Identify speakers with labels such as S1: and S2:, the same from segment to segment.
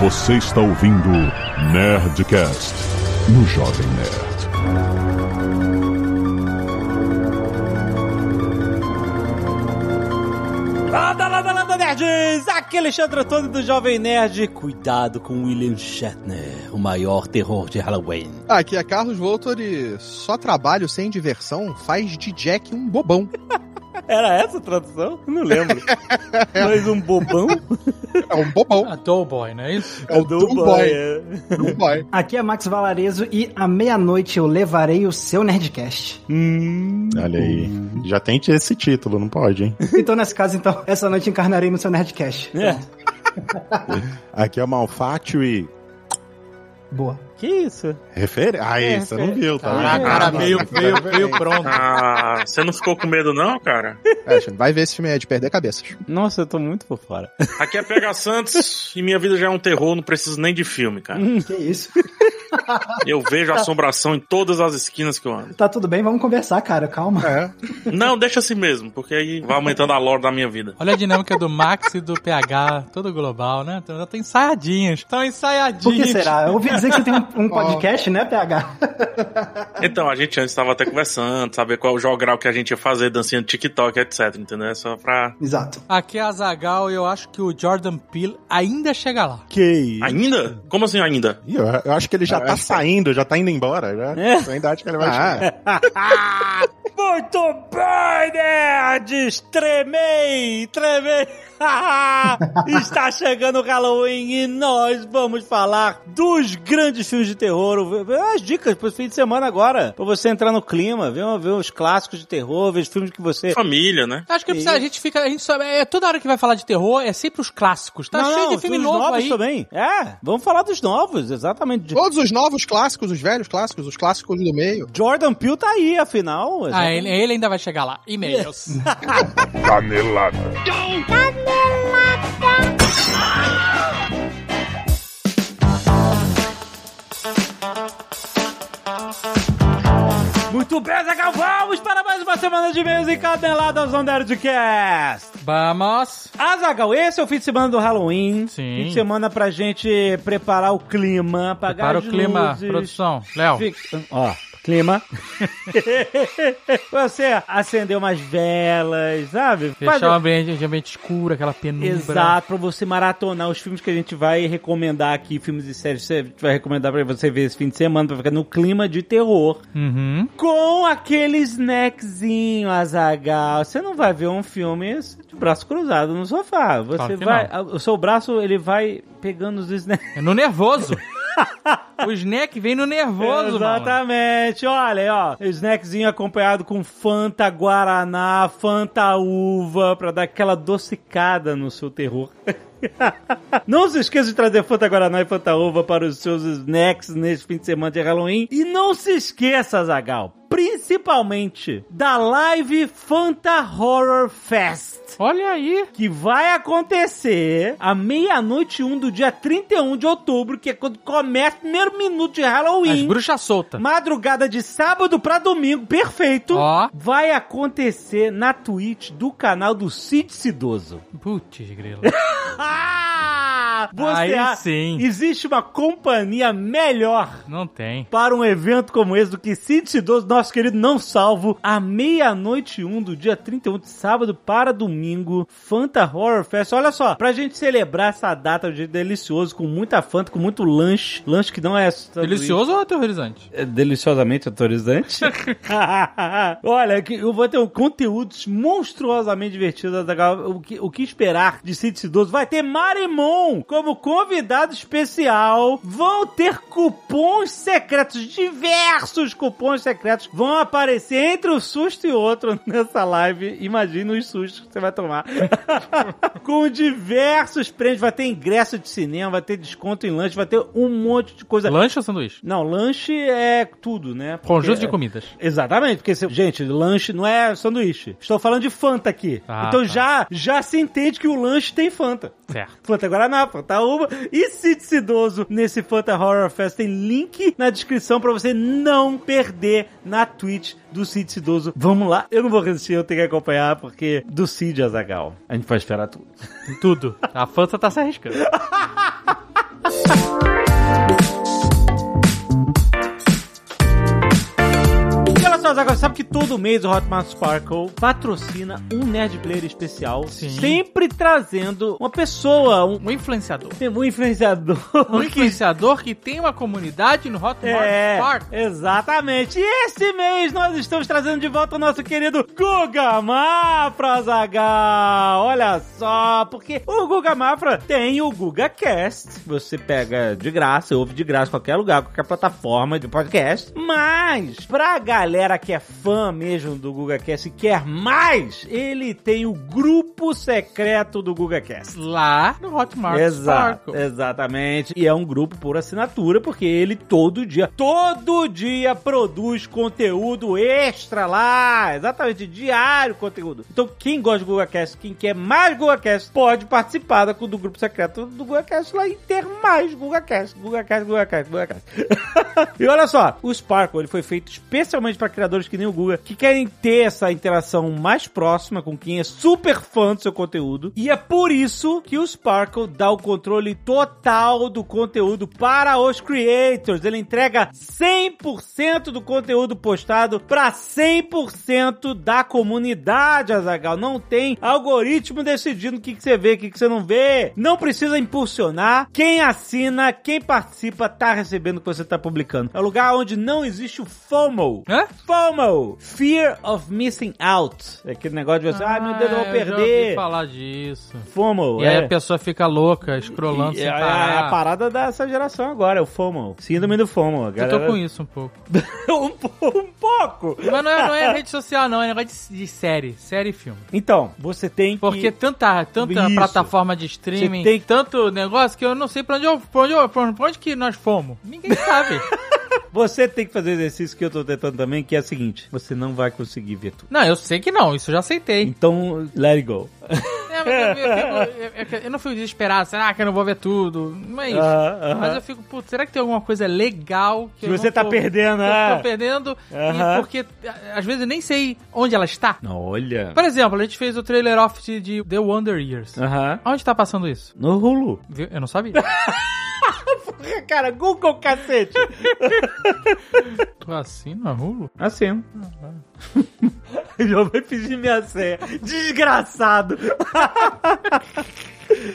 S1: Você está ouvindo Nerdcast no Jovem Nerd.
S2: Lada, lada, lada, nerds! Aqui é Alexandre Antônio do Jovem Nerd. Cuidado com William Shatner, o maior terror de Halloween.
S3: Aqui é Carlos Voltor e só trabalho sem diversão faz de Jack um bobão.
S2: Era essa a tradução? Não lembro. é. Mas um bobão?
S3: É um bobão.
S4: É Doughboy, não é isso?
S2: É o Doughboy. É.
S3: Doughboy.
S5: Aqui é Max Valarezo e à meia-noite eu levarei o seu Nerdcast.
S6: Hum, Olha aí. Hum. Já tem esse título, não pode, hein?
S5: Então, nesse caso, então, essa noite encarnarei no seu Nerdcast.
S6: É. Aqui é o Malfátio e...
S5: Boa.
S2: Que isso?
S6: Refer... Ah, é, você não viu, tá? Ah,
S4: cara, veio, veio, veio pronto.
S7: Ah, você não ficou com medo, não, cara?
S3: É, vai ver esse filme é de perder cabeças.
S2: Nossa, eu tô muito por fora.
S7: Aqui é Pega Santos e minha vida já é um terror, não preciso nem de filme, cara.
S5: Hum, que isso?
S7: Eu vejo assombração em todas as esquinas que eu ando.
S5: Tá tudo bem, vamos conversar, cara, calma.
S7: É. Não, deixa assim mesmo, porque aí vai aumentando a lore da minha vida.
S4: Olha a dinâmica Um é do Max e do PH, todo global, né? Então, tá ensaiadinhos, estão ensaiadinhos. Por
S5: que será? Eu ouvi dizer que você tem um um podcast, oh. né, PH?
S7: então, a gente antes estava até conversando, saber qual jogral que a gente ia fazer, dancinha de TikTok, etc, entendeu? É só pra...
S5: Exato.
S4: Aqui é a Zagal e eu acho que o Jordan Peele ainda chega lá.
S6: Que isso?
S7: Ainda? Como assim ainda?
S6: Eu, eu acho que ele já ah, tá saindo, já tá indo embora, já. É. Eu ainda acho que ele vai ah.
S2: chegar. Muito bem, nerds! Tremei, tremei! Está chegando o Halloween e nós vamos falar dos grandes filmes de terror. As dicas pro fim de semana agora. Pra você entrar no clima, ver, ver os clássicos de terror, ver os filmes que você.
S7: Família, né?
S4: Acho que a gente fica. A gente sabe, é, toda hora que vai falar de terror, é sempre os clássicos. Tá não, cheio de filme novo.
S2: novos
S4: aí. Oh!
S2: também. É, vamos falar dos novos, exatamente. De...
S3: Todos os novos clássicos, os velhos clássicos, os clássicos do meio.
S2: Jordan Peele tá aí, afinal.
S4: Exatamente. Ah, ele, ele ainda vai chegar lá. E-mails.
S1: Canelada.
S8: Canelada.
S2: Muito bem, Zagal, vamos para mais uma semana de e-mails encadeladas on Nerdcast.
S4: Vamos!
S2: Azagal, esse é o fim de semana do Halloween.
S4: Sim.
S2: Fim de semana pra gente preparar o clima, apagar
S4: Prepara o clima,
S2: luzes.
S4: produção. Léo.
S2: Fica... Ó clima. você acender umas velas, sabe?
S4: Deixar Faz... um ambiente, um ambiente escuro, aquela penumbra.
S2: Exato, pra você maratonar os filmes que a gente vai recomendar aqui, filmes e séries que a gente vai recomendar pra você ver esse fim de semana, pra ficar no clima de terror.
S4: Uhum.
S2: Com aquele snackzinho, Azagal. Você não vai ver um filme de braço cruzado no sofá. Você claro vai... Não. O seu braço, ele vai pegando os snacks.
S4: É no nervoso. o snack vem no nervoso,
S2: Exatamente. Mano. Olha, ó. Snackzinho acompanhado com Fanta Guaraná, Fanta Uva, pra dar aquela docicada no seu terror. Não se esqueça de trazer Fanta Guaraná e Fanta Uva para os seus snacks neste fim de semana de Halloween. E não se esqueça, Zagal, principalmente da live Fanta Horror Fest.
S4: Olha aí!
S2: Que vai acontecer à meia-noite 1 do dia 31 de outubro, que é quando começa o primeiro minuto de Halloween.
S4: As bruxas soltas.
S2: Madrugada de sábado para domingo, perfeito.
S4: Ó.
S2: Vai acontecer na Twitch do canal do Cid Cidoso.
S4: Putz, grilo.
S2: Ah! Você
S4: Aí
S2: a...
S4: sim.
S2: Existe uma companhia melhor.
S4: Não tem.
S2: Para um evento como esse do que Cid Cidoso, nosso querido Não Salvo, à meia-noite 1 do dia 31 de sábado para domingo, Fanta Horror Fest. Olha só, pra gente celebrar essa data de delicioso, com muita Fanta, com muito lanche. Lanche que não é.
S4: Delicioso ou aterrorizante?
S2: É deliciosamente aterrorizante. Olha, eu vou ter um conteúdos monstruosamente divertidos. O que, o que esperar de Cid Cidoso? Vai ter Marimon como convidado especial. Vão ter cupons secretos, diversos cupons secretos vão aparecer entre um susto e outro nessa live. Imagina os sustos que você vai tomar. Com diversos prêmios, vai ter ingresso de cinema, vai ter desconto em lanche, vai ter um monte de coisa.
S4: Lanche ou sanduíche?
S2: Não, lanche é tudo, né?
S4: Porque... Conjunto de comidas.
S2: Exatamente, porque gente, lanche não é sanduíche. Estou falando de Fanta aqui. Ah, então tá. já já se entende que o lanche tem Fanta.
S4: Certo.
S2: Fanta Guaraná, Fanta Uva e Cid Cidoso nesse Fanta Horror Fest. Tem link na descrição para você não perder na Twitch do Cid Cidoso. Vamos lá. Eu não vou resistir, eu tenho que acompanhar, porque do Cid Azagal. A gente vai esperar tudo.
S4: Tudo. A Fanta tá se arriscando.
S2: Azaghal, sabe que todo mês o Hotmart Sparkle patrocina um Nerd Player especial,
S4: Sim.
S2: sempre trazendo uma pessoa, um,
S4: Um influenciador.
S2: um influenciador
S4: Um
S2: que
S4: influenciador que tem uma comunidade no Hotmart
S2: É,
S4: Park.
S2: exatamente. E esse mês nós estamos trazendo de volta o nosso querido Guga Mafra, Zagal. Olha só, porque o Guga Mafra tem o Guga Cast. Você pega de graça, ouve de graça em qualquer lugar, qualquer plataforma de podcast. Mas, pra galera que é fã mesmo do Guga Cast e quer mais, ele tem o grupo secreto do Guga Cast.
S4: Lá no Hotmart
S2: Exato,
S4: Sparkle.
S2: exatamente. E é um grupo por assinatura, porque ele todo dia, todo dia produz conteúdo extra lá. Exatamente, diário conteúdo. Então, quem gosta de GugaCast, quem quer mais GugaCast, pode participar da- do grupo secreto do GugaCast lá e ter mais GugaCast, GugaCast, GugaCast, GugaCast. e olha só, o Sparkle ele foi feito especialmente para criadores que nem o Guga, que querem ter essa interação mais próxima com quem é super fã do seu conteúdo. E é por isso que o Sparkle dá o controle total do conteúdo para os creators. Ele entrega 100% do conteúdo postado para 100% da comunidade, Azagal. Não tem algoritmo decidindo o que, que você vê, o que, que você não vê. Não precisa impulsionar. Quem assina, quem participa, tá recebendo o que você tá publicando. É o lugar onde não existe o FOMO.
S4: Hã?
S2: FOMO! Fear of Missing Out. É aquele negócio de você, ai meu Deus, eu vou
S4: Ah, Já ouvi
S2: perder.
S4: falar disso.
S2: FOMO.
S4: E aí
S2: é.
S4: a pessoa fica louca, assim, "Ah, escrolando
S2: E-
S4: sem
S2: é,
S4: parar.
S2: é a parada dessa geração agora, é o FOMO. Síndrome do FOMO. a
S4: Eu
S2: Galera...
S4: tô com isso um pouco.
S2: um, po- um pouco.
S4: Mas não é, não é rede social, não. É negócio de, de série. Série e filme.
S2: Então, você tem que...
S4: Porque tanta, tanta
S2: Isso.
S4: plataforma de streaming,
S2: Você tem-
S4: tem tanto negócio que eu não sei pra onde, eu, pra onde, eu- pra onde- pra onde que nós fomos. Ninguém sabe. tá-
S2: Você tem que fazer o exercício que eu tô tentando também, que é o seguinte: você não vai conseguir ver tudo.
S4: não, eu sei que não. Isso eu já aceitei.
S2: Então, let it go.
S4: É, mas eu, eu- eu- eu- eu não fui desesperado. Será que eu não vou ver tudo? Não é isso.
S2: Ah,
S4: Mas
S2: aham.
S4: eu fico, putz, será que tem alguma coisa legal que
S2: Que
S4: eu
S2: você
S4: não
S2: tá
S4: tô-
S2: perdendo,
S4: que Eu
S2: ah.
S4: tô perdendo,
S2: Aham.
S4: e porque a- às vezes eu nem sei onde ela está.
S2: Olha.
S4: Por exemplo, a gente fez o trailer off de- de The Wonder Years.
S2: Aham.
S4: Onde tá passando isso?
S2: No Hulu.
S4: Viu? Eu não sabia.
S2: Cara, Google cacete.
S4: Tô assim na Hulu?
S2: Assim. Já vai pedir minha senha. Desgraçado.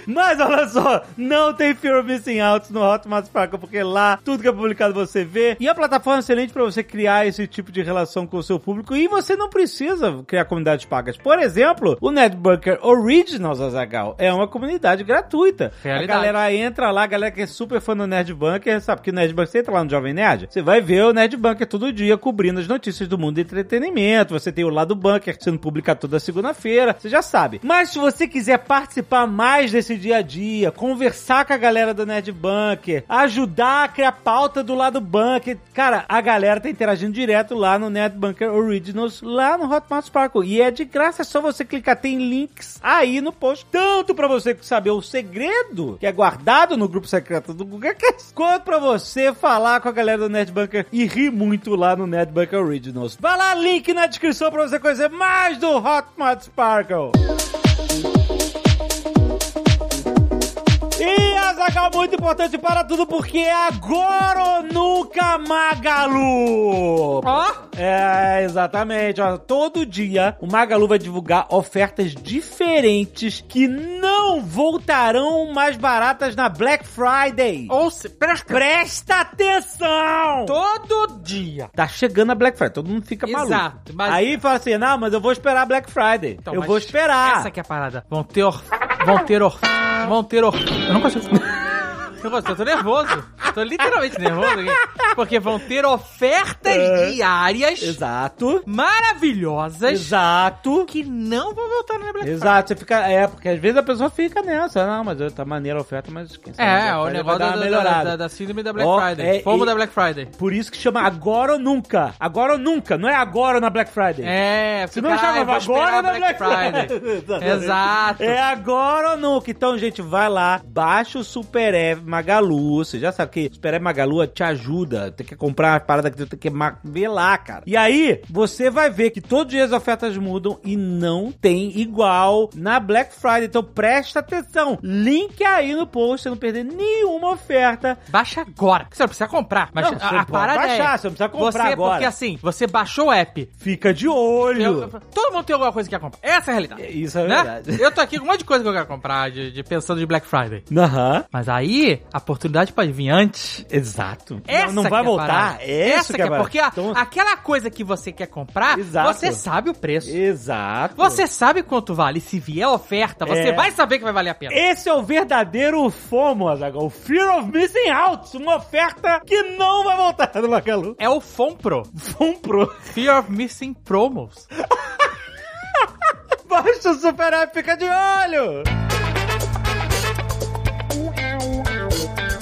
S2: Mas olha só, não tem Fear of Missing Out no Hotmart Sparkle, porque lá tudo que é publicado você vê. E a plataforma é excelente pra você criar esse tipo de relação com o seu público. E você não precisa criar comunidades pagas. Por exemplo, o NetBunker Originals Azagal é uma comunidade gratuita.
S4: Realidade.
S2: A galera entra lá, a galera que é super fã do Nerd Bunker, sabe que o Nerd Bunker, você entra lá no Jovem Nerd, você vai ver o Nerd Bunker todo dia cobrindo as notícias do mundo do entretenimento. Você tem o lado Bunker sendo publicado toda segunda-feira, você já sabe. Mas se você quiser participar mais desse dia a dia, conversar com a galera do Nerd Bunker, ajudar a criar pauta do lado Bunker, cara, a galera tá interagindo direto lá no Nerd Bunker Originals, lá no Hotmart Sparkle. E é de graça, é só você clicar, tem links aí no post, tanto pra você saber o segredo que é guardado no grupo secreto do GugaCast, quanto pra você falar com a galera do NetBunker e rir muito lá no NetBunker Originals. Vai lá, link na descrição pra você conhecer mais do Hotmart Sparkle. E Azaghal, muito importante para tudo, porque é agora ou nunca, Magalu!
S4: Ó!
S2: É, exatamente. Ó, todo dia o Magalu vai divulgar ofertas diferentes que não voltarão mais baratas na Black Friday.
S4: Ou se... Presta...
S2: Presta atenção!
S4: Todo dia.
S2: Tá chegando a Black Friday, todo mundo fica maluco.
S4: Exato, mas-
S2: Aí fala assim, não, mas eu vou esperar a Black Friday.
S4: Então,
S2: eu
S4: mas
S2: vou esperar.
S4: Essa que é a parada. Vão ter or... Vão ter or... Vão ter or... Eu não consigo... Eu, não consigo, eu tô nervoso. Eu tô literalmente nervoso aqui. Porque vão ter
S2: É.
S4: ofertas diárias
S2: Exato.
S4: maravilhosas
S2: Exato.
S4: que não vão voltar na Black Friday.
S2: Exato, você fica. É, porque às vezes a pessoa fica nessa. Não, mas eu- tá maneira a oferta, mas quem sabe.
S4: É,
S2: a
S4: o
S2: Black Friday vai
S4: negócio da,
S2: dar uma
S4: da,
S2: melhorada.
S4: da, da síndrome da Black
S2: Ó,
S4: Friday.
S2: é,
S4: Fogo
S2: e-
S4: da Black Friday.
S2: Por isso que chama agora ou nunca. Agora ou nunca, não é agora na Black Friday.
S4: É,
S2: Se não
S4: caralho,
S2: chamava
S4: vou esperar
S2: agora
S4: a
S2: na Black Friday.
S4: Exato.
S2: É agora ou nunca. Então, gente, vai lá, baixa o Super App Magalu. Você já sabe que o Super App Magalu te ajuda parada, tem que comprar as paradas que tem que martelar, cara. E aí, você vai ver que todos os dias as ofertas mudam e não tem igual na Black Friday. Então presta atenção. Link aí no post, você não perder nenhuma oferta.
S4: Baixa agora. Você não precisa comprar. Mas
S2: Não,
S4: a, a
S2: você pode
S4: parada
S2: baixar,
S4: é...
S2: você não precisa comprar
S4: você,
S2: agora.
S4: Porque assim, você baixou o app.
S2: Fica de
S4: Eu-
S2: olho.
S4: eu- todo mundo tem alguma coisa que quer comprar. Essa é a realidade.
S2: Isso é
S4: né?
S2: verdade.
S4: Eu tô aqui com um monte de coisa que eu quero comprar, de, de- pensando de Black Friday.
S2: Aham.
S4: Mas aí, a oportunidade pode vir antes.
S2: Exato.
S4: Essa
S2: não, não vai
S4: que é a
S2: voltar.
S4: parada.
S2: É isso
S4: Essa que é,
S2: a
S4: porque a-
S2: Então-
S4: aquela coisa que você quer comprar,
S2: Exato.
S4: você sabe o preço.
S2: Exato.
S4: Você sabe quanto vale. Se vier oferta, você
S2: É.
S4: vai saber que vai valer a pena.
S2: Esse é o verdadeiro FOMO, Azaghal. O Fear of Missing Out. Uma oferta que não vai voltar no Magalu.
S4: É o FOMPRO.
S2: FOMO Pro.
S4: Fear of Missing Promos.
S2: Baixa o Super App, fica de olho.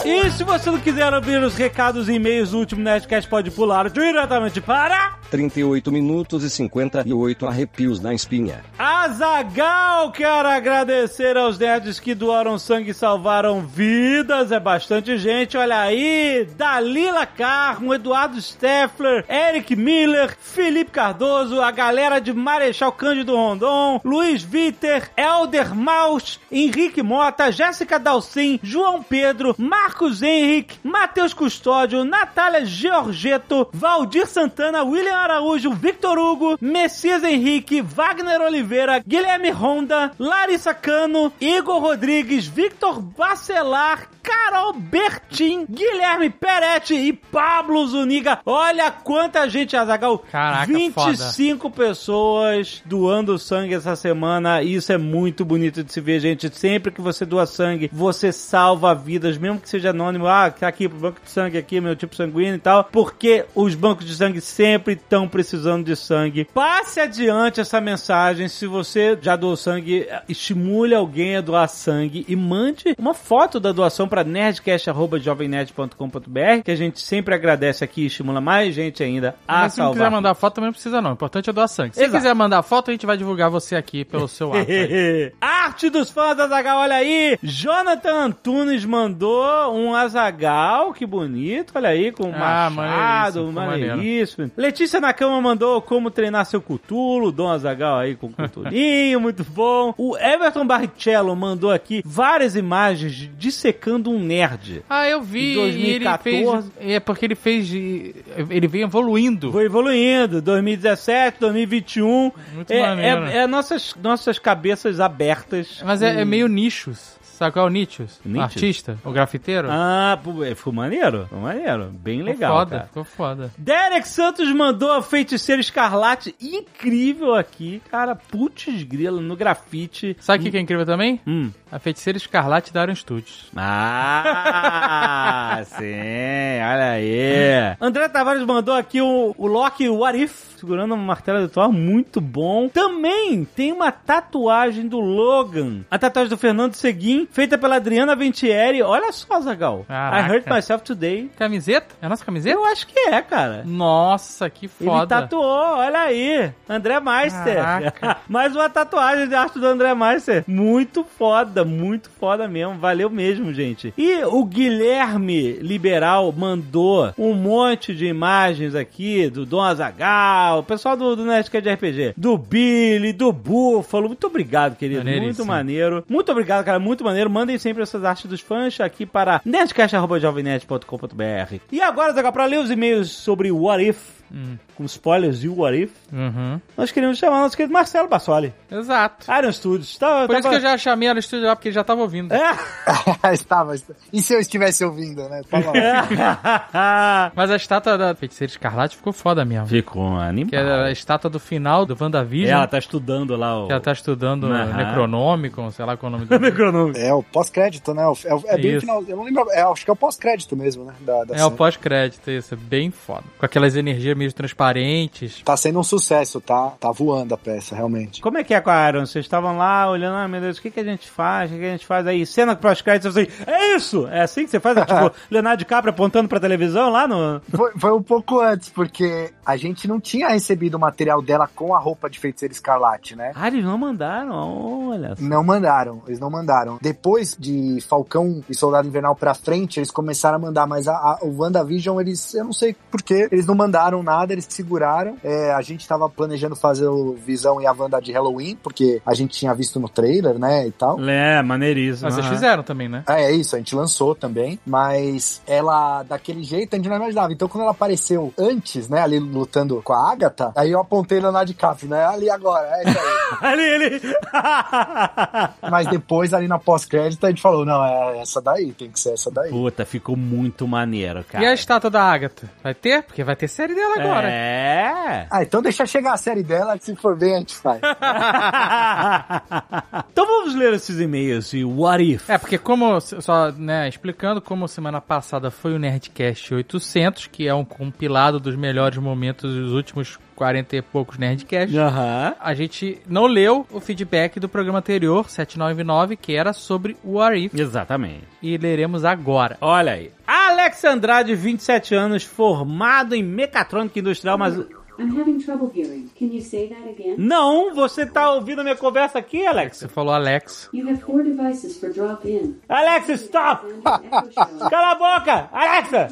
S2: E se você não quiser ouvir os recados e e-mails do último Nerdcast, pode pular diretamente para...
S8: 38 minutos e 58 arrepios na espinha.
S2: Azagal, quero agradecer aos nerds que doaram sangue e salvaram vidas. É bastante gente, olha aí. Dalila Carmo, Eduardo Steffler, Eric Miller, Felipe Cardoso, a galera de Marechal Cândido Rondon, Luiz Viter, Elder Maus, Henrique Mota, Jéssica Dalcin, João Pedro, Marcos Henrique, Matheus Custódio, Natália Georgeto, Valdir Santana, William Araújo, Victor Hugo, Messias Henrique, Wagner Oliveira, Guilherme Honda, Larissa Cano, Igor Rodrigues, Victor Bacelar, Carol Bertin, Guilherme Peretti e Pablo Zuniga. Olha quanta gente, Azagal.
S4: Caraca,
S2: 25 pessoas doando sangue essa semana. Isso é muito bonito de se ver, gente. Sempre que você doa sangue, você salva vidas, mesmo que seja anônimo. Ah, tá aqui pro banco de sangue aqui, meu tipo sanguíneo e tal. Porque os bancos de sangue sempre estão precisando de sangue. Passe adiante essa mensagem. Se você já doou sangue, estimule alguém a doar sangue e mande uma foto da doação para nerdcast@jovemnerd.com.br, que a gente sempre agradece aqui e estimula mais gente ainda a
S4: Mas se não
S2: Ah, salvar.
S4: quiser mandar foto, também não precisa não. O importante é doar sangue. Se
S2: Exato.
S4: quiser mandar foto, a gente vai divulgar você aqui pelo seu ato. aí.
S2: Arte dos fãs da Zagal, olha aí! Jonathan Antunes mandou um Azagal, que bonito, olha aí, com um
S4: Ah,
S2: machado,
S4: maneiríssimo,
S2: maneiríssimo. Letícia Nakama mandou como treinar seu cutulo, Dom Azagal aí com cutulinho, muito bom. O Everton Barrichello mandou aqui várias imagens de dissecando um nerd.
S4: Ah, eu
S2: Em
S4: vi.
S2: 2014.
S4: E ele fez... É porque ele fez... de- Ele veio evoluindo.
S2: Foi evoluindo, 2017, 2021.
S4: Muito
S2: É,
S4: maneiro.
S2: é- é nossas, nossas cabeças abertas.
S4: Mas é, é meio nichos. Sabe qual é o nichos? O
S2: Nichos?
S4: artista, o grafiteiro.
S2: Ah, pô, é, ficou maneiro, ficou maneiro, bem
S4: Ficou
S2: legal,
S4: foda,
S2: cara.
S4: ficou foda.
S2: Derek Santos mandou a feiticeira escarlate incrível aqui, cara. Putz grila no grafite.
S4: Sabe o que que é incrível também?
S2: Hum.
S4: A feiticeira escarlate da Aaron Studios.
S2: Ah, sim, olha aí. André Tavares mandou aqui o, o Loki What If, segurando uma martela de Thor, muito bom. Também tem uma tatuagem do Logan, a tatuagem do Fernando Seguin, feita pela Adriana Ventieri. Olha só, Zagal. I
S4: Caraca.
S2: hurt myself today.
S4: Camiseta? É a nossa camiseta?
S2: Eu acho que é, cara.
S4: Nossa, que
S2: Ele tá
S4: foda.
S2: tatuou, olha aí. André Meister.
S4: Caraca.
S2: Mais uma tatuagem de arte do André Meister. Muito foda, muito foda mesmo. Valeu mesmo, gente. E o Guilherme Liberal mandou um monte de imagens aqui do Dom Azagal, o pessoal do, do Nerdcast de RPG, do Billy, do Búfalo. Muito obrigado, querido. Muito
S4: Maneiríssimo.
S2: maneiro. Muito obrigado, cara. Muito maneiro. Mandem sempre essas artes dos fãs aqui para nerdcast.jovemnerd.com.br. E agora, Zagal, para ler os e-mails sobre o What If, com spoilers e o What If,
S4: Uhum.
S2: nós queríamos chamar nosso querido Marcelo Bassoli.
S4: Exato.
S2: Iron Studios. Tá,
S4: Por
S2: tá
S4: isso que eu já chamei ela no estúdio lá, porque ele já tava
S2: É?
S4: ouvindo.
S9: Estava. E se eu estivesse ouvindo, né? Tava lá.
S2: É.
S4: Mas a estátua da feiticeira escarlate ficou foda mesmo.
S2: Ficou um
S4: Que é era a
S2: animado.
S4: estátua do final do WandaVision.
S2: Ela tá estudando lá o...
S4: Que ela tá estudando
S2: Aham.
S4: Necronomicon, sei lá qual é o nome dele.
S2: Necronome.
S9: É o pós-crédito, né? O- É, o- é bem
S4: Isso.
S9: o final. Eu não lembro. é, acho que é o pós-crédito mesmo, né? Da, da
S4: É
S9: cena.
S4: o pós-crédito, isso. É bem foda. Com aquelas energias meio transparentes.
S9: Tá sendo um sucesso, tá? Tá voando a peça, realmente.
S2: Como é que é com a Aaron? Vocês estavam lá olhando, ah, meu Deus, o que, que a gente faz? O que, que a gente faz? Aí, cena pros créditos, assim, é isso! É assim que você faz? É, tipo, Leonardo DiCaprio apontando pra televisão lá no...
S9: Foi, foi um pouco antes, porque a gente não tinha recebido o material dela com a roupa de feiticeiro escarlate, né?
S2: Ah, eles não mandaram, olha só.
S9: Não mandaram, eles não mandaram. Depois de Falcão e Soldado Invernal pra frente, eles começaram a mandar, mas a, a, o WandaVision, eles, eu não sei porquê, eles não mandaram nada, eles seguraram. É, a gente tava planejando fazer o Visão e a Wanda de Halloween, porque a gente tinha visto no trailer, né, e tal.
S2: É, maneiríssimo.
S4: Mas vocês
S2: aham.
S4: fizeram também, né?
S9: É, é isso, a gente lançou também, mas ela, daquele jeito, a gente não imaginava. Então, quando ela apareceu antes, né, ali lutando com a Agatha, aí eu apontei Leonardo DiCaprio, né, ali agora, é isso aí.
S2: Ali, ele...
S9: mas depois, ali na pós-crédito, a gente falou, não, é essa daí, tem que ser essa daí.
S2: Puta, ficou muito maneiro, cara.
S4: E a estátua da Agatha? Vai ter? Porque vai ter série dela agora.
S2: É...
S9: Ah, então deixa chegar a série dela, que se for bem, a gente faz.
S2: então vamos ler esses e-mails e what if?
S4: É, porque como, só né, explicando, como semana passada foi o Nerdcast 800, que é um compilado dos melhores momentos dos últimos 40 e poucos
S2: É.
S4: Nerdcasts,
S2: Aham.
S4: a gente não leu o feedback do programa anterior, 799, que era sobre o What If,
S2: Exatamente.
S4: e leremos agora.
S2: Olha aí. Alex Andrade, 27 anos, formado em mecatrônica industrial, mas.
S10: I'm having trouble hearing. Can you say that again?
S2: Não, você tá ouvindo a minha conversa aqui, Alex?
S4: Você falou Alex.
S10: You have four devices for drop in.
S2: Alex, stop! Cala a boca! Alexa!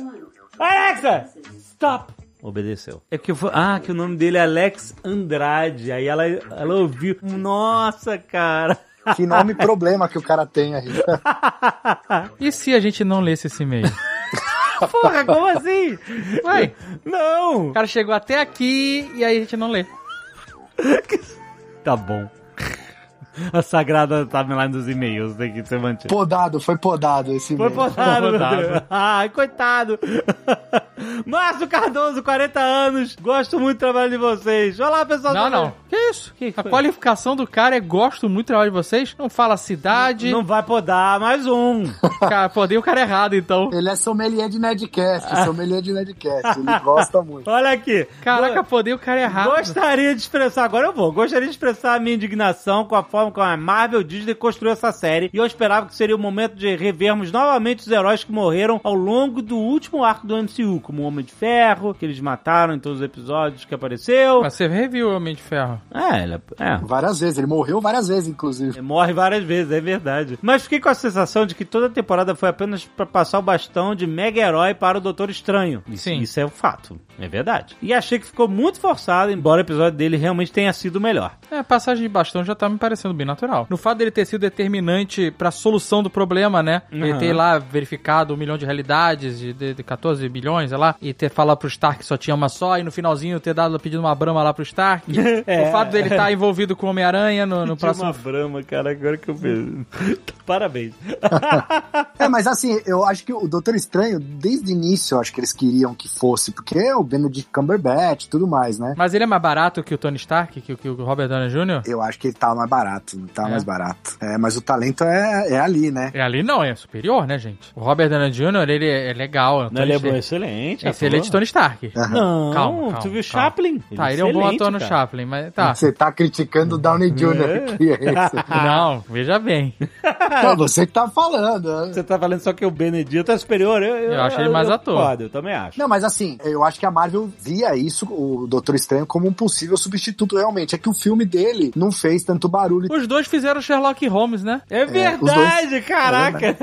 S2: Alexa! Stop! Obedeceu. É que eu fa- Ah, que o nome dele é Alex Andrade. Aí ela, ela ouviu. Nossa, cara.
S9: Que nome problema que o cara tem aí.
S4: E se a gente não lesse esse e-mail?
S2: Porra, como assim?
S4: Ué,
S2: Não!
S4: o cara chegou até aqui e aí a gente não lê.
S2: Tá bom. A sagrada timeline dos e-mails tem que ser mantida.
S9: Podado, foi podado esse
S2: Foi
S9: e-mail.
S2: botado, meu
S4: botado.
S2: Deus. Ai, coitado. Márcio Cardoso, 40 anos. Gosto muito do trabalho de vocês. Olá, pessoal.
S4: Não,
S2: Tá-
S4: não. Que isso?
S2: Que que
S4: a
S2: foi?
S4: qualificação do cara é gosto muito do trabalho de vocês. Não fala cidade.
S2: Não vai podar, mais um.
S4: Cara, pô, dei o cara errado, então.
S9: Ele é sommelier de Nerdcast, sommelier de Nerdcast. Ele gosta muito.
S2: Olha aqui.
S4: Caraca, pô, dei o cara errado.
S2: Gostaria de expressar, agora eu vou, gostaria de expressar a minha indignação com a forma como a Marvel Disney construiu essa série e eu esperava que seria o momento de revermos novamente os heróis que morreram ao longo do último arco do MCU, como o Homem de Ferro, que eles mataram em todos os episódios que apareceu.
S4: Mas você reviu o Homem de Ferro.
S2: É, ele é,
S9: Várias vezes, ele morreu várias vezes, inclusive.
S2: Morre várias vezes, é verdade. Mas fiquei com a sensação de que toda a temporada foi apenas pra passar o bastão de mega-herói para o Doutor Estranho. Isso,
S4: Sim.
S2: isso é um fato, é verdade. E achei que ficou muito forçado, embora o episódio dele realmente tenha sido o melhor.
S4: É, a passagem de bastão já tá me parecendo bem natural. No fato dele ter sido determinante pra solução do problema, né? Ele
S2: Uhum.
S4: ter lá verificado um milhão de realidades, de, de- de 14 bilhões, sei lá, e ter falado pro Stark que só tinha uma só, e no finalzinho ter dado pedido uma brama lá pro Stark.
S2: É.
S4: O fato dele estar envolvido com o Homem-Aranha no, no próximo.
S2: brama, cara, agora que eu vejo. Parabéns.
S9: É, mas assim, eu acho que o Doutor Estranho, desde o início, eu acho que eles queriam que fosse, porque é o Benedict Cumberbatch e tudo mais, né?
S4: Mas ele é mais barato que o Tony Stark, que, que o Robert Downey Jr.?
S9: Eu acho que ele tava mais barato, não tava
S4: É.
S9: mais barato. É, mas o talento é, é ali, né?
S4: É, ali não, é superior, né, gente? O Robert Downey Jr., ele é é legal. é um Tony
S2: Ele é bom,
S4: Stark.
S2: excelente.
S4: Excelente
S2: ator.
S4: Tony Stark.
S2: Não,
S4: Calma, calma,
S2: tu viu
S4: calma.
S2: Chaplin?
S4: Tá, ele é um bom
S2: excelente,
S4: ator no
S2: cara.
S4: Chaplin, mas tá.
S9: Você tá criticando o Downey Jr. aqui, é isso.
S2: Ah.
S4: Não, veja bem.
S9: Não, você que tá falando. né?
S2: Você tá falando só que o Benedito é superior. Eu,
S4: Eu acho ele mais
S2: eu
S4: ator.
S2: concordo, eu também acho.
S9: Não, mas assim, eu acho que a Marvel via isso, o Doutor Estranho, como um possível substituto, realmente. É que o filme dele não fez tanto barulho.
S4: Os dois fizeram Sherlock Holmes, né?
S2: É verdade, caraca!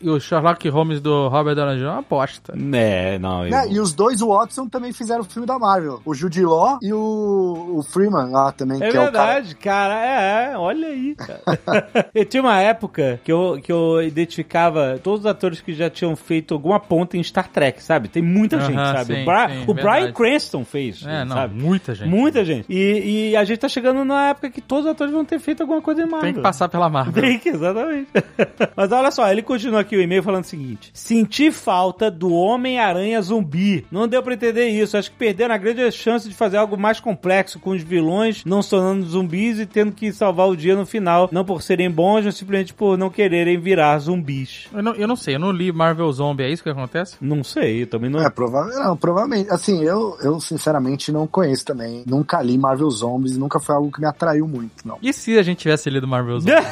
S4: E o Sherlock Holmes do Robert Downey Jr. é uma aposta.
S2: É, não, eu...
S9: Né? E os dois Watson também fizeram o filme da Marvel. O Jude Law e o, o Freeman lá também,
S2: É
S9: que é o cara.
S2: verdade, cara. É, é, olha aí, cara. eu tinha uma época que eu, que eu identificava todos os atores que já tinham feito alguma ponta em Star Trek, sabe? Tem muita gente,
S4: Aham,
S2: sabe?
S4: sim,
S2: o Bra-
S4: sim,
S2: o Brian
S4: verdade.
S2: Cranston fez,
S4: É, não,
S2: sabe?
S4: muita gente.
S2: Muita gente. E, e a gente tá chegando na época que todos os atores vão ter feito alguma coisa em Marvel.
S4: Tem que passar né? pela Marvel.
S2: Tem que, exatamente. Mas olha só, ele continua aqui o e-mail falando o seguinte: Senti falta do Homem-Aranha zumbi. Não deu pra entender isso. Acho que perderam a grande chance de fazer algo mais complexo com os vilões não sonando zumbis e tendo que salvar o dia no final. Não por serem bons, mas simplesmente por não quererem virar zumbis.
S4: Eu não, eu não sei, eu não li Marvel Zombie, é isso que acontece?
S2: Não sei, eu também não.
S9: É, prova não, provavelmente. Assim, eu, eu sinceramente não conheço também. Nunca li Marvel Zombies, nunca foi algo que me atraiu muito, não.
S4: E se a gente tivesse lido Marvel Zombie? A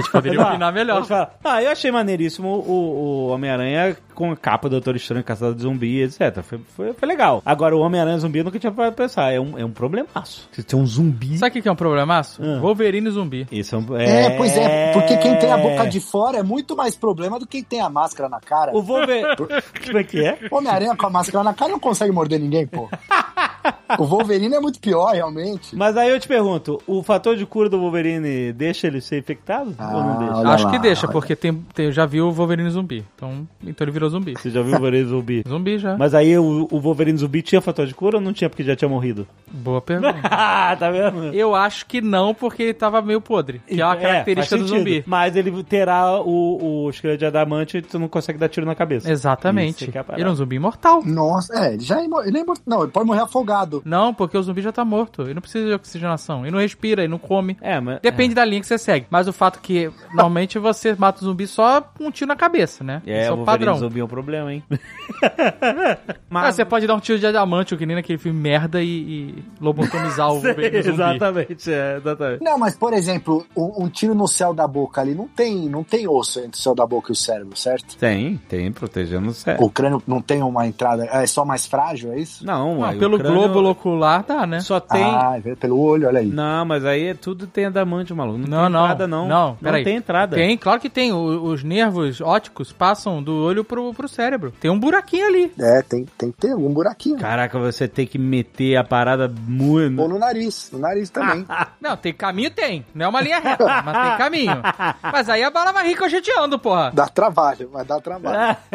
S4: gente poderia
S2: Tá,
S4: opinar melhor.
S2: pode falar. Ah, eu achei maneiríssimo o, o Homem-Aranha com a capa do Doutor Estranho caçado de zumbi, etc. Foi, foi, foi legal. Agora, o Homem-Aranha zumbi eu nunca tinha parado pra pensar. É um, é um problemaço. Você tem um zumbi.
S4: Sabe o que que é um problemaço?
S2: Ah.
S4: Wolverine zumbi.
S2: Isso é, um,
S9: É, pois é, porque quem tem a boca de fora é muito mais problema do que quem tem a máscara na cara.
S2: O Wolverine. Como é que é?
S9: Homem-Aranha com a máscara na cara não consegue morder ninguém, pô. O Wolverine é muito pior, realmente.
S2: Mas aí eu te pergunto: o fator de cura do Wolverine deixa ele ser infectado ou não
S9: Ah,
S2: deixa?
S9: olha
S4: Acho que
S9: lá,
S4: deixa,
S9: olha.
S4: porque tem, tem, já viu o Wolverine zumbi. Então, então ele virou zumbi.
S2: Você já viu o Wolverine zumbi?
S4: Zumbi já.
S2: Mas aí o, o Wolverine zumbi tinha fator de cura ou não tinha porque já tinha morrido?
S4: Boa pergunta.
S2: Ah, tá vendo?
S4: Eu acho que não, porque ele tava meio podre. Que é uma característica
S2: Então, faz
S4: do
S2: sentido.
S4: zumbi.
S2: Mas ele terá o, o esqueleto de adamante e tu não consegue dar tiro na cabeça.
S4: Exatamente.
S2: Isso que é a parada.
S4: Ele é um zumbi imortal.
S9: Nossa, é, ele já é, imor- ele é imor- Não, ele pode morrer afogado.
S4: Não, porque o zumbi já tá morto. Ele não precisa de oxigenação. Ele não respira, ele não come.
S2: É, mas...
S4: Depende da linha que você segue. Mas o fato que normalmente você mata o zumbi só com um tiro na cabeça, né?
S2: É,
S4: Esse
S2: é
S4: é
S2: o
S4: o
S2: Wolverine
S4: padrão.
S2: zumbi é um problema, hein? é
S4: Ah, você pode dar um tiro de diamante, o que nem naquele filme merda, e, e lobotomizar o Wolverine zumbi.
S2: exatamente, é, exatamente.
S9: Não, mas por exemplo, um, um tiro no céu da boca ali não tem, não tem osso entre o céu da boca e o cérebro, certo?
S2: Tem, tem, protegendo o cérebro.
S9: O crânio não tem uma entrada, é só mais frágil, é isso?
S2: Não,
S4: Não,
S2: aí o
S4: pelo
S2: crânio
S4: globo ocular dá, né?
S2: Só tem...
S9: Ah, é pelo olho, olha aí.
S2: Não, mas aí é tudo tem adamante, maluco. Não,
S4: Não,
S2: tem
S4: não.
S2: entrada, não.
S4: Não, peraí.
S2: tem entrada.
S4: Tem, claro que tem. O- os nervos ópticos passam do olho pro, pro cérebro. Tem um buraquinho ali.
S9: É, tem, tem que ter um buraquinho.
S2: Caraca, você tem que meter a parada muito...
S9: Ou no nariz, no nariz também.
S4: Não, tem caminho, tem. Não é uma linha reta, mas tem caminho. Mas aí a bala vai ricocheteando, porra.
S9: Dá trabalho, mas dá
S2: É.
S9: trabalho.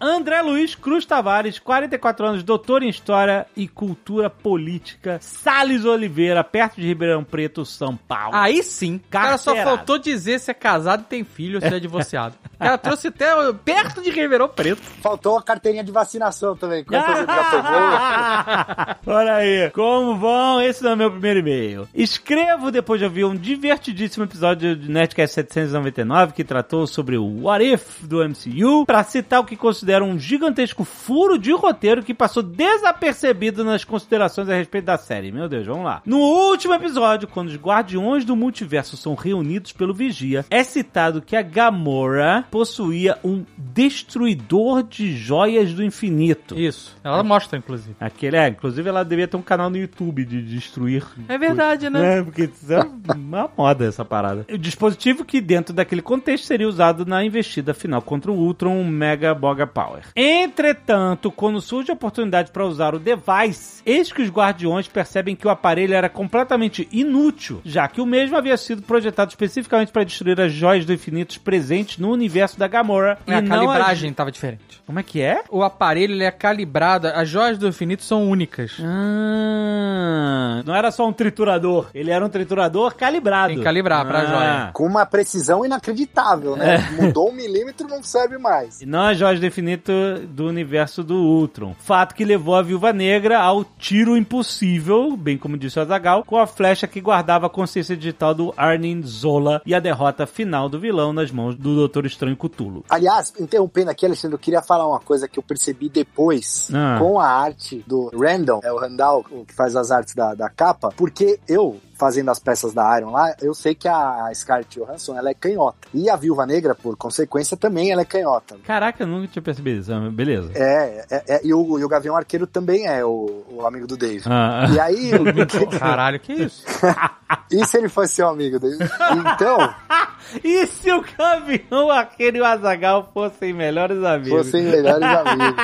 S2: André Luiz Cruz Tavares, 44 anos, doutor em História e Cultura Política, Sales Oliveira, perto de Ribeirão Preto, São Paulo.
S9: Ah,
S4: Aí sim. O cara só
S2: Carteirada.
S4: faltou dizer se é casado, e tem filho, ou se é divorciado. O cara trouxe até perto de Ribeirão Preto.
S9: Faltou a carteirinha de vacinação também. Quantas você já pegou?
S2: Olha aí, como vão? Esse não é meu primeiro e-mail. Escrevo depois de ouvir um divertidíssimo episódio de Nerdcast 799 que tratou sobre o What If do MCU, pra citar o que considero um gigantesco furo de roteiro que passou desapercebido nas considerações a respeito da série. Meu Deus, vamos lá. No último episódio, quando os guardiões do multiverso são reunidos pelo Vigia, é citado que a Gamora possuía um destruidor de joias do infinito.
S4: Isso. Ela mostra, inclusive.
S2: Aquele, é, inclusive ela devia ter um canal no YouTube de destruir.
S4: É verdade, né?
S2: É, porque isso é uma moda essa parada. O dispositivo que, dentro daquele contexto, seria usado na investida final contra o Ultron um Mega Boga Power. Entretanto, quando surge a oportunidade para usar o device, eis que os guardiões percebem que o aparelho era completamente inútil, já que o mesmo havia sido projetado especificamente para destruir as joias do infinito presentes no universo da Gamora.
S4: É A
S2: não as-
S4: calibragem tava diferente.
S2: Como é que é?
S4: O aparelho ele é calibrado, as joias do infinito são únicas.
S2: Ah, não era só um triturador, ele era um triturador calibrado. Ah,
S4: Tem que calibrar pra joia.
S9: Com uma precisão inacreditável, né? Mudou um milímetro, não serve mais.
S2: E Não as joias do infinito do universo do Ultron. Fato que levou a Viúva Negra ao tiro impossível, bem como disse o Azagal, com a flecha que guardava a consciência digital do Arnim Zola e a derrota final do vilão nas mãos do Doutor Estranho Cutulo.
S9: Aliás, interrompendo aqui, Alexandre, eu queria falar uma coisa que eu percebi depois
S2: Ah.
S9: com a arte do Randall, é o Randall o que faz as artes da, da capa, porque eu, fazendo as peças da Iron lá, eu sei que a Scarlett Johansson, ela é canhota. E a Viúva Negra, por consequência, também ela é canhota.
S2: Caraca, eu nunca tinha percebido isso. Ah, Beleza.
S9: É, é, é, e, o, e o Gavião Arqueiro também é o, o amigo do Dave.
S2: Ah,
S9: E aí,
S4: Caralho, que isso?
S9: e se ele fosse seu amigo? Dave? Então,
S2: e se o caminhão aquele e o Azagal fossem melhores amigos?
S9: fossem melhores amigos.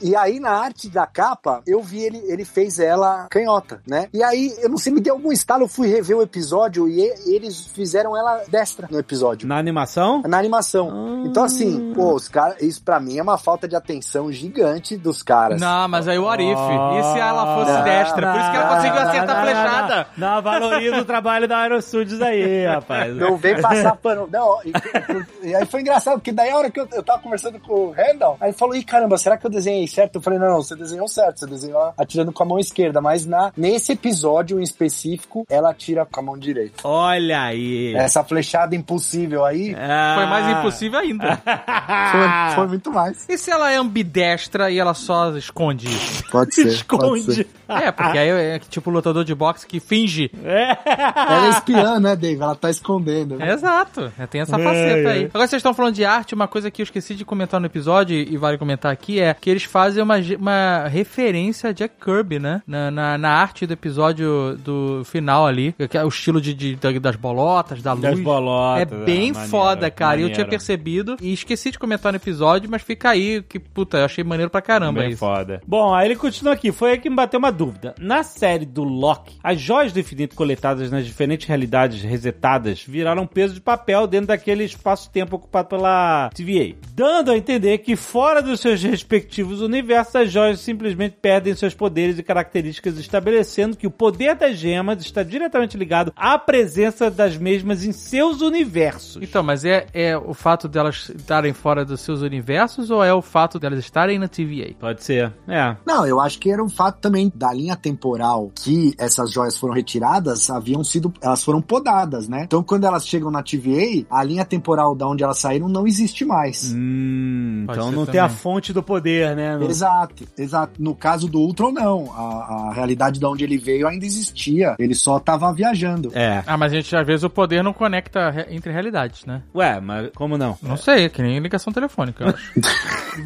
S9: E aí, na arte da capa, eu vi ele, ele fez ela canhota, né? E aí, eu não sei, me deu algum estalo, eu fui rever o episódio e, e eles fizeram ela destra no episódio.
S2: Na animação?
S9: Na animação. Então, assim, pô, os caras. Isso pra mim é uma falta de atenção gigante dos caras.
S4: Não, mas aí o Arif.
S2: Ah.
S4: E se ela fosse
S9: Não,
S4: destra? Por isso que ela
S9: não,
S4: conseguiu
S9: não,
S4: acertar a flechada.
S2: Não, não, não, valoriza o trabalho da Aerosudes aí, rapaz.
S9: Não vem passar pano. Não, e, e aí foi engraçado, porque daí a hora que eu, eu tava conversando com o Randall, aí ele falou: Ih, caramba, será que eu desenhei certo? Eu falei: Não, não, você desenhou certo, você desenhou atirando com a mão esquerda, mas na, nesse episódio em específico, soco, ela atira com a mão direita.
S2: Olha aí.
S9: Essa flechada impossível aí
S2: Ah.
S4: É. Foi mais impossível ainda.
S9: foi, foi muito mais.
S4: E se ela é ambidestra e ela só esconde isso?
S9: Pode
S2: Se
S9: ser. pode
S2: esconde.
S9: ser.
S4: É, porque aí é tipo lutador de boxe que finge.
S9: Ela é espiã, né, Dave? Ela tá escondendo. né?
S4: Exato, é, tem essa faceta aí. Agora vocês estão falando de arte, uma coisa que eu esqueci de comentar no episódio e vale comentar aqui é que eles fazem uma, ge- uma referência a Jack Kirby, né? Na, na, na arte do episódio do final ali, que é o estilo de, de- da- das bolotas, da luz.
S2: Das bolotas. né?
S4: É bem
S2: maneiro,
S4: foda, cara. E Eu tinha
S2: maneiro.
S4: percebido e esqueci de comentar no episódio, mas fica aí que, puta, eu achei maneiro pra caramba
S2: Bem
S4: isso.
S2: é foda. Bom, aí ele continua aqui. Foi aí que me bateu uma dúvida. Na série do Loki, as joias do infinito coletadas nas diferentes realidades resetadas viraram peso de papel dentro daquele espaço-tempo ocupado pela TVA. Dando a entender que fora dos seus respectivos universos, as joias simplesmente perdem seus poderes e características, estabelecendo que o poder das gemas está diretamente ligado à presença das mesmas em seus universos.
S4: Então, mas é, é o fato delas estarem fora dos seus universos ou é o fato delas estarem na TVA?
S2: Pode ser. É.
S9: Não, eu acho que era um fato também da linha temporal que essas joias foram retiradas, haviam sido, elas foram podadas, né? Então quando elas chegam na TVA, a linha temporal da onde elas saíram não existe mais.
S2: Hum,
S4: Pode
S2: então
S4: ser
S2: não tem a
S4: também.
S2: fonte do poder, né? Não-
S9: Exato, exato. No caso do Ultron, não. A, a realidade da onde ele veio ainda existia. Ele só tava viajando.
S2: É.
S4: Ah, mas gente, às vezes o poder não conecta re- entre realidades, né?
S2: Ué, mas como não?
S4: Não sei, é que nem ligação telefônica, eu acho.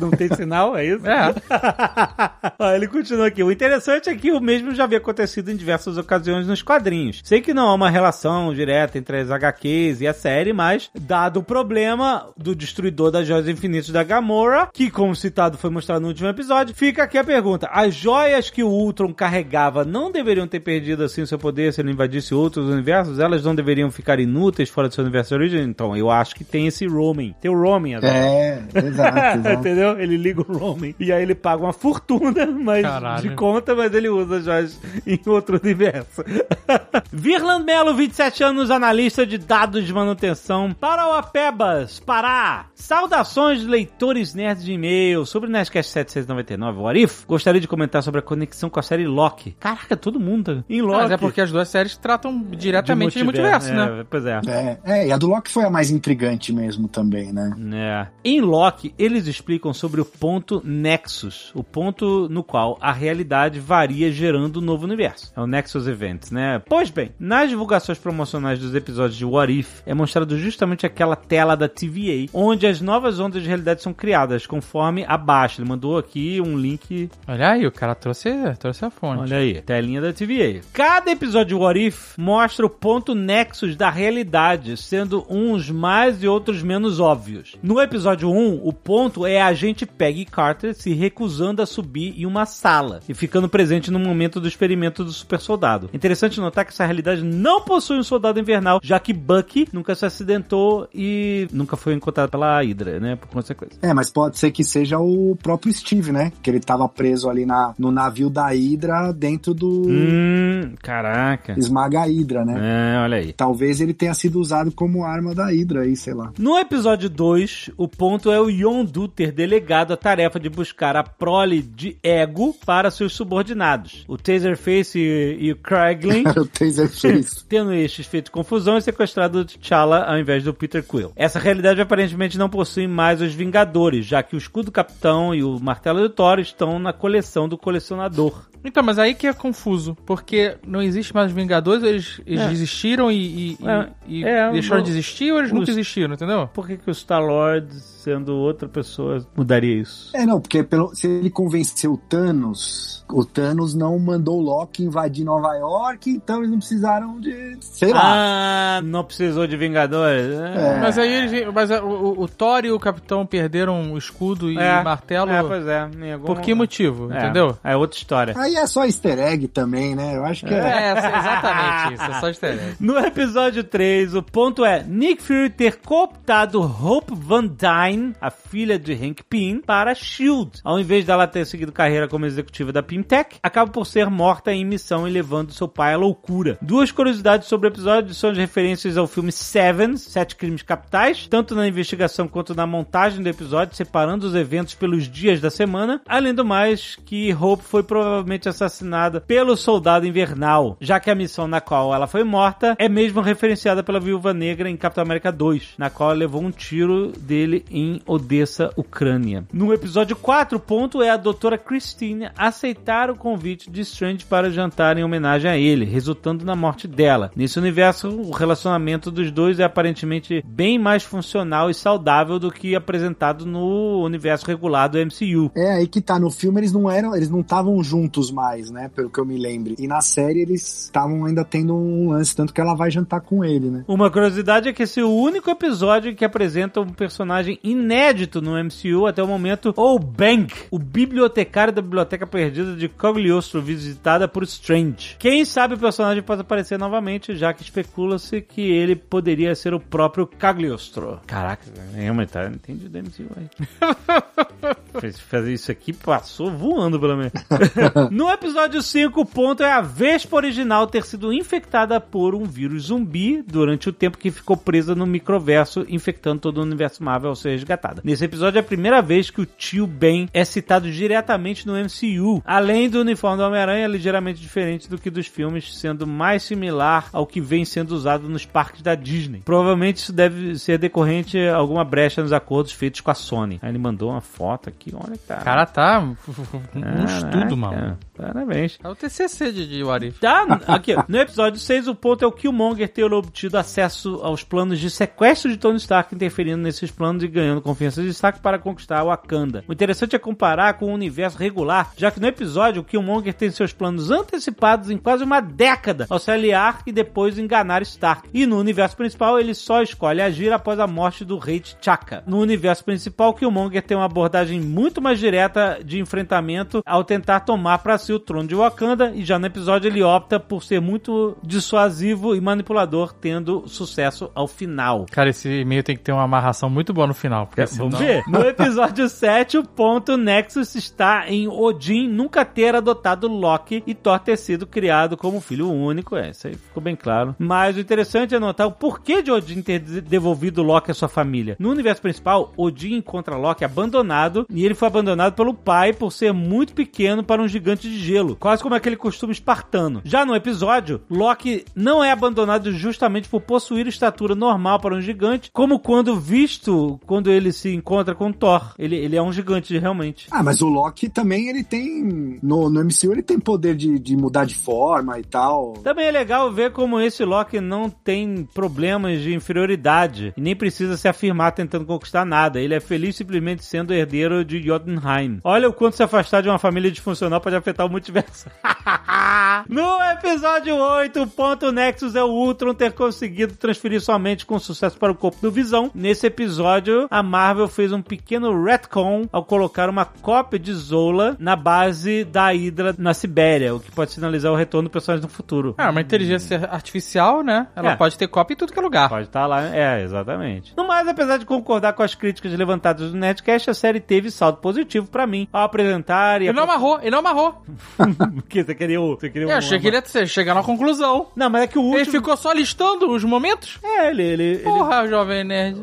S2: Não tem sinal, é isso?
S4: É.
S2: Ó, ele continua aqui. O interessante é que o mesmo já havia acontecido em diversas ocasiões nos quadrinhos. Sei que não há uma relação direta entre as HQs e a série, mas, dado o problema do destruidor das joias infinitas da Gamora, que, como citado, foi mostrado no último episódio, fica aqui a pergunta. As joias que o Ultron carregava não deveriam ter perdido, assim, seu poder se ele invadisse outros universos? Elas não deveriam ficar inúteis fora do seu universo de origem? Então, eu acho que tem esse roaming. Tem o roaming agora.
S9: É, exato, exato.
S2: Entendeu? Ele liga o roaming. E aí ele paga uma fortuna mas
S4: Caralho.
S2: de conta, mas ele usa já em outro universo. Virland Melo, 27 anos, analista de dados de manutenção. Parauapebas, Pará. Saudações, leitores nerds de e-mail. Sobre o Nerdcast 799, o Arif, gostaria de comentar sobre a conexão com a série Loki. Caraca, todo mundo tá em Loki.
S4: Mas é porque as duas séries tratam diretamente de multiverso, né?
S2: É, pois é.
S9: É, é, e a do Loki foi a mais intrigante mesmo também, né?
S2: É. Em Loki, eles explicam sobre o ponto Nexus, o ponto no qual a realidade varia gerando um novo universo. É o Nexus Events, né? Pois bem, nas divulgações promocionais dos episódios de What If, é mostrado justamente aquela tela da TVA, onde as novas ondas de realidade são criadas, conforme abaixo. Ele mandou aqui um link
S4: Olha aí, o cara trouxe, trouxe a fonte.
S2: Olha aí, telinha da TVA. Cada episódio de What If mostra o ponto nexus da realidade, sendo uns mais e outros menos óbvios. No episódio 1, o ponto é a agente Peggy Carter se recusando a subir em uma sala e ficando presente no momento do experimento do super soldado. Interessante notar que essa realidade não possui um soldado invernal, já que Bucky nunca se acidentou e nunca foi encontrado pela Hydra, né? Por consequência.
S9: É, mas pode ser que seja o próprio Steve, né? Que ele tava preso ali na, no navio da Hydra dentro do
S2: Hum, caraca.
S9: Esmaga a Hydra, né?
S2: É, olha aí.
S9: Talvez ele tenha sido usado como arma da Hydra aí, sei lá.
S2: No episódio 2, o ponto é o Yondu ter delegado a tarefa de buscar a prole de ego para seus subordinados. O Taserface e, e o Kraglin
S9: Era o Taserface.
S2: tendo estes feito confusão e sequestrado o T'Challa ao invés do Peter Quill. Essa realidade aparentemente não possui mais os Vingadores, já que o escudo do Capitão e o martelo do Thor estão na coleção do colecionador.
S4: Então, mas aí que é confuso, porque não existe mais Vingadores, eles, eles
S2: É.
S4: desistiram e, e- e-
S2: É.
S4: e
S2: É,
S4: deixaram
S2: não-
S4: de existir ou eles
S2: os-
S4: nunca existiram, entendeu?
S2: Por que, que o Star-Lord, sendo outra pessoa, mudaria isso?
S9: É, não, porque pelo- se ele convenceu o Thanos, o Thanos não mandou o Loki invadir Nova York, então eles não precisaram de. Sei lá.
S2: Ah, não precisou de Vingadores? É.
S4: Mas aí eles, mas é, o- o, o Thor e o Capitão perderam o escudo e
S2: É.
S4: o martelo.
S2: É, pois é. em algum
S4: Por que
S2: momento.
S4: motivo,
S2: É,
S4: entendeu?
S2: É outra história.
S9: Aí é só easter egg também, né? Eu acho que é.
S4: É, exatamente isso, é só easter egg.
S2: No episódio 3, o ponto é Nick Fury ter cooptado Hope Van Dyne, a filha de Hank Pym, para a SHIELD. Ao invés dela ter seguido carreira como executiva da Pymtech, acaba por ser morta em missão e levando seu pai à loucura. Duas curiosidades sobre o episódio são as referências ao filme Seven, Sete Crimes Capitais, tanto na investigação quanto na montagem do episódio, separando os eventos pelos dias da semana. Além do mais, que Hope foi provavelmente brutalmente assassinada pelo soldado invernal, já que a missão na qual ela foi morta é mesmo referenciada pela Viúva Negra em Capitão América 2, na qual ela levou um tiro dele em Odessa, Ucrânia. No episódio 4, ponto é a doutora Christine aceitar o convite de Strange para jantar em homenagem a ele, resultando na morte dela. Nesse universo, o relacionamento dos dois é aparentemente bem mais funcional e saudável do que apresentado no universo regular do MCU.
S9: É aí que tá. No filme eles não eram, eles não estavam juntos mais, né? Pelo que eu me lembro. E na série eles estavam ainda tendo um lance, tanto que ela vai jantar com ele, né?
S2: Uma curiosidade é que esse é o único episódio que apresenta um personagem inédito no MCU até o momento, ou Bank, o bibliotecário da biblioteca perdida de Cogliostro, visitada por Strange. Quem sabe o personagem pode aparecer novamente, já que especula-se que ele poderia ser o próprio Cagliostro. Caraca, nenhuma tá, não entendi do MCU aí. Fazer isso aqui passou voando pelo menos. no episódio 5, o ponto é a Vespa original ter sido infectada por um vírus zumbi durante o tempo que ficou presa no microverso, infectando todo o universo Marvel ao ser resgatada. Nesse episódio é a primeira vez que o tio Ben é citado diretamente no MCU, além do uniforme do Homem-Aranha é ligeiramente diferente do que dos filmes, sendo mais similar ao que vem sendo usado nos parques da Disney. Provavelmente isso deve ser decorrente a alguma brecha nos acordos feitos com a Sony. Aí ele mandou uma foto aqui, olha, cara.
S4: cara tá um estudo, mano.
S2: Parabéns.
S4: É o TCC de, de Warif.
S2: Tá, aqui, ó. no episódio 6, o ponto é o Killmonger ter obtido acesso aos planos de sequestro de Tony Stark, interferindo nesses planos e ganhando confiança de Stark para conquistar Wakanda. O interessante é comparar com o universo regular, já que no episódio, o Killmonger tem seus planos antecipados em quase uma década ao se aliar e depois enganar Stark. E no universo principal, ele só escolhe agir após a morte do rei T'Chaka. No universo principal, Killmonger tem uma abordagem muito mais direta de enfrentamento ao tentar tomar para si o trono de Wakanda, e já no episódio ele opta por ser muito dissuasivo e manipulador, tendo sucesso ao final.
S4: Cara, esse e-mail tem que ter uma amarração muito boa no final. porque
S2: É,
S4: senão-
S2: Vamos ver. No episódio 7, o ponto Nexus está em Odin nunca ter adotado Loki e Thor ter sido criado como filho único. É, isso aí ficou bem claro. Mas o interessante é notar o porquê de Odin ter de- devolvido Loki à sua família. No universo principal, Odin encontra Loki abandonado e ele foi abandonado pelo pai por ser muito pequeno para um gigante de gelo, quase como aquele costume espartano. Já no episódio, Loki não é abandonado justamente por possuir estatura normal para um gigante, como quando visto quando ele se encontra com Thor. Ele, ele é um gigante realmente.
S9: Ah, mas o Loki também, ele tem. No, no MCU, ele tem poder de, de mudar de forma e tal.
S2: Também é legal ver como esse Loki não tem problemas de inferioridade e nem precisa se afirmar tentando conquistar nada. Ele é feliz simplesmente sendo herdeiro de Jotunheim. Olha o quanto se afastar de uma família disfuncional pode afetar o multiverso. no episódio 8, o ponto Nexus é o Ultron ter conseguido transferir sua mente com sucesso para o corpo do Visão. Nesse episódio, a Marvel fez um pequeno retcon ao colocar uma cópia de Zola na base da Hydra na Sibéria, o que pode sinalizar o retorno do personagem no futuro.
S4: É, uma inteligência artificial, né? Ela
S2: É.
S4: pode ter cópia em tudo que é lugar.
S2: Pode estar lá, é, exatamente. No mais, apesar de concordar com as críticas levantadas no Nerdcast, a série teve saldo positivo pra mim ao apresentar e...
S4: Ele não amarrou, ele não amarrou.
S2: Porque você queria o... Você queria
S4: Eu
S2: um-
S4: achei que ele ia ser- chegar na conclusão.
S2: Não, mas é que o
S4: Ele
S2: último...
S4: ficou só listando os momentos?
S2: É, ele... ele, ele-
S4: Porra, jovem nerd.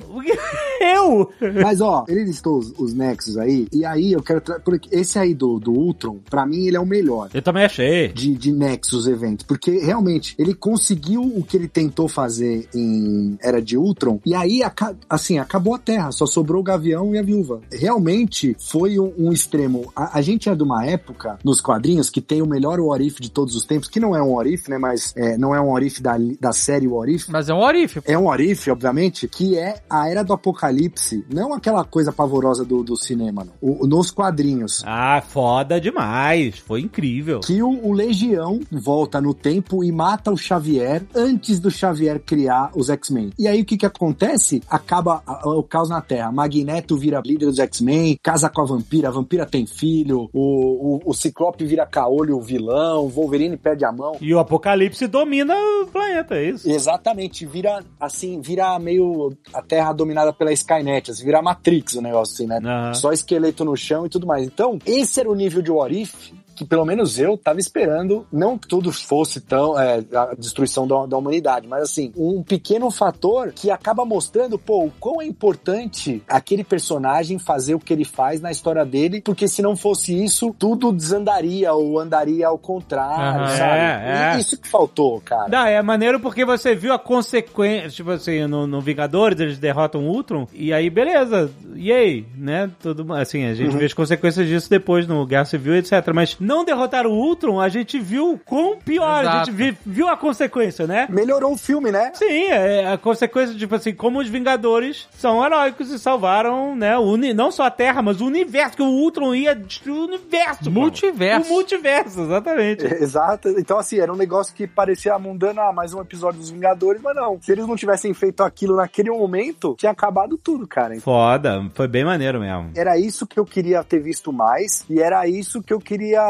S2: Eu?
S9: Mas ó, ele listou os, os Nexus aí, e aí eu quero. tra- Porque esse aí do, do Ultron, pra mim, ele é o melhor.
S2: Eu também achei.
S9: de, de Nexus eventos, porque realmente ele conseguiu o que ele tentou fazer em Era de Ultron, e aí aca- assim, acabou a Terra, só sobrou o Gavião e a Viúva. Realmente foi um, um extremo. A, a gente é de uma época nos quadrinhos que tem o melhor What If de todos os tempos, que não é um What If, né, mas é, não é um What If da, li- da série What If,
S4: Mas é um orife.
S9: é um orife, obviamente, que é a era do apocalipse, não aquela coisa pavorosa do, do cinema, não. O- nos quadrinhos.
S2: Ah, foda demais. Foi incrível.
S9: Que o, o Legião volta no tempo e mata o Xavier antes do Xavier criar os X-Men. E aí o que que acontece? Acaba a- a- o caos na Terra. Magneto vira líder dos X-Men, casa com a vampira, a vampira tem filho, o, o, o Ciclope vira caolho, o vilão, o Wolverine perde a mão.
S2: E o Apocalipse domina o planeta, é isso?
S9: Exatamente, vira assim, vira meio a Terra dominada pela Skynet, assim, vira Matrix o negócio assim, né?
S2: Aham.
S9: Só esqueleto no chão e tudo mais. Então, esse era o nível de Warif que pelo menos eu tava esperando, não que tudo fosse tão é, a destruição da, da humanidade, mas assim, um pequeno fator que acaba mostrando, pô, o quão é importante aquele personagem fazer o que ele faz na história dele, porque se não fosse isso, tudo desandaria ou andaria ao contrário,
S2: Aham,
S9: sabe?
S2: é,
S9: E
S2: é.
S9: Isso que faltou, cara.
S2: Não, é maneiro porque você viu a consequência. Tipo assim, no, no Vingadores eles derrotam o Ultron, e aí beleza, e aí, né? Tudo, assim, a gente vê as consequências disso depois no Guerra Civil, etc. Mas não derrotar o Ultron, a gente viu com pior, a gente
S4: Exato.
S2: vi- viu a consequência, né?
S9: Melhorou o filme, né?
S2: Sim, é a consequência, tipo assim, como os Vingadores são heróicos e salvaram, né, o uni- não só a Terra, mas o universo, que o Ultron ia destruir o universo. mano.
S4: Multiverso.
S2: É O multiverso, exatamente.
S9: Exato. Então, assim, era um negócio que parecia mundano, ah, mais um episódio dos Vingadores, mas não. Se eles não tivessem feito aquilo naquele momento, tinha acabado tudo, cara.
S2: Foda, foi bem maneiro mesmo.
S9: Era isso que eu queria ter visto mais, e era isso que eu queria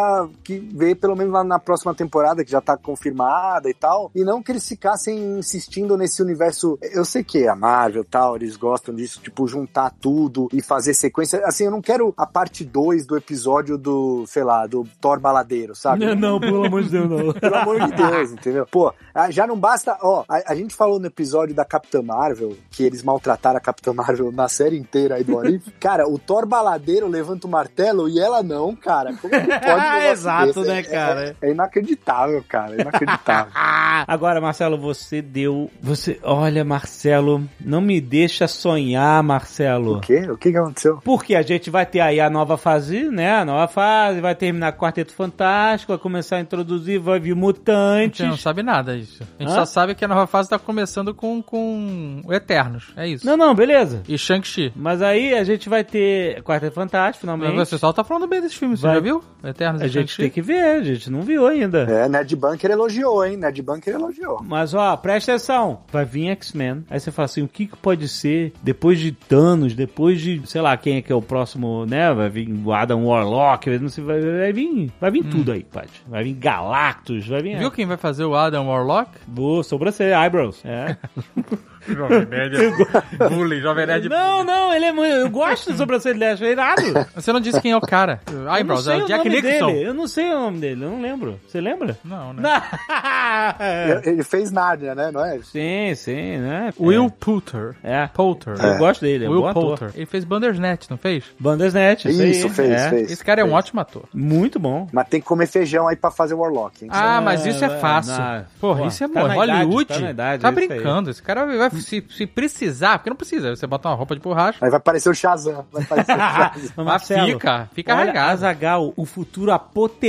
S9: que ver, pelo menos lá na próxima temporada, que já tá confirmada e tal. E não que eles ficassem insistindo nesse universo. Eu sei que a Marvel e tal, eles gostam disso, tipo, juntar tudo e fazer sequência. Assim, eu não quero a parte 2 do episódio do, sei lá, do Thor Baladeiro, sabe?
S2: Não, não, pelo amor de Deus, não.
S9: Pelo amor de Deus, entendeu? Pô, ah, já não basta. Ó, a, a gente falou no episódio da Capitã Marvel que eles maltrataram a Capitã Marvel na série inteira aí do Arif. Cara, o Thor baladeiro levanta o martelo e ela não, cara. Como que pode? um negócio
S2: Exato,
S9: desse?
S2: né,
S9: É-
S2: cara?
S9: É, é inacreditável, cara. É inacreditável.
S2: Ah, Agora, Marcelo, você deu. Você. Olha, Marcelo, não me deixa sonhar, Marcelo.
S9: o quê? O que que aconteceu?
S2: Porque a gente vai ter aí a nova fase, né? A nova fase, vai terminar com o Quarteto Fantástico, vai começar a introduzir, vai vir
S4: A gente não
S2: mutantes.
S4: sabe nada disso. A gente
S2: Hã?
S4: só sabe que a nova fase tá começando com, com o Eternos. É isso.
S2: Não, não, beleza.
S4: E Shang-Chi.
S2: Mas aí a gente vai ter Quarteto Fantástico,
S4: Mas
S2: finalmente.
S4: O pessoal tá falando bem desse filme, você
S2: Vai.
S4: já viu? Eternos
S2: A
S4: e
S2: gente tem
S4: Shang-Chi.
S2: que ver, a gente não viu ainda.
S9: É, Ned Bunker elogiou, hein? Ned Bunker elogiou.
S2: Mas ó, presta atenção. Vai vir X-Men. Aí você fala assim: o que, que pode ser depois de Thanos, depois de, sei lá, quem é que é o próximo, né? Vai vir o Adam Warlock, vai- não sei, vai, vai vir. Vai vir tudo aí, Paty. Vai vir Galactus, vai vir.
S4: Hum. Viu quem vai fazer o Adam Warlock?
S2: Boa, sobrancelha, eyebrows. É.
S4: Jovem Nerd. é Bullying, Jovem Nerd.
S2: não, não, ele é muito. Eu gosto de sobrancelha, ele acha irado.
S4: Você não disse quem é o cara.
S2: Eu não
S4: Eyebrows, é
S2: sei
S4: o
S2: o
S4: Jack
S2: nome
S4: Nicholson.
S2: dele. Eu não sei o nome dele, eu não lembro. Você lembra?
S4: Não, né?
S2: Não.
S9: Ele- Ele fez Narnia, né? Não é?
S2: É. sim, sim, né?
S4: Will Poulter.
S2: É.
S4: É. Poulter.
S2: Eu gosto dele, é um bom
S4: Will
S2: ator.
S4: Poulter. Ele fez Bandersnatch, não fez?
S2: Bandersnatch,
S9: Isso,
S2: aí,
S9: fez,
S2: é.
S9: fez.
S4: Esse cara é um
S9: fez.
S4: ótimo ator.
S2: Muito bom.
S9: Mas tem que comer feijão aí pra fazer Warlock, hein?
S4: Ah, mas
S2: é,
S4: isso é
S2: vai,
S4: fácil.
S2: não,
S4: Porra,
S2: pô,
S4: isso é
S2: tá
S4: bom.
S2: na idade,
S4: Hollywood.
S2: tá na idade,
S4: tá
S2: isso aí.
S4: brincando. Esse cara vai se, se precisar, porque não precisa. Você bota uma roupa de borracha,
S9: Aí vai aparecer o Shazam. Vai aparecer o Shazam.
S2: Mas,
S4: mas fica. Fica
S2: olha,
S4: rasgado.
S2: Azaghal, o futuro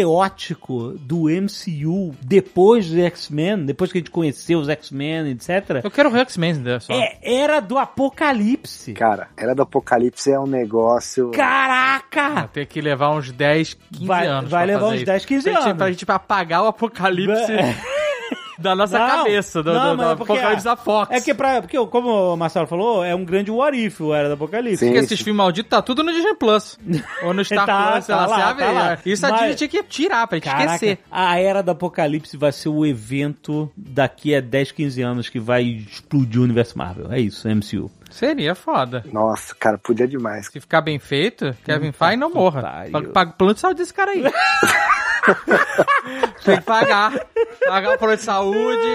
S2: apoteótico do MCU depois do X-Men, depois que a gente conheceu os X-Men, etc.
S4: Eu quero o X-Men, né, só.
S2: É era do apocalipse.
S9: Cara, Era do Apocalipse é um negócio.
S4: Vai
S2: Caraca!
S4: ter que levar uns 10, 15
S2: Vai-
S4: anos.
S2: vai
S4: pra
S2: levar
S4: fazer
S2: uns
S4: isso.
S2: 10, 15
S4: pra Gente,
S2: anos.
S4: pra gente apagar o apocalipse da nossa
S2: Não,
S4: cabeça. Do,
S2: não, mas
S4: do, do
S2: é porque-
S4: apocalipse da Fox.
S2: É que, pra, porque, como o Marcelo falou, é um grande what if o Era do Apocalipse.
S9: Sim.
S4: Porque esses filmes malditos tá tudo no Disney Plus. Ou no Star
S2: Tá,
S4: Plus, sei
S2: tá
S4: lá,
S2: lá,
S4: sabe?
S2: tá lá.
S4: Isso a
S2: Mas-
S4: Disney tinha que tirar pra gente
S2: Caraca,
S4: esquecer.
S2: a Era do Apocalipse vai ser o evento daqui a 10, 15 anos que vai explodir o universo Marvel. É isso, MCU.
S4: Seria foda.
S9: Nossa, cara, podia demais.
S4: Se ficar bem feito, Kevin Feige não morra.
S2: pariu.
S4: Paga- Paga o plano de saúde desse cara aí. Tem que pagar. Pagar o plano de saúde,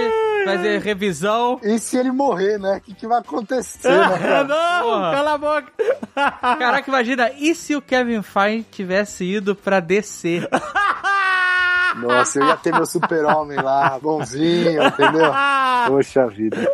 S4: fazer revisão.
S9: E se ele morrer, né? O que, que vai acontecer, né, cara?
S2: Não,
S4: Porra.
S2: cala a boca.
S4: Caraca, imagina, e se o Kevin Feige tivesse ido pra DC?
S9: Nossa, eu ia ter meu super-homem lá, bonzinho, entendeu? Poxa vida.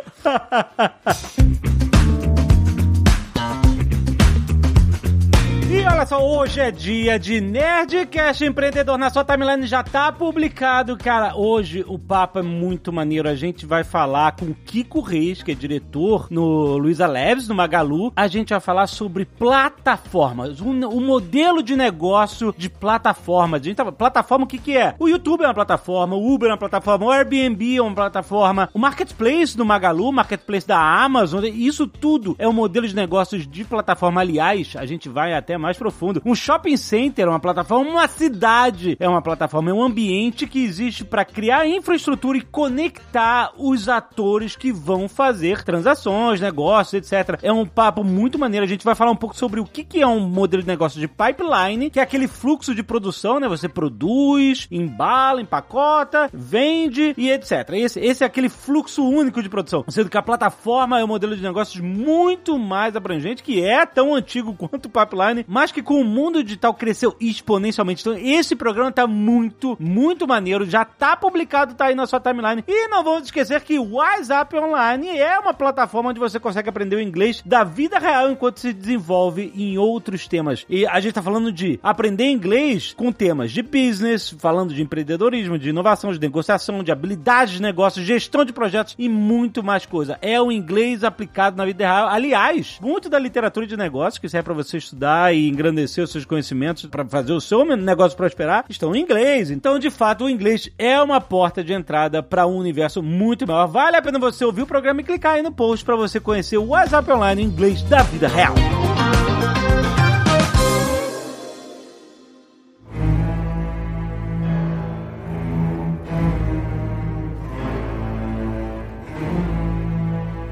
S2: E olha só, hoje é dia de Nerdcast Empreendedor. Na sua timeline já tá publicado, cara. Hoje o papo é muito maneiro. A gente vai falar com o Kiko Reis, que é diretor no Luiza Leves, no Magalu. A gente vai falar sobre plataformas, o um, um modelo de negócio de plataformas. A gente tava, plataforma, o que que é? O YouTube é uma plataforma, o Uber é uma plataforma, o Airbnb é uma plataforma, o Marketplace do Magalu, o Marketplace da Amazon, isso tudo é um modelo de negócios de plataforma. Aliás, a gente vai até mais profundo profundo. Um shopping center é uma plataforma, uma cidade é uma plataforma, é um ambiente que existe para criar infraestrutura e conectar os atores que vão fazer transações, negócios, etc. É um papo muito maneiro. A gente vai falar um pouco sobre o que, que é um modelo de negócio de pipeline, que é aquele fluxo de produção, né? Você produz, embala, empacota, vende e etc. Esse, esse é aquele fluxo único de produção. Sendo que a plataforma é um modelo de negócios muito mais abrangente, que é tão antigo quanto o pipeline, mas que com o mundo digital cresceu exponencialmente. Então, esse programa tá muito, muito maneiro. Já tá publicado, tá aí na sua timeline. E não vamos esquecer que o WhatsApp Online é uma plataforma onde você consegue aprender o inglês da vida real enquanto se desenvolve em outros temas. E a gente tá falando de aprender inglês com temas de business, falando de empreendedorismo, de inovação, de negociação, de habilidades de negócio, gestão de projetos e muito mais coisa. É o inglês aplicado na vida real. Aliás, muito da literatura de negócios que serve para você estudar e engrandecer os seus conhecimentos para fazer o seu negócio prosperar estão em inglês. Então, de fato, o inglês é uma porta de entrada para um universo muito maior. Vale a pena você ouvir o programa e clicar aí no post para você conhecer o WhatsApp Online em inglês da vida real.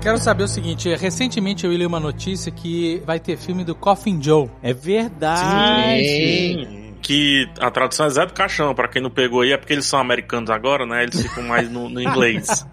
S4: Quero saber o seguinte, recentemente eu li uma notícia que vai ter filme do Coffin Joe.
S2: É verdade.
S7: Que a tradução é Zé do Caixão, pra quem não pegou aí, é porque eles são americanos agora, né? Eles ficam mais no, no inglês.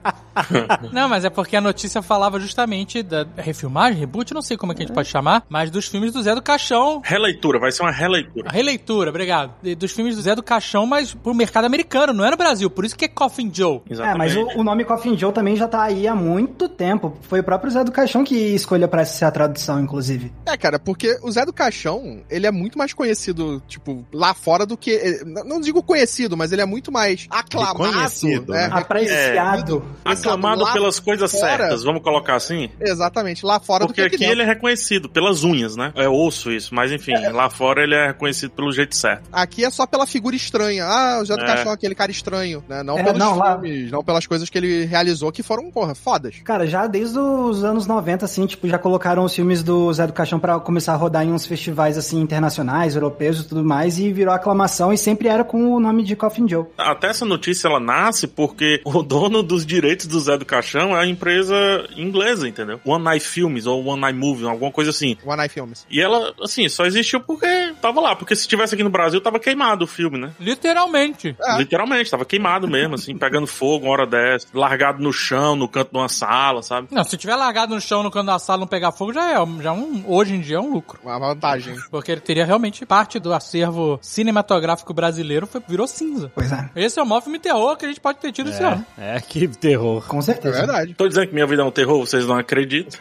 S4: Não, mas é porque a notícia falava justamente da refilmagem, reboot, não sei como é que a gente pode chamar, mas dos filmes do Zé do Caixão.
S7: Releitura, vai ser uma releitura.
S4: A releitura, obrigado. E Dos filmes do Zé do Caixão, mas pro mercado americano, não é no Brasil. Por isso que é Coffin Joe.
S5: É, mas o, o nome Coffin Joe também já tá aí há muito tempo. Foi o próprio Zé do Caixão que escolheu pra ser a tradução, inclusive.
S3: É, cara, porque o Zé do Caixão, ele é muito mais conhecido, tipo, lá fora do que. eh, n- Não digo conhecido, mas ele é muito mais aclamado.
S6: Reconhecido,
S3: né?
S6: né?
S5: Apreciado.
S7: Aclamado
S3: lá
S7: pelas coisas
S3: fora.
S7: certas, vamos colocar assim?
S3: Exatamente, lá fora
S7: Porque
S3: do que
S7: aqui
S3: dentro.
S7: ele é reconhecido pelas unhas, né? É osso isso, mas enfim, lá fora ele é reconhecido pelo jeito certo.
S3: Aqui é só pela figura estranha. Ah, o Zé do
S7: É.
S3: Caixão é aquele cara estranho, né? Não
S5: É,
S3: pelos
S5: não, lá-
S3: filmes, não pelas coisas que ele realizou que foram, porra, fodas.
S5: Cara, já desde os anos 90, assim, tipo, já colocaram os filmes do Zé do Caixão pra começar a rodar em uns festivais, assim, internacionais, europeus e tudo mais, e virou aclamação, e sempre era com o nome de Coffin Joe.
S7: Até essa notícia ela nasce porque o dono dos direitos do Zé do Caixão é a empresa inglesa, entendeu? One Night Filmes ou One Night Movie, alguma coisa assim.
S3: One Night Films.
S7: E ela, assim, só existiu porque tava lá. Porque se tivesse aqui no Brasil, tava queimado o filme, né?
S4: Literalmente.
S3: Ah.
S7: Literalmente, tava queimado mesmo, assim, pegando fogo uma hora dessa, largado no chão, no canto de uma sala, sabe?
S4: Não, se tiver largado no chão no canto da sala e não pegar fogo, já é. um- Já é um, hoje em dia é um lucro.
S3: Uma vantagem.
S4: Porque ele teria realmente parte do acervo cinematográfico brasileiro foi, virou cinza.
S5: Pois é.
S4: Esse é o maior filme terror que a gente pode ter tido esse ano.
S2: É, que terror.
S5: Com
S3: É
S5: certeza.
S3: verdade.
S7: Tô dizendo que minha vida é um terror, vocês não acreditam.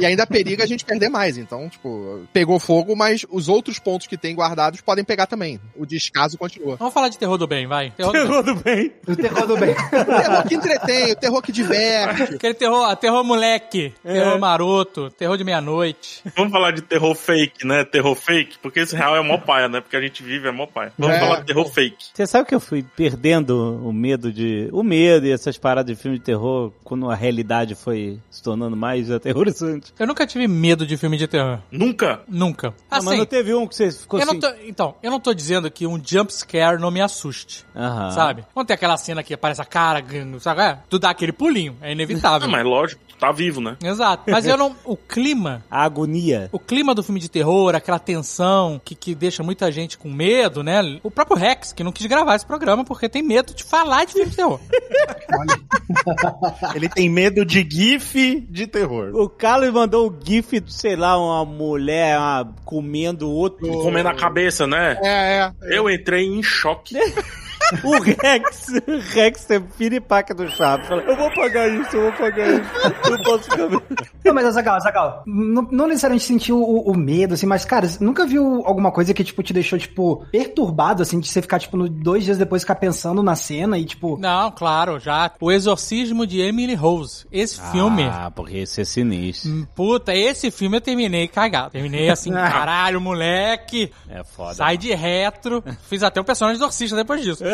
S3: e ainda periga a gente perder mais. Então, tipo, pegou fogo, mas os outros pontos que tem guardados podem pegar também. O descaso continua.
S4: Vamos falar de terror do bem, vai. Terror do bem.
S2: Tudo bem.
S5: O terror do bem.
S3: O terror que entretém, o terror que diverte.
S4: Aquele terror, terror moleque, terror maroto, terror de meia-noite.
S7: Vamos falar de terror fake, né? Terror fake, porque esse real é mó paia, né? Porque a gente vive é mó paia. Vamos
S3: É.
S7: falar de terror fake.
S2: Você sabe que eu fui perdendo o medo de. O medo e essas paradas de filme de terror quando a realidade foi se tornando mais aterrorizante.
S4: Eu nunca tive medo de filme de terror.
S7: Nunca.
S4: Nunca.
S2: Ah, mas
S4: Assim,
S2: não teve um que você ficou
S4: eu
S2: assim.
S4: não tô, então, eu não tô dizendo que um jump scare não me assuste.
S2: Aham.
S4: Sabe? Quando tem aquela cena que aparece a cara, sabe? É, tu dá aquele pulinho, é
S7: Ah,
S4: inevitável.
S7: mas lógico, tu tá vivo, né?
S4: Exato. Mas eu não. O clima.
S2: A agonia.
S4: O clima do filme de terror, aquela tensão que, que deixa muita gente com medo, né? O próprio Rex, que não quis gravar esse programa porque tem medo de falar de filme de terror.
S6: Ele tem medo de gif de terror.
S2: O Carlos mandou o GIF, de, sei lá, uma mulher uma- comendo outro.
S7: Comendo a cabeça, né?
S3: É, é.
S7: Eu entrei em choque.
S2: O Rex, o Rex é piripaca do Chaves. Fala, eu vou pagar isso, eu vou pagar isso. Não posso ficar vendo.
S5: Não, mas Azagal, Azagal, não, não necessariamente sentiu o, o medo, assim, mas, cara, você nunca viu alguma coisa que, tipo, te deixou, tipo, perturbado, assim, de você ficar, tipo, no- dois dias depois ficar pensando na cena e, tipo.
S4: Não, claro, já. O Exorcismo de Emily Rose. Esse filme.
S2: Ah, porque esse é sinistro.
S4: hum, Puta, esse filme eu terminei cagado. Terminei assim, caralho, moleque.
S2: É foda.
S4: Sai de retro. Fiz até o personagem do Exorcista depois disso.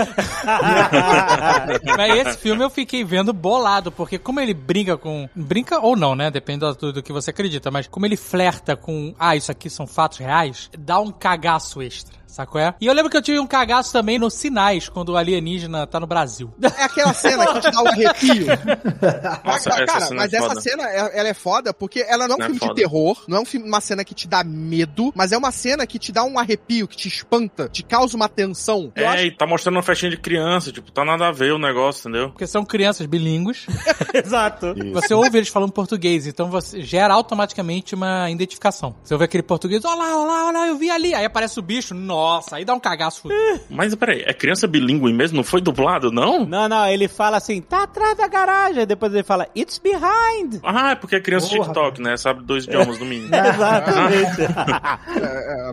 S4: Mas esse filme eu fiquei vendo bolado, porque como ele brinca com. Brinca ou não, né? Depende do, do que você acredita, mas como ele flerta com. Ah, isso aqui são fatos reais, dá um cagaço extra. Sacou é? E eu lembro que eu tive um cagaço também nos sinais, quando o alienígena tá no Brasil.
S3: É aquela cena que te dá um arrepio.
S7: Nossa,
S3: Mas,
S7: essa
S3: cara,
S7: cena é
S3: mas
S7: foda.
S3: essa cena, é- ela é foda porque ela não é um
S7: Não é
S3: filme
S7: foda.
S3: de terror, não é um filme, uma cena que te dá medo, mas é uma cena que te dá um arrepio, que te espanta, te causa uma tensão. Eu acho
S7: É, e tá mostrando uma festinha de criança, tipo, tá nada a ver o negócio, entendeu?
S4: Porque são crianças bilíngues.
S2: Exato.
S4: Você ouve eles falando português, então você gera automaticamente uma identificação. Você ouve aquele português, olá, olá, olá, eu vi ali. Aí aparece o bicho, nossa, aí dá um cagaço fudido.
S7: Mas peraí, é criança bilíngue mesmo? Não foi dublado, não?
S2: Não, não, ele fala assim, tá atrás da garagem. Aí Depois ele fala, it's behind.
S7: Ah, é porque é criança
S5: Porra,
S7: TikTok, né? Sabe dois idiomas no mínimo. Tá
S2: Exatamente.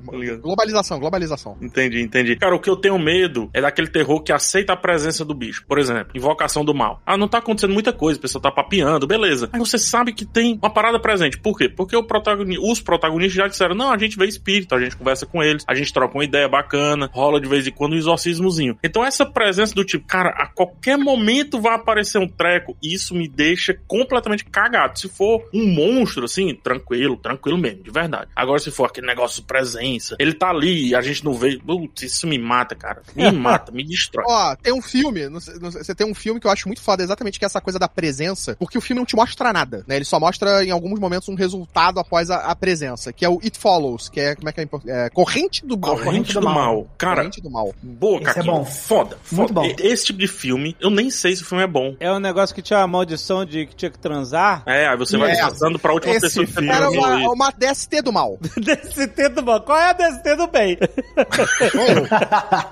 S3: que- Globalização, globalização.
S7: Entendi, entendi. Cara, o que eu tenho medo é daquele terror que aceita a presença do bicho. Por exemplo, invocação do mal. Ah, não tá acontecendo muita coisa, a pessoa tá papeando, beleza. Aí você sabe que tem uma parada presente. Por quê? Porque o protagoni- os protagonistas já disseram: não, a gente vê espírito, a gente conversa com eles, a gente troca uma ideia bacana, rola de vez em quando um exorcismozinho. Então essa presença do tipo, cara, a qualquer momento vai aparecer um treco, isso me deixa completamente cagado. Se for um monstro, assim, tranquilo, tranquilo mesmo, de verdade. Agora, se for aquele negócio de presença, ele tá ali e a gente não vê. Putz, isso me mata, cara. Me mata, me destrói.
S3: Ó, tem um filme, não sei- não sei- você tem um filme que eu acho muito foda, exatamente que é essa coisa da presença, porque o filme não te mostra nada, né? Ele só mostra em alguns momentos um resultado após a, a presença, que é o It Follows, que é, como é que é, em port- é corrente do mal.
S7: Corrente, do, mal. Cara,
S3: Corrente do mal.
S7: boa,
S5: Esse é
S7: Caquinho.
S5: bom.
S7: Foda, foda.
S5: Muito bom.
S7: E- Esse tipo de filme, eu nem sei se o filme é bom.
S2: É um negócio que tinha uma maldição de que tinha que transar.
S7: É, aí você vai
S3: É.
S7: passando pra última
S3: Esse
S7: pessoa que você
S3: Era
S7: transou
S3: uma, é um
S7: e-
S3: uma DST do mal.
S2: DST do mal. Qual é a DST do bem?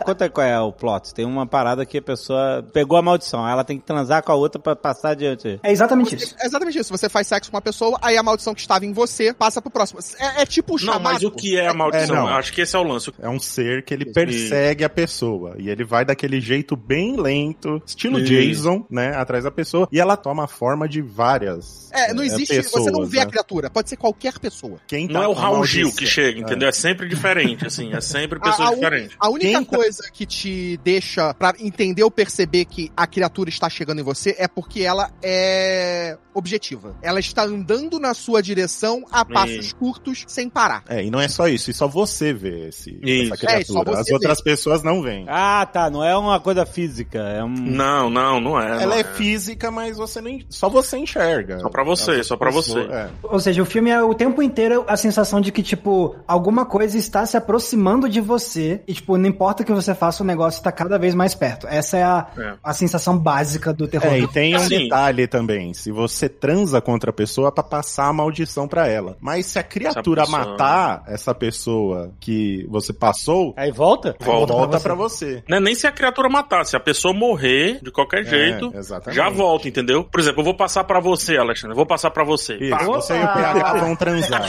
S2: Conta qual é o plot. Tem uma parada que a pessoa pegou a maldição. Ela tem que transar com a outra pra passar adiante.
S5: É exatamente isso.
S3: É exatamente isso. Você faz sexo com uma pessoa, aí a maldição que estava em você passa pro próximo. É, é tipo o
S7: Não,
S3: chamado.
S7: mas o que é a maldição?
S6: É, não.
S7: Acho que esse é o lance.
S6: É um ser que ele persegue a pessoa. E ele vai daquele jeito bem lento, estilo
S7: Ih.
S6: Jason, né? Atrás da pessoa. E ela toma a forma de várias.
S3: É, não
S6: eh,
S3: existe. você não
S6: pessoas,
S3: vê a
S6: né?
S3: criatura. Pode ser qualquer pessoa.
S6: Quem tá
S7: Não é o
S6: com
S7: Raul
S6: maldição.
S7: Gil que chega, entendeu? É sempre diferente, assim. É sempre pessoa
S3: a, a un-
S7: diferente.
S3: a única
S6: Quem tá-
S3: coisa que te deixa pra entender ou perceber que a criatura está chegando em você é porque ela é objetiva. Ela está andando na sua direção a passos curtos sem parar.
S6: É, e não é só isso, e só você vê esse,
S7: Isso.
S6: essa
S3: É, só
S6: criatura.
S3: você
S6: As
S3: vê.
S6: outras pessoas não veem.
S2: Ah, tá. Não é uma coisa física. É um...
S7: Não, não, não é. não
S6: Ela é física, mas você nem, só você enxerga.
S7: Só pra você,
S6: As
S7: só pra
S6: pessoas-
S7: você.
S6: é.
S5: Ou seja, o filme é o tempo inteiro a sensação de que, tipo, alguma coisa está se aproximando de você. E, tipo, não importa o que você faça, o negócio está cada vez mais perto. Essa é a,
S7: É.
S5: a sensação básica do terror.
S6: É, e tem um
S7: Assim.
S6: detalhe também. Se você transa contra a pessoa, é pra passar a maldição pra ela. Mas se a criatura
S7: Essa pessoa- né?
S6: matar essa pessoa que você passou,
S2: Aí volta?
S6: volta,
S7: Volta.
S6: pra, você.
S7: Não é nem se a criatura matar, se a pessoa morrer de qualquer jeito,
S6: É, exatamente.
S7: já volta, entendeu? Por exemplo, eu vou passar pra você, Alexandre, eu vou passar pra você.
S6: Isso,
S7: Pá.
S6: você e o PH vão transar.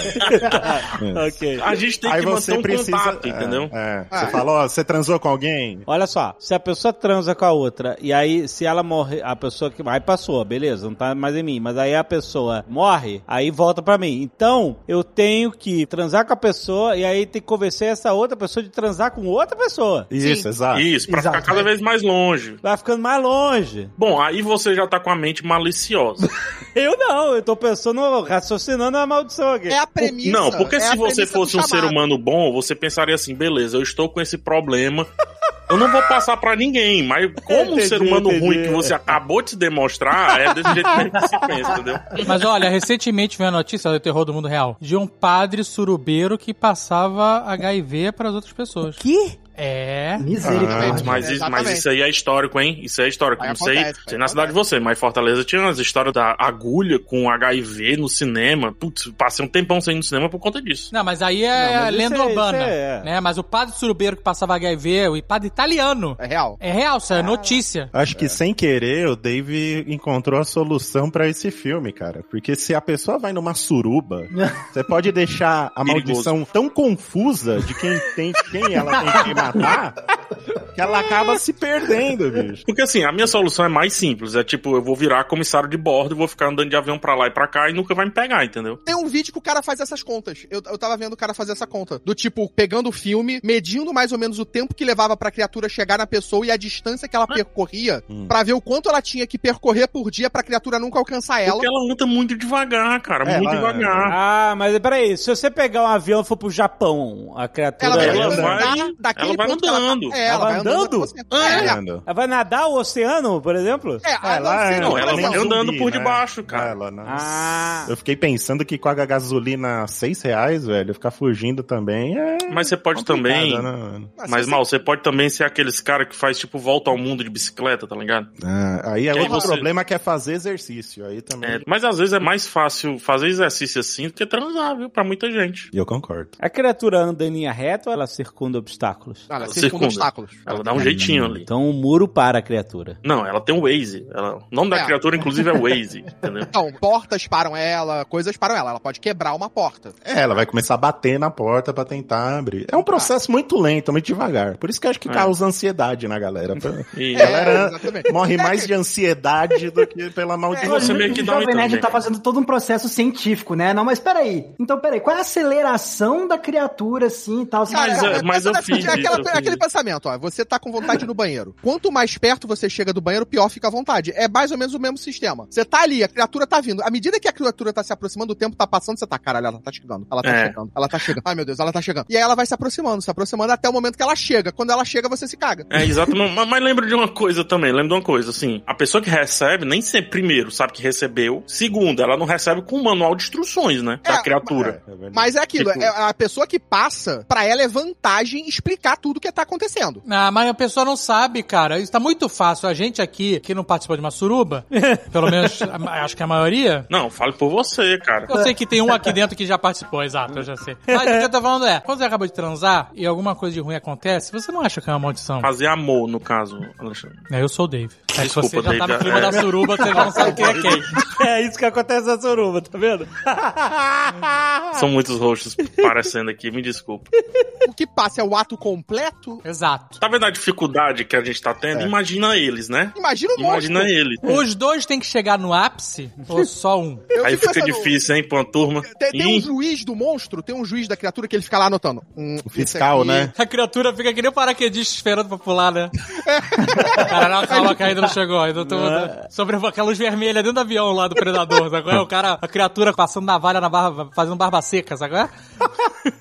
S2: Ok.
S7: A gente tem
S6: Aí
S7: que
S6: você
S7: manter um
S6: precisa.
S7: contato,
S6: é,
S7: entendeu?
S6: é.
S3: Ah.
S6: Você falou, ó, você transou com alguém?
S2: Olha só, se a pessoa transa com a outra e aí se ela morre, a pessoa que aí passou, beleza, não tá mais em mim, mas aí a pessoa morre, aí volta pra mim. Então, eu tenho que transar com a pessoa e aí tem que convencer essa outra pessoa de transar com outra pessoa.
S6: Isso, exato.
S7: Isso, pra
S5: Exato,
S7: ficar cada
S5: é.
S7: vez mais longe.
S2: Vai ficando mais longe.
S7: Bom, aí você já tá com a mente maliciosa.
S2: Eu não, eu tô pensando, raciocinando a maldição aqui.
S3: É a premissa.
S7: Não, porque
S3: é a
S7: se você
S3: premissa do
S7: fosse um ser
S3: chamado.
S7: humano bom, você pensaria assim, beleza, eu estou com esse problema. Eu não vou passar pra ninguém, mas como um
S2: Entendi,
S7: ser humano
S2: entendi.
S7: ruim que você acabou de se demonstrar, é desse jeito que se pensa, entendeu?
S4: Mas olha, recentemente veio a notícia do terror do mundo real de um padre surubeiro que passava HIV para as outras pessoas.
S5: Que?
S4: É.
S2: Hum.
S7: Gente,
S5: Misericórdia.
S7: mas, isso, mas
S3: Exatamente.
S7: isso aí é histórico, hein? Isso é histórico.
S3: Aí
S7: não sei,
S3: acontece,
S7: sei na cidade de você, mas Fortaleza tinha as histórias da agulha com HIV no cinema. Putz, passei um tempão sem ir no cinema por conta disso.
S4: Não, mas aí é
S2: Não, mas
S4: lenda
S2: isso é-
S4: urbana.
S2: isso é-
S4: Né? Mas o padre surubeiro que passava HIV, o padre italiano.
S3: É real.
S4: É real, isso
S2: Ah.
S4: é notícia.
S6: Acho que sem querer o Dave encontrou a solução pra esse filme, cara. Porque se a pessoa vai numa suruba, você pode deixar a
S7: Perigoso.
S6: maldição tão confusa de quem tem quem ela tem que matar, que que ela acaba se perdendo, bicho.
S7: Porque assim, a minha solução é mais simples. É tipo, eu vou virar comissário de bordo, vou ficar andando de avião pra lá e pra cá e nunca vai me pegar, entendeu?
S3: Tem um vídeo que o cara faz essas contas. Eu, eu tava vendo o cara fazer essa conta. Do tipo, pegando o filme, medindo mais ou menos o tempo que levava pra criatura chegar na pessoa e a distância que ela percorria pra ver o quanto ela tinha que percorrer por dia pra criatura nunca alcançar ela.
S7: Porque ela anda muito devagar, cara.
S6: É,
S7: muito
S6: ela-
S7: devagar.
S2: Ah, mas peraí, se você pegar um avião e for pro Japão, a criatura.
S3: Ela vai
S7: Ela
S3: andar
S7: vai-
S3: daquele
S7: ela vai
S3: ponto que ela tá-
S7: andando.
S3: É, ela
S2: Ela
S3: vai andando.
S2: andando?
S3: com você. É,
S6: Entendo.
S2: Ela vai nadar o oceano, por exemplo?
S3: É,
S6: Ah,
S3: a-
S6: ela
S3: sei,
S6: é-
S7: Não, ela
S6: nem
S7: vai andando
S6: zumbi,
S7: por
S6: né?
S7: debaixo, cara.
S6: Ela não-
S2: Ah.
S6: Eu fiquei pensando que com a gasolina a 6 reais, velho, ficar fugindo também é.
S7: Mas você pode
S6: complicado,
S7: também.
S6: né, mano?
S3: Mas
S7: Mas,
S3: você-
S7: mal, você pode também ser aqueles cara que faz, tipo, volta ao mundo de bicicleta, tá ligado?
S6: Ah, aí é
S7: E aí
S6: outro
S7: você-
S6: problema que é fazer exercício. Aí também.
S7: É, mas às vezes é mais fácil fazer exercício assim do que transar, viu? Pra muita gente.
S6: E Eu concordo.
S2: A criatura anda em linha reta ou ela circunda obstáculos?
S3: Ela
S7: Ela
S3: circunda
S7: circunda.
S3: obstáculos.
S7: Ela dá um jeitinho ali.
S2: Então o muro para a criatura.
S7: Não, ela tem o Waze. Ela... O nome
S3: É.
S7: da criatura, inclusive, é Waze, entendeu?
S3: Então, portas param ela, coisas param ela. Ela pode quebrar uma porta.
S6: É, ela vai começar a bater na porta pra tentar abrir. É um processo muito lento, muito devagar. Por isso que eu acho que
S7: É.
S6: causa ansiedade na galera.
S7: E
S3: É,
S6: Galera,
S3: exatamente.
S6: Morre
S3: É,
S6: mais de ansiedade do que pela
S5: É,
S6: maldade.
S7: você meio que
S5: o
S7: dá um
S5: Jovem Nerd
S7: entendimento.
S5: tá fazendo todo um processo científico, né? Não, mas peraí. Então, peraí, qual é a aceleração da criatura, assim, e tal? Assim,
S7: Mas,
S5: cara,
S7: é, mas eu
S3: é
S7: fiz
S3: aquela-
S7: isso, eu fiz
S3: aquele
S7: isso.
S3: pensamento, ó. Você tá com vontade no banheiro. Quanto mais perto você chega do banheiro, pior fica a vontade. É mais ou menos o mesmo sistema. Você tá ali, a criatura tá vindo. À medida que a criatura tá se aproximando, o tempo tá passando, você tá, caralho, ela tá chegando. Ela tá
S7: É.
S3: chegando. Ela tá chegando. Ai, meu Deus, ela tá chegando. E aí ela vai se aproximando, se aproximando até o momento que ela chega. Quando ela chega, você se caga.
S7: É, exatamente. mas, mas lembro de uma coisa também, lembro de uma coisa, assim, a pessoa que recebe, nem sempre, primeiro, sabe que recebeu, segundo, ela não recebe com o manual de instruções, né, da
S3: É,
S7: criatura.
S6: É, é verdade.
S3: Mas é aquilo,
S7: Tipo-
S3: é a pessoa que passa, pra ela é vantagem explicar tudo o que tá acontecendo.
S4: Ah, mas a pessoa não sabe, cara. Isso tá muito fácil. A gente aqui, que não participou de uma suruba, pelo menos a- acho que a maioria.
S7: Não, fale por você, cara.
S4: Eu sei que tem um aqui dentro que já participou, exato, eu já sei. Mas o que eu tô falando é, quando você acabou de transar e alguma coisa de ruim acontece, você não acha que é uma maldição?
S7: Fazer amor, no caso, Alexandre.
S4: É, eu sou o Dave. É que
S7: Ah. Desculpa,
S4: você já tá
S7: Dave,
S4: no clima
S7: é.
S4: da suruba, você já não sabe quem é quem.
S2: É isso que acontece na suruba, tá vendo?
S7: São muitos rostos parecendo aqui, me desculpa.
S3: O que passa é o ato completo.
S4: Exato.
S7: Tá vendo a dificuldade que a gente tá tendo? Imagina eles, né?
S3: Imagina o monstro.
S7: Imagina eles.
S4: Os dois têm que chegar no ápice ou só um?
S3: Eu
S7: Aí
S3: fico
S7: fica
S3: pensando-
S7: difícil, hein, pra uma turma.
S3: Tem, tem um
S7: Ih,
S3: juiz do monstro, tem um juiz da criatura que ele fica lá anotando. Hum,
S6: O fiscal,
S3: esse aqui-
S6: né?
S4: A criatura fica que nem o paraquedista esperando pra pular, né? cara, não, calma que ainda não chegou. Ainda tô, sobre aquela luz vermelha dentro do avião lá do predador, sabe? qual é? O cara, a criatura passando navalha na barba, fazendo barba seca, sabe? qual é?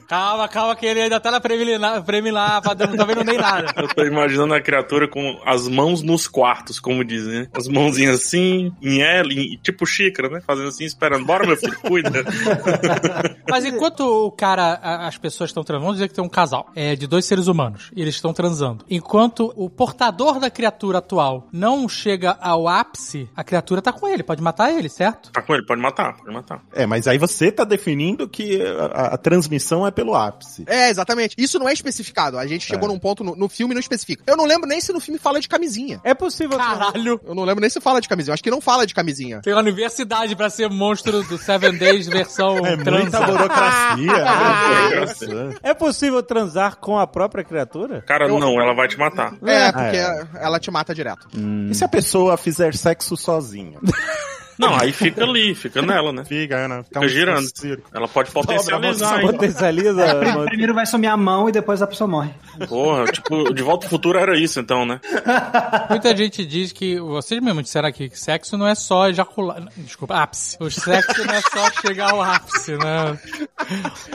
S4: calma, calma que ele ainda tá na preliminar, preliminar tá vendo- tá vendo nem nada.
S7: Eu tô imaginando a criatura com as mãos nos quartos, como dizem, né? As mãozinhas assim, em L, em- tipo xícara, né? Fazendo assim, esperando. Bora, meu filho, cuida.
S4: Mas enquanto o cara, a- as pessoas estão transando, vamos dizer que tem um casal é, de dois seres humanos e eles estão transando. Enquanto o portador da criatura atual não chega ao ápice, a criatura tá com ele, pode matar ele, certo?
S7: Tá com ele, pode matar, pode matar.
S6: É, mas aí você tá definindo que a, a- a transmissão é pelo ápice.
S3: É, exatamente. Isso não é especificado. A gente
S6: É.
S3: chegou num ponto no, no filme e não especifica. Eu não lembro nem se no filme fala de camisinha.
S2: É possível.
S4: Caralho!
S3: Eu não lembro nem se fala de camisinha. Eu acho que não fala de camisinha.
S4: Tem uma universidade pra ser monstro do Seven Days versão
S6: É muita
S4: transa.
S6: burocracia.
S7: Ah!
S6: é burocracia.
S2: É possível transar com a própria criatura?
S7: Cara, não, ela vai te matar.
S3: É, porque
S6: é.
S3: ela te mata direto.
S6: E se a pessoa fizer sexo sozinha?
S7: Não, aí fica ali, fica nela, né?
S6: Fica, né? Fica
S7: Fica girando.
S6: circo.
S7: Ela pode potencializar, então. hein?
S2: Potencializa.
S4: É
S2: mano.
S5: Primeiro vai sumir a mão e depois a pessoa morre.
S7: Porra, tipo, de volta ao futuro era isso, então, né?
S4: Muita gente diz que. Vocês mesmo disseram aqui que sexo não é só ejacular. Desculpa, ápice. O sexo não é só chegar ao ápice, né?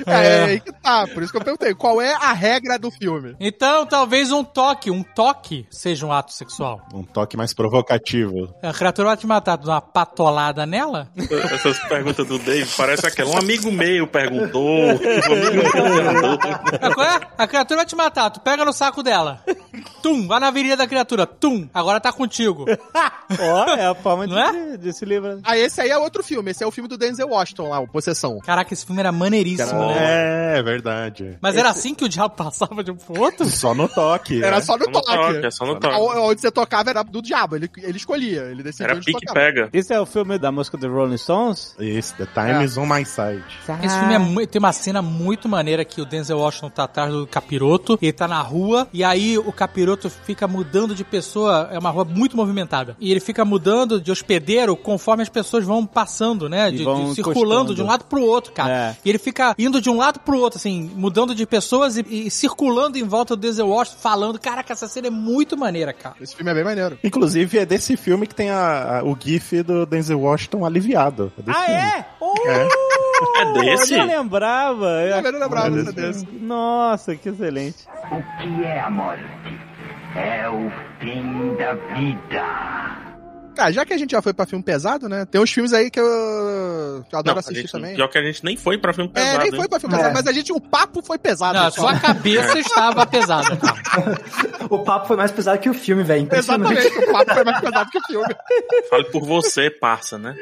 S3: É, aí que tá. Por isso que eu perguntei. Qual é a regra do filme?
S4: Então, talvez um toque, um toque seja um ato sexual.
S6: Um toque mais provocativo.
S4: A criatura vai te matar dando uma patolada nela?
S7: Essas perguntas do Dave parece aquela. Um amigo meu perguntou. Um amigo meu perguntou.
S4: Ah, qual é? A criatura vai te matar, tu pega no saco dela. Tum, vai na virilha da criatura. Tum, agora tá contigo.
S2: Ó, é a forma de,
S4: Não é?
S2: se- de se livrar.
S3: Ah, esse aí é outro filme. Esse é o filme do Denzel Washington lá, o Possessão.
S4: Caraca, esse filme era maneiríssimo, né?
S6: É, é verdade.
S4: Mas era assim que o diabo passava de um pro outro?
S6: Só no toque.
S3: Era
S6: né?
S3: só no
S7: Só no toque,
S3: toque.
S7: é só no
S3: A-
S7: toque.
S3: Onde você tocava era do diabo. Ele, ele escolhia. Ele decidia
S7: Era
S3: onde
S7: pique-pega.
S2: Esse é o filme da música do Rolling Stones?
S6: Isso, The Time is on my side.
S4: Esse
S2: Ah.
S4: filme é mui- tem uma cena muito maneira que o Denzel Washington tá atrás do capiroto, ele tá na rua, tá e aí o capiroto garoto fica mudando de pessoa, é uma rua muito movimentada. E ele fica mudando de hospedeiro conforme as pessoas vão passando, né?
S2: E
S4: De,
S2: vão
S4: de- circulando de
S2: encostando.
S4: um lado pro outro, cara.
S2: É.
S4: E ele fica indo de um lado pro outro, assim, mudando de pessoas e, e circulando em volta do Denzel Washington, falando, caraca, essa cena é muito maneira, cara.
S3: Esse filme é bem maneiro.
S6: Inclusive, é desse filme que tem a, a- o gif do Denzel Washington aliviado. É desse
S2: Ah,
S6: filme.
S2: é? Oh,
S7: É desse?
S2: Ah, Eu não lembrava.
S3: Eu também não lembrava dessa é desse.
S2: Nossa, que excelente.
S11: O que é a morte? É o fim da vida.
S3: Cara, Ah, já que a gente já foi pra filme pesado, né? Tem uns filmes aí que eu, que eu
S7: Não,
S3: adoro
S7: a
S3: assistir
S7: gente,
S3: também.
S7: Pior que a gente nem foi pra filme
S3: É,
S7: pesado. né?
S3: nem
S7: hein?
S3: foi pra filme pesado,
S5: É.
S3: mas a gente, o papo foi pesado.
S4: Não,
S3: pessoal.
S4: só a cabeça estava pesada, cara.
S5: O papo foi mais pesado que o filme, velho. Impressionante.
S3: Exatamente, o papo foi mais pesado que o filme.
S7: Fale por você, parça, né?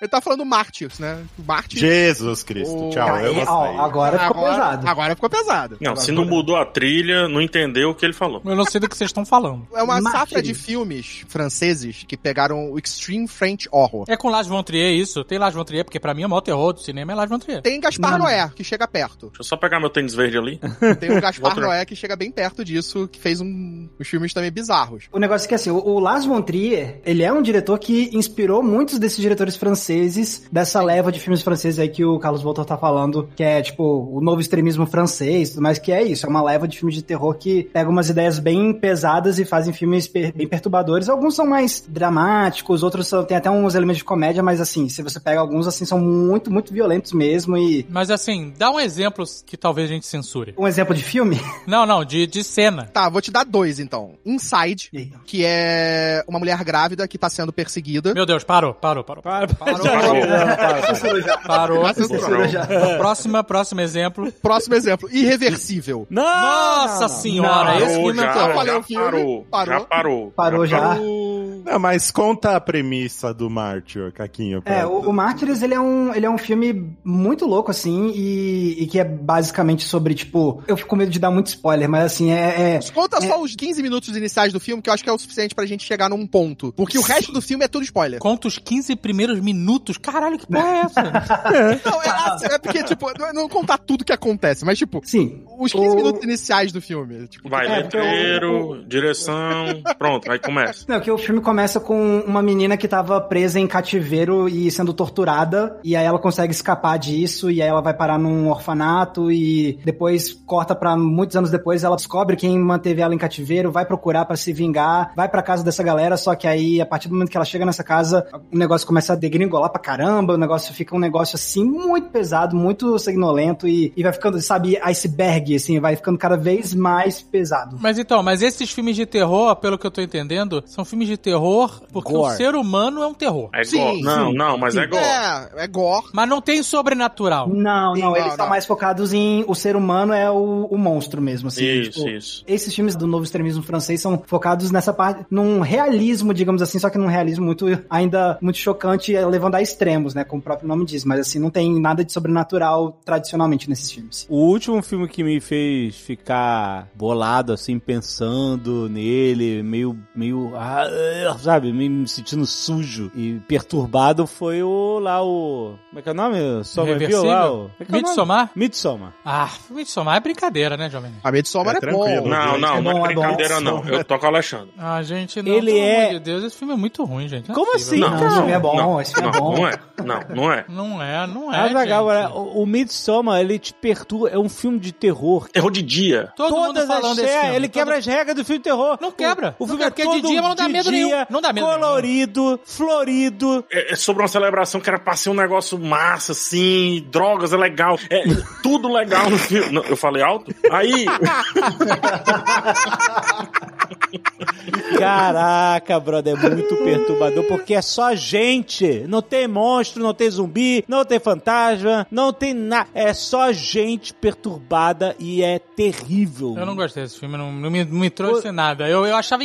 S3: Ele tá falando Martins, né? Martins.
S6: Jesus Cristo,
S3: Oh,
S6: tchau. Eu vou
S5: Aí, ó,
S6: sair.
S5: agora ficou
S3: agora,
S5: pesado.
S3: Agora ficou pesado.
S7: Não, se não mudou a trilha, não entendeu o que ele falou.
S4: Eu não sei do que vocês estão falando.
S3: É uma
S5: Martins.
S3: safra de filmes franceses que pegaram o Extreme French Horror.
S4: É com Lars von Trier isso? Tem Lars von Trier, porque pra mim é o maior terror do cinema é Lars von Trier.
S3: Tem Gaspar Noé, que chega perto.
S7: Deixa eu só pegar meu tênis verde ali.
S3: Tem o Gaspar
S7: Outro.
S3: Noé, que chega bem perto disso, que fez um, uns filmes também bizarros.
S5: O negócio é que assim, o, o Lars von Trier, ele é um diretor que inspirou muitos desses diretores franceses, dessa leva de filmes franceses aí que o Carlos Voltor tá falando, que é tipo o novo extremismo francês, tudo mais que é isso, é uma leva de filmes de terror que pega umas ideias bem pesadas e fazem filmes per- bem perturbadores. Alguns são mais dramáticos, outros são, tem até uns elementos de comédia, mas assim, se você pega alguns assim são muito, muito violentos mesmo e
S4: Mas assim, dá um exemplo que talvez a gente censure.
S5: um exemplo de filme?
S4: Não, não, de, de cena.
S3: Tá, vou te dar dois então. Inside,
S5: Eita.
S3: que é uma mulher grávida que tá sendo perseguida.
S4: Meu Deus, parou, parou, parou.
S2: Para, para,
S4: Parou, parou, parou.
S3: Censurou.
S4: Então, Próxima, próximo exemplo.
S3: Próximo exemplo, Irreversível.
S2: Ah, Não!
S4: Nossa senhora,
S7: Parou,
S4: esse filme é
S7: já,
S4: um terror.
S3: falei
S7: já
S3: o filme,
S7: parou,
S3: parou.
S7: Já parou.
S5: Parou já.
S6: Não, mas conta a premissa do Mártir, Caquinho. pra-
S5: É, o, o Mártires, ele é, um, ele é um filme muito louco, assim, e, e que é basicamente sobre, tipo... Eu fico com medo de dar muito spoiler, mas assim, é... é-
S3: Conta só os 15 minutos iniciais do filme, que eu acho que é o suficiente pra gente chegar num ponto. Porque o resto do filme é tudo spoiler.
S4: Conta os 15 primeiros minutos. Caralho, que porra é essa?
S3: Não, é, assim, é porque, tipo, não, não contar tudo que acontece, mas, tipo,
S5: Sim.
S3: os 15
S5: O-
S3: minutos iniciais do filme. Tipo,
S7: Vai,
S5: É, porque
S7: letreiro, direção. Pronto, aí começa.
S5: Não, que o filme começa com uma menina que tava presa em cativeiro e sendo torturada, e aí ela consegue escapar disso, e aí ela vai parar num orfanato, e depois corta pra muitos anos depois, ela descobre quem manteve ela em cativeiro, vai procurar pra se vingar, vai pra casa dessa galera, só que aí, a partir do momento que ela chega nessa casa, o negócio começa a degringolar pra caramba, o negócio fica um negócio assim, muito pesado, muito sanguinolento, e, e vai ficando, sabe, iceberg, assim, vai ficando cada vez mais pesado.
S4: Mas então, mas esses filmes de terror, pelo que eu tô entendendo, são filmes de terror porque o
S2: Gore.
S4: ser humano é um terror.
S7: É
S3: Sim,
S7: gore. Não,
S3: sim,
S7: não, mas é gore.
S3: É, é gore.
S4: Mas não tem sobrenatural.
S5: Não, não,
S3: Não,
S5: eles estão
S3: não.
S5: mais focados em o ser humano é o, o monstro mesmo, assim.
S7: Isso,
S5: tipo,
S7: isso.
S5: Esses filmes do novo extremismo francês são focados nessa parte, num realismo, digamos assim, só que num realismo muito, ainda muito chocante, eh, levando a extremos, né, como o próprio nome diz, mas assim, não tem nada de sobrenatural tradicionalmente nesses filmes.
S2: O último filme que me fez ficar bolado, assim, pensando nele, meio, meio, ah, ah, sabe, meio me sentindo sujo e perturbado foi o lá o, como é que é o nome? Só
S4: Irreversível?
S2: lá o... como é que é o nome?
S4: Midsommar?
S2: Midsommar.
S4: Ah, Midsommar é brincadeira, né, Jovem?
S3: A Midsommar
S6: É
S3: é,
S6: tranquilo.
S3: bom.
S7: Não, não,
S5: é
S7: não
S5: bom,
S7: é
S5: é bom.
S7: brincadeira, não. Eu tô com o Alexandre.
S4: Ah, gente, não,
S2: Ele
S4: pelo
S2: é-
S4: amor de Deus, esse filme é muito ruim, gente. Não é
S2: Como
S4: possível.
S2: assim?
S7: Não,
S3: então.
S5: esse filme é bom,
S7: não,
S5: esse filme é
S7: não,
S5: bom.
S7: Não é, não, não é.
S4: Não é, não é.
S2: Azaghal,
S4: gente.
S2: olha, o, o Midsommar, ele te perturba, é um filme de terror.
S7: Terror de dia.
S4: Todo mundo
S2: Todas
S4: falando
S2: as
S4: desse
S2: regras,
S4: filme.
S2: ele
S4: Todo-
S2: quebra as regras do filme de terror.
S4: Não quebra.
S2: O, o
S4: Não
S2: filme
S4: quebra,
S2: é
S4: porque é
S2: todo
S4: de dia, mas não dá
S2: de
S4: medo nenhum.
S2: dia,
S4: Não dá medo nenhum.
S2: colorido, florido.
S7: É, é sobre uma celebração que era pra ser um negócio massa, assim, drogas é legal, é tudo legal no filme. Não, eu falei alto? Aí,
S2: Caraca, brother, é muito perturbador, porque é só gente. Não tem monstro, não tem zumbi, não tem fantasma, não tem nada. É só gente perturbada e é terrível.
S4: Eu não gostei desse filme, não, não me, não me trouxe nada. Eu, eu achava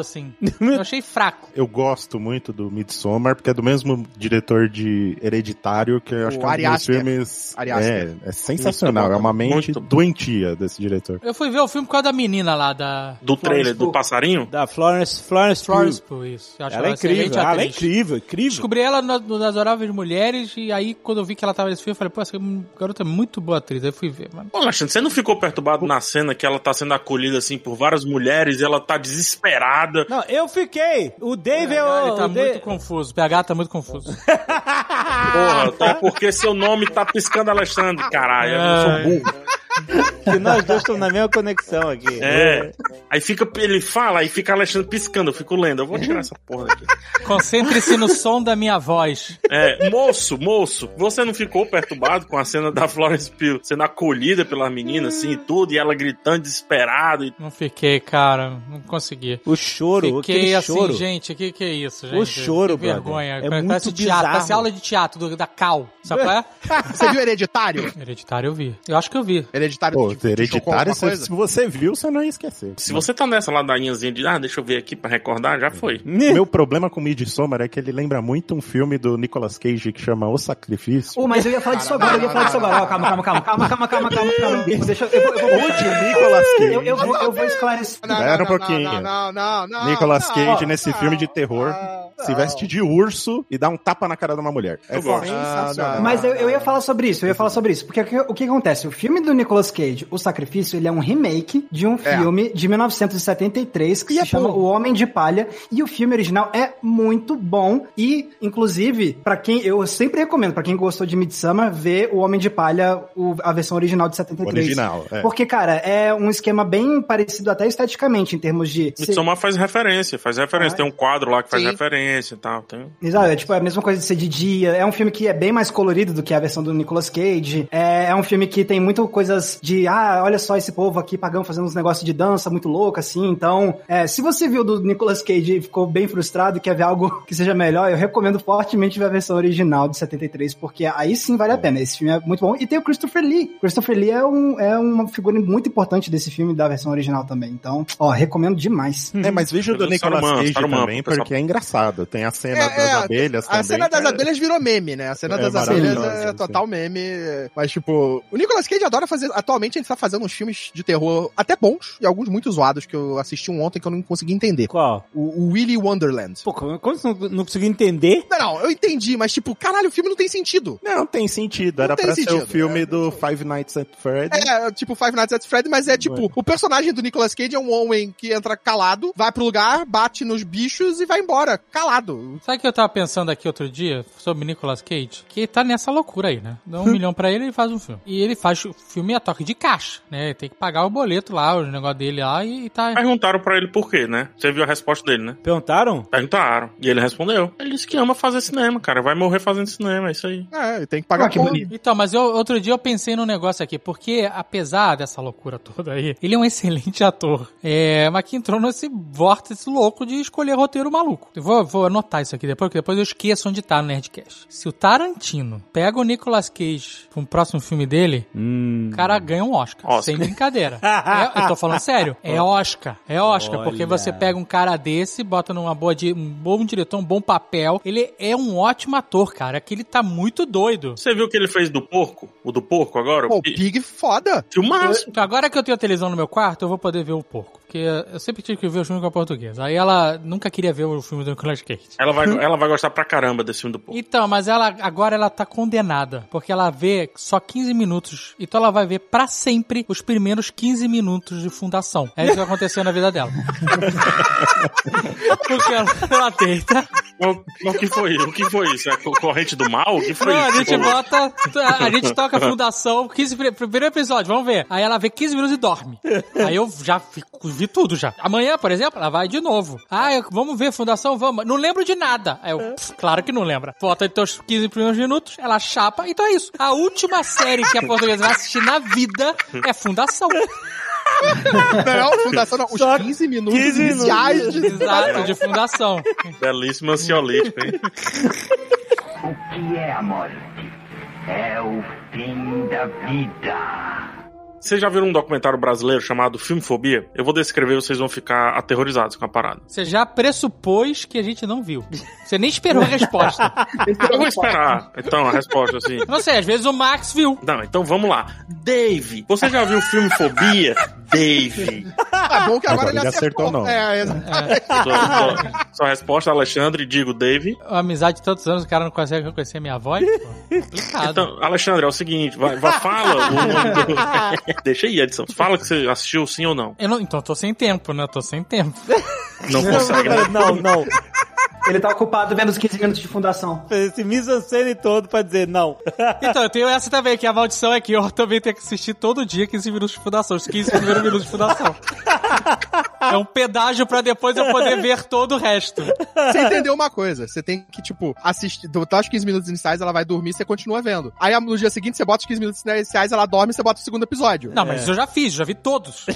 S4: assim. Eu achei fraco.
S6: Eu gosto muito do Midsommar, porque é do mesmo diretor de Hereditário, que eu acho
S3: O
S6: que é um
S3: Ari
S6: dos
S3: Aster.
S6: filmes...
S3: Ari
S6: É,
S3: Aster.
S6: é sensacional,
S7: Muito bom,
S6: é uma mente
S7: muito bom.
S6: doentia desse diretor.
S4: Eu fui ver o filme por causa da menina lá, da...
S7: do trailer do
S5: Florence Pugh.
S7: desenho.
S2: Da Florence, Florence,
S4: Florence
S2: Pugh.
S4: Pugh, isso. Eu acho
S2: Ela é
S4: excelente
S2: incrível, ela é
S4: atriz.
S2: incrível, incrível.
S4: Descobri ela no- no- nas Horáveis Mulheres e aí quando eu vi que ela tava nesse filme, eu falei, pô, essa garota é muito boa atriz. Aí eu fui ver, mano.
S7: Ô, Alexandre, você não ficou perturbado na cena que ela tá sendo acolhida, assim, por várias mulheres e ela tá desesperada?
S2: Não, eu fiquei. O Dave é
S4: Ele
S2: o.
S4: tá
S2: o
S4: muito
S2: Da-
S4: confuso. O PH tá muito confuso.
S7: Porra, tá porque seu nome tá piscando Alexandre, caralho. Eu sou burro.
S2: que nós dois estamos na mesma conexão aqui.
S7: É. Aí fica, ele fala, aí fica Alexandre piscando, eu fico lendo. Eu vou tirar essa porra daqui.
S4: Concentre-se no som da minha voz.
S7: É, moço, moço, você não ficou perturbado com a cena da Florence Pugh sendo acolhida pela menina, assim, e tudo, e ela gritando desesperada e
S4: Não fiquei, cara. Não consegui.
S2: O choro,
S4: Fiquei
S2: aquele
S4: assim,
S2: choro.
S4: gente, o que, que é isso, gente?
S2: O choro,
S4: que
S2: brother.
S4: vergonha.
S2: É
S4: parece
S2: muito
S4: teatro,
S2: bizarro.
S4: parece aula de teatro do- da Cal. Sabe qual é?
S3: Você viu Hereditário?
S4: Hereditário eu vi. Eu acho que eu vi.
S3: Hereditário
S6: Pô,
S3: tipo, te- te chocou alguma
S6: hereditário, se,
S3: coisa?
S6: se você viu, você não ia esquecer.
S7: Se você tá nessa ladainhazinha de, ah, deixa eu ver aqui pra recordar, já foi.
S2: Né?
S6: Meu problema com Midsommar é que ele lembra muito um filme do Nicolas Cage que chama O Sacrifício.
S5: Oh, mas eu ia falar disso agora, eu ia falar disso agora. Ó, calma, calma, calma, calma, calma, calma, calma, calma. Deixa eu. Eu, vou- eu, vou-
S6: Onde Nicolas Cage?
S5: eu, eu vou, eu vou esclarecer.
S3: Não, não,
S6: Era um
S3: não,
S6: pouquinho.
S3: Não, não, não, não.
S6: Nicolas
S3: não,
S6: Cage
S3: não,
S6: nesse
S3: não,
S6: filme de terror
S3: não,
S6: se veste de urso e dá um tapa na cara de uma mulher. É
S7: Eu gosto.
S6: sensacional.
S5: Mas eu, eu ia falar sobre isso, eu ia falar sobre isso. Porque o que, o que acontece? O filme do Nicolas Cage, O Sacrifício, ele é um remake de um
S3: É.
S5: filme de 1973 que
S4: E
S5: se
S4: é
S5: chama
S4: bom.
S5: O Homem de Palha. E o filme original é muito bom. E, inclusive, pra quem. Eu sempre recomendo, pra quem gostou de Midsummer, ver O Homem de Palha, o- a versão original de 73.
S6: Original, é.
S5: Porque, cara, é um esquema bem parecido até esteticamente, em termos de.
S7: Midsommar faz referência, faz referência. Tem um quadro lá que faz
S3: Ah, Sim.
S7: referência e tal. Tem... um.
S5: Exato, é tipo a mesma coisa de ser de dia. É um filme que é bem mais colorido do que a versão do Nicolas Cage. É, é um filme que tem muito coisas de, ah, olha só esse povo aqui pagão fazendo uns negócios de dança muito louco, assim. Então, é, se você viu do Nicolas Cage e ficou bem frustrado e quer ver algo que seja melhor, eu recomendo fortemente ver a versão original de 73, porque aí sim vale a pena. Esse filme é muito bom. E tem o Christopher Lee. Christopher Lee é, um, é uma figura muito importante desse filme da versão original também. Então, ó, recomendo demais.
S6: É, mas veja o do
S7: Saruman,
S6: Nicolas Cage
S7: Saruman,
S6: também,
S7: pessoal.
S6: porque é engraçado. Tem a cena
S3: É,
S6: das
S3: é,
S6: abelhas também.
S3: A cena das
S6: cara.
S3: abelhas virou meme, né? A cena
S6: É,
S3: das abelhas
S6: maravilhosa,
S3: é
S6: sim.
S3: total meme. Mas, tipo, o Nicolas Cage adora fazer. Atualmente ele tá fazendo uns filmes de terror até bons e alguns muito zoados que eu assisti um ontem que eu não consegui entender.
S2: Ah, Qual?
S3: O, o Willy Wonderland.
S2: Pô, como como você não, não conseguiu entender?
S3: Não, não, eu entendi, mas, tipo, caralho, o filme não tem sentido.
S6: Não, tem sentido.
S3: Não
S6: Era
S3: tem
S6: pra ser o
S3: sentido,
S6: filme do Five Nights at Freddy.
S3: É, tipo, Five Nights at Freddy, mas é tipo, o personagem do Nicolas Cage é um homem que entra calado, vai pro lugar, bate nos bichos e vai embora, calado.
S4: Sabe o que eu tava pensando aqui outro dia sobre Nicolas Cage? Que tá nessa loucura aí, né? Dá um milhão pra ele e faz um filme. E ele faz filme a toque de caixa, né? Ele tem que pagar o boleto lá, o negócio dele lá e, e tá.
S7: Perguntaram pra ele por quê, né? Você viu a resposta dele, né?
S2: Perguntaram?
S7: Perguntaram. E ele respondeu. Ele disse que ama fazer cinema, cara. Vai morrer fazendo cinema, é isso aí.
S3: É, tem que pagar
S5: Ah, que
S3: conta.
S5: bonito.
S4: Então, mas eu, outro dia eu pensei num negócio aqui, porque apesar dessa loucura toda aí, ele é um excelente ator. É, mas que entrou nesse vórtice louco de escolher roteiro maluco. Eu vou, vou anotar isso aqui depois, porque depois eu esqueço onde tá no Nerdcast. Se o Tarantino pega o Nicolas Cage pra um próximo filme dele,
S2: Hum.
S4: o cara ganha um Oscar.
S7: Oscar.
S4: Sem brincadeira. É- eu tô falando sério. É Oscar. É Oscar,
S2: Olha.
S4: porque você pega um cara desse, bota numa boa di- um bom diretor, um bom papel. Ele é um ótimo ator, cara. Que ele tá muito doido.
S7: Você viu o que ele fez do porco? O do porco agora?
S3: Pô,
S7: O
S3: o Pig foda.
S7: Filmaço.
S4: Então, agora que eu tenho a televisão no meu quarto, eu vou poder ver o porco. Porque eu sempre tive que ver os filmes com a portuguesa. Aí ela nunca queria ver o filme do Nicolas Cage.
S7: Ela vai, ela vai gostar pra caramba desse filme do porco.
S4: Então, mas ela agora ela tá condenada, porque ela vê só 15 minutos. Então ela vai ver pra sempre os primeiros 15 minutos de fundação. É isso que aconteceu na vida dela. porque ela, ela deita.
S7: O, o que foi? O que foi isso? É co- corrente do mal? O que foi
S4: Não, a
S7: isso?
S4: gente
S7: Pô,
S4: bota. A, a gente toca a fundação, 15, pri- primeiro episódio, vamos ver. Aí ela vê 15 minutos e dorme. Aí eu já fico- vi tudo já. Amanhã, por exemplo, ela vai de novo. Ah, eu- vamos ver, fundação, vamos. Não lembro de nada. Aí eu, pff, claro que não lembra. Bota então os 15 primeiros minutos, ela chapa, então é isso. A última série que a portuguesa vai assistir na vida é fundação.
S3: Não, não, fundação não. Os
S2: Só
S3: 15 minutos
S2: 15 minutos.
S3: iniciais de
S4: Exato, de fundação.
S7: Belíssimo ansiolítico, hein?
S11: O que é a morte? É o fim da vida.
S7: Vocês já viram um documentário brasileiro chamado Filmfobia? Eu vou descrever, vocês vão ficar aterrorizados com a parada.
S4: Você já pressupôs que a gente não viu. Você nem esperou a resposta.
S7: Eu vou esperar, então, a resposta, assim.
S4: Não sei, às vezes o Max viu.
S7: Não, então vamos lá. Dave, você já viu o filme Fobia? Dave.
S3: Ah, bom que agora, ele acertou.
S6: não.
S3: É, exatamente.
S7: Sua, sua- sua resposta, Alexandre, digo, Dave.
S4: A amizade de tantos anos, o cara não consegue reconhecer minha voz? Pô, complicado.
S7: Então, Alexandre, é o seguinte, vai, vai- fala o nome do... Deixa aí, Edson. Fala que você assistiu sim ou não.
S4: Eu não, então eu tô sem tempo, né? Eu tô sem tempo.
S7: Não consegue, né?
S2: Não, não.
S5: Ele tá ocupado vendo os 15 minutos de fundação.
S2: Esse misancene todo pra dizer não.
S4: Então, eu tenho essa também, que a maldição é que eu também tenho que assistir todo dia 15 minutos de fundação, os 15 primeiros minutos de fundação. É um pedágio pra depois eu poder ver todo o resto.
S3: Você entendeu uma coisa. Você tem que, tipo, assistir. Botar os 15 minutos iniciais, ela vai dormir, você continua vendo. Aí no dia seguinte, você bota os 15 minutos iniciais, ela dorme, você bota o segundo episódio.
S4: Não, mas isso eu já fiz, já vi todos.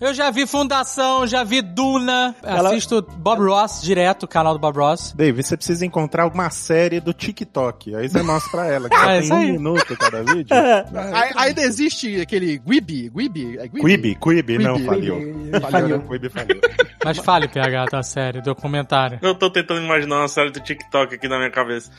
S4: Eu já vi Fundação, já vi Duna. Assisto Bob Ross direto, o canal do Bob Ross.
S6: Dave, você precisa encontrar uma série do TikTok. Aí você mostra pra ela, que
S4: Ah,
S6: já
S4: isso
S6: tem um
S4: aí.
S6: minuto cada vídeo.
S3: Aí, ainda existe aquele Guibi, Guibi, é
S6: Quibi, Quibi, não,
S3: Quibi.
S6: faliu. Faliu, né? Quibi faliu.
S4: Mas fale, PH, da série, documentário.
S7: Eu tô tentando imaginar uma série do TikTok aqui na minha cabeça.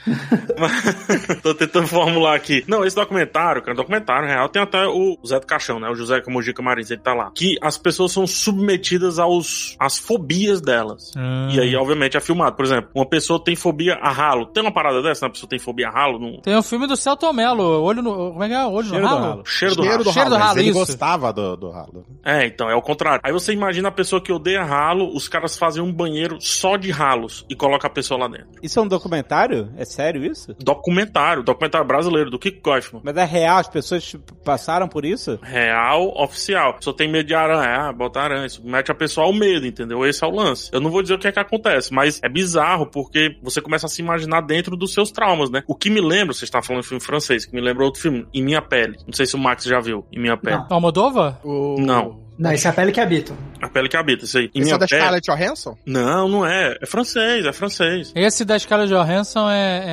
S7: Mas tô tentando formular aqui. Não, esse documentário, cara, é um documentário real, tem até o Zé do Caixão, né? O José Mojica Marins, ele tá lá. Que as pessoas são submetidas aos, às fobias delas. E aí, obviamente, é filmado. Por exemplo, uma pessoa tem fobia a ralo. Tem uma parada dessa, né? A pessoa tem fobia a ralo? Não...
S4: Tem o filme do Celton Mello, Olho no... Como é que é? Olho
S2: Cheiro
S4: no
S2: do
S4: ralo?
S2: ralo.
S7: Cheiro do
S3: Cheiro
S7: ralo.
S3: do
S4: Cheiro do
S3: ralo.
S6: Mas
S4: ralo,
S6: ele
S4: isso.
S6: gostava do, do ralo.
S7: É, então, é o contrário. Aí você imagina a pessoa que odeia ralo, os caras fazem um banheiro só de ralos e coloca a pessoa lá dentro.
S2: Isso é um documentário? É sério isso?
S7: Documentário, documentário brasileiro, do Kiko Goffman.
S2: Mas é real, as pessoas tipo, passaram por isso?
S7: Real oficial. Só tem medo de aranha. Ah, bota aranha. Submete a pessoa ao medo, entendeu? Esse é o lance. Eu não vou dizer o que é que acontece, mas é bizarro porque você começa a se imaginar dentro dos seus traumas, né? O que me lembra, você está falando de filme francês, que me lembra outro filme, Em Minha Pele. Não sei se o Max já viu, Em Minha Pele.
S4: Almodova?
S3: O...
S7: Não.
S5: Não, isso é a pele que habito.
S7: A Pele que Habita, isso aí. Em
S3: Esse é
S7: Minha
S3: o da
S7: Pele.
S3: Scarlett Johansson?
S7: Não, não é. É francês, é francês.
S4: Esse da escala Johansson é,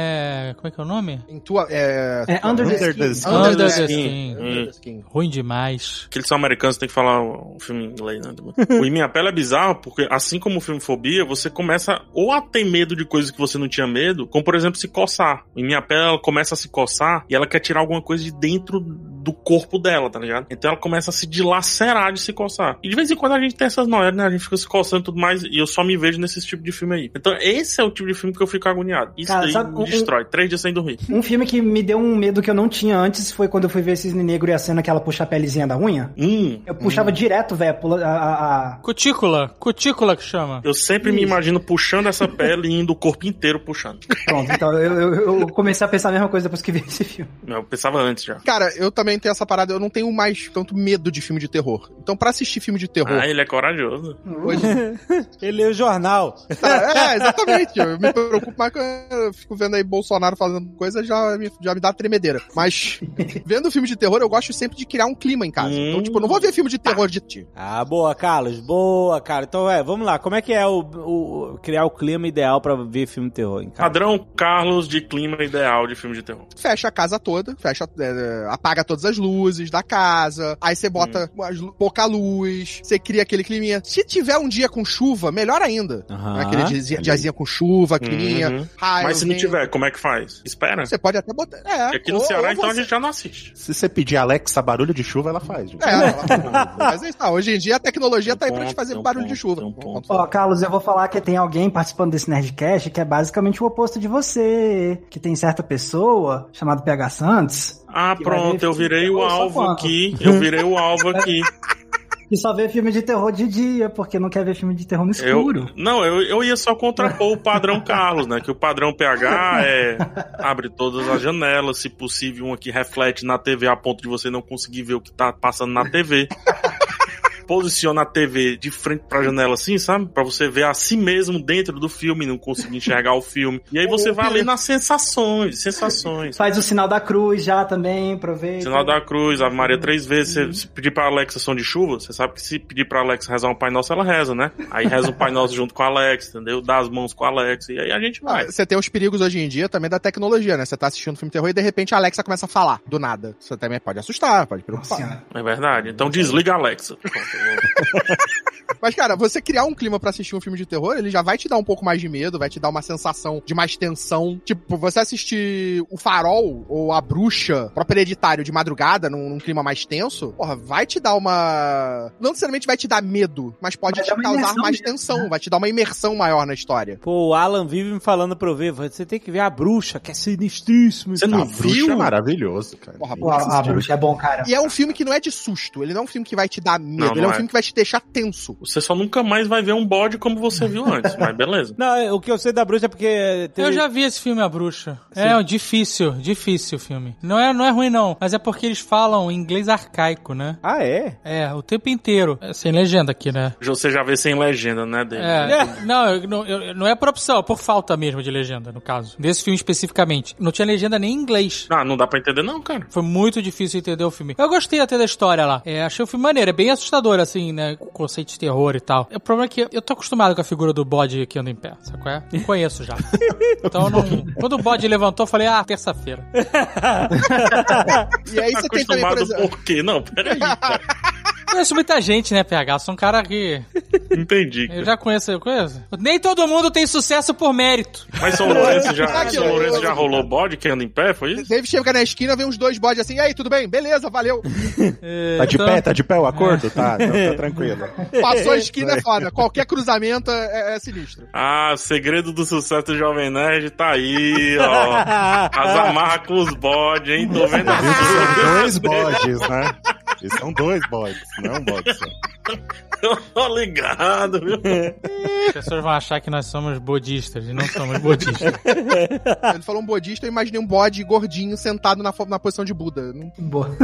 S4: é... Como é que é o nome?
S3: Em tua. É.
S5: É Under,
S6: Under the
S5: the Skin.
S6: Skin.
S4: Under the
S3: Skin.
S7: Hum.
S4: Skin.
S3: Under the Skin.
S4: Ruim demais.
S7: Aqueles são americanos tem que falar o o filme em inglês, né? também. O Em Minha Pele é bizarro, porque assim como o filme Fobia, você começa ou a ter medo de coisas que você não tinha medo, como por exemplo se coçar. O Em Minha Pele ela começa a se coçar e ela quer tirar alguma coisa de dentro do corpo dela, tá ligado? Então ela começa a se dilacerar de se coçar. E de vez em quando a gente tem essas noias, né? A gente fica se coçando e tudo mais, e eu só me vejo nesses tipo de filme aí. Então esse é o tipo de filme que eu fico agoniado. Isso
S5: Cara,
S7: daí
S5: sabe
S7: me
S5: um-
S7: destrói. Três dias sem dormir.
S5: Um filme que me deu um medo que eu não tinha antes foi quando eu fui ver Cisne Negro e a cena que ela puxa a pelezinha da unha.
S7: Hum,
S5: Eu puxava direto, velho, pula- a- a- a-
S4: Cutícula. Cutícula que chama.
S7: eu sempre me imagino puxando essa pele e indo o corpo inteiro puxando.
S5: Pronto, então eu, eu- eu comecei a pensar a mesma coisa depois que vi esse filme.
S7: Eu pensava antes já.
S3: Cara, eu também tenho essa parada, eu não tenho mais tanto medo de filme de terror. Então, pra assistir filme de terror.
S7: Ah, ele é corajoso.
S3: hoje-
S2: Ele leu o jornal.
S3: Tá, é, exatamente. Eu me preocupo mais que eu fico vendo aí Bolsonaro fazendo coisa, já me, já me dá tremedeira. Mas, vendo filme de terror, eu gosto sempre de criar um clima em casa.
S7: Hum.
S3: Então, tipo, eu não vou ver filme de terror de ti.
S2: Ah, boa, Carlos. Boa, cara. Então, é, vamos lá. Como é que é o, o- criar o clima ideal pra ver filme terror em casa?
S7: Padrão Carlos de clima ideal de filme de terror.
S3: Fecha a casa toda, fecha, é, apaga todas as luzes da casa, aí você bota
S7: Hum.
S3: as lu- pouca luz, você cria aquele climinha. Se tiver um dia com chuva, melhor ainda.
S7: Ah,
S2: Aham.
S3: Aquele diazinho, diazinho com chuva, climinha,
S7: Uhum.
S3: raio.
S7: Mas se não
S3: vem.
S7: tiver, como é que faz? Espera.
S3: Ah, Você pode até botar. É,
S7: E aqui no
S3: ou-
S7: Ceará,
S3: ou
S7: então, a
S3: você-
S7: gente já não assiste.
S6: Se você pedir Alexa barulho de chuva, ela faz, gente.
S3: É, ela- mas é isso, tá, hoje em dia a tecnologia tá aí pra
S7: Tem um
S3: te fazer
S7: ponto,
S3: barulho
S7: tem um
S3: de chuva.
S7: ponto, tem um ponto.
S5: Ó, Carlos, eu vou falar que tem alguém participando desse Nerdcast que é basicamente o oposto de você. Que tem certa pessoa, chamada PH Santos,
S7: Ah,
S5: Que vai
S7: pronto,
S5: ver
S7: eu virei o
S5: filme de terror,
S7: alvo
S5: só
S7: aqui. Eu virei o alvo aqui.
S5: que só vê filme de terror de dia, porque não quer ver filme de terror
S7: Eu,
S5: no escuro.
S7: não, eu, eu ia só contrapor o padrão Carlos, né? Que o padrão PH é abre todas as janelas, se possível, uma que reflete na TV a ponto de você não conseguir ver o que tá passando na TV. Posiciona a TV de frente pra janela assim, sabe? Pra você ver a si mesmo dentro do filme, não conseguir enxergar o filme. E aí você vai ali nas sensações, sensações.
S5: Faz o sinal da cruz já também, aproveita.
S7: Sinal da Cruz, Ave Maria três vezes. Você, se pedir pra Alexa som de chuva, você sabe que se pedir pra Alexa rezar um Pai Nosso, ela reza, né? Aí reza um Pai Nosso junto com a Alexa, entendeu? Dá as mãos com a Alexa. E aí a gente
S3: Ah,
S7: vai.
S3: Você tem os perigos hoje em dia também da tecnologia, né? Você tá assistindo filme de terror e de repente a Alexa começa a falar do nada. Você também pode assustar, pode
S5: Nossa
S3: preocupar.
S5: Senhora.
S7: É verdade. Então desliga a Alexa. Pronto,
S3: Mas, cara, você criar um clima pra assistir um filme de terror, ele já vai te dar um pouco mais de medo, vai te dar uma sensação de mais tensão. Tipo, você assistir O Farol ou A Bruxa, o próprio Hereditário, de madrugada, num, num clima mais tenso, porra, vai te dar uma... Não necessariamente vai te dar medo, mas pode
S2: Vai
S3: te
S2: dar uma
S3: causar
S2: imersão
S3: mais
S2: mesmo, né?
S3: tensão, vai te dar uma imersão maior na história.
S2: Pô, o Alan vive me falando pra eu ver. Você tem que ver a bruxa, que é sinistríssimo. Você
S3: não viu?
S6: É maravilhoso, cara. Tá
S3: Porra,
S5: Pô, a, a bruxa é bom, cara.
S3: E é um filme que não é de susto, ele não é um filme que vai te dar medo,
S7: Não,
S3: ele é
S7: não
S3: um
S7: é.
S3: filme que vai te deixar tenso.
S7: Você só nunca mais vai ver um bode como você viu antes, mas beleza.
S2: Não, o que eu sei da bruxa é porque... tem-
S4: Eu já vi esse filme, A Bruxa. É um difícil, difícil o filme. Não é, não é ruim, não, mas é porque eles falam inglês arcaico, né?
S2: Ah, é?
S4: É, o tempo inteiro. É, sem legenda aqui, né?
S7: Você já vê sem legenda, né, David?
S4: É, não, eu- não, eu- não é por opção, é por falta mesmo de legenda, no caso. Desse filme especificamente. Não tinha legenda nem em inglês.
S7: Ah, não dá pra entender não, cara.
S4: Foi muito difícil entender o filme. Eu gostei até da história lá. É, achei o filme maneiro. É bem assustador, assim, né? Com o conceito de terror e tal. O problema é que eu tô acostumado com a figura do bode que anda em pé, sabe qual é? Eu conheço já. Então eu não... Quando o bode levantou, eu falei, ah, terça-feira.
S3: E é aí você tem também, por
S7: Tá Acostumado
S3: exemplo...
S7: por quê? Não, peraí.
S4: Conheço muita gente, né, PH? Sou um cara que...
S7: Entendi.
S4: Eu já conheço, eu conheço. Nem todo mundo tem sucesso por mérito.
S7: Mas São Lourenço já,
S3: Aqui,
S7: São
S3: ó,
S7: Lourenço
S3: eu-
S7: já rolou bode que anda em pé, foi isso?
S3: Dave chega na esquina, vê uns dois bodes assim, e aí, tudo bem? Beleza, valeu.
S6: Tá
S4: Então,
S6: de pé? Tá de pé o acordo? Tá, então tá tranquilo.
S3: Passou a esquina, é foda. Qualquer cruzamento é, é sinistro.
S7: Ah, segredo do sucesso do Jovem Nerd tá aí, ó. As amarras com os bodes, hein? Tô vendo
S6: Viu que
S7: aqui.
S6: são dois bodes, né? E são dois bodes, não é um bode só.
S7: Eu tô ligado, viu?
S4: As pessoas vão achar que nós somos budistas e não somos budistas.
S3: Ele falou um bodista, eu imaginei um bode gordinho sentado na, fo- na posição de Buda. Não-
S5: Boa.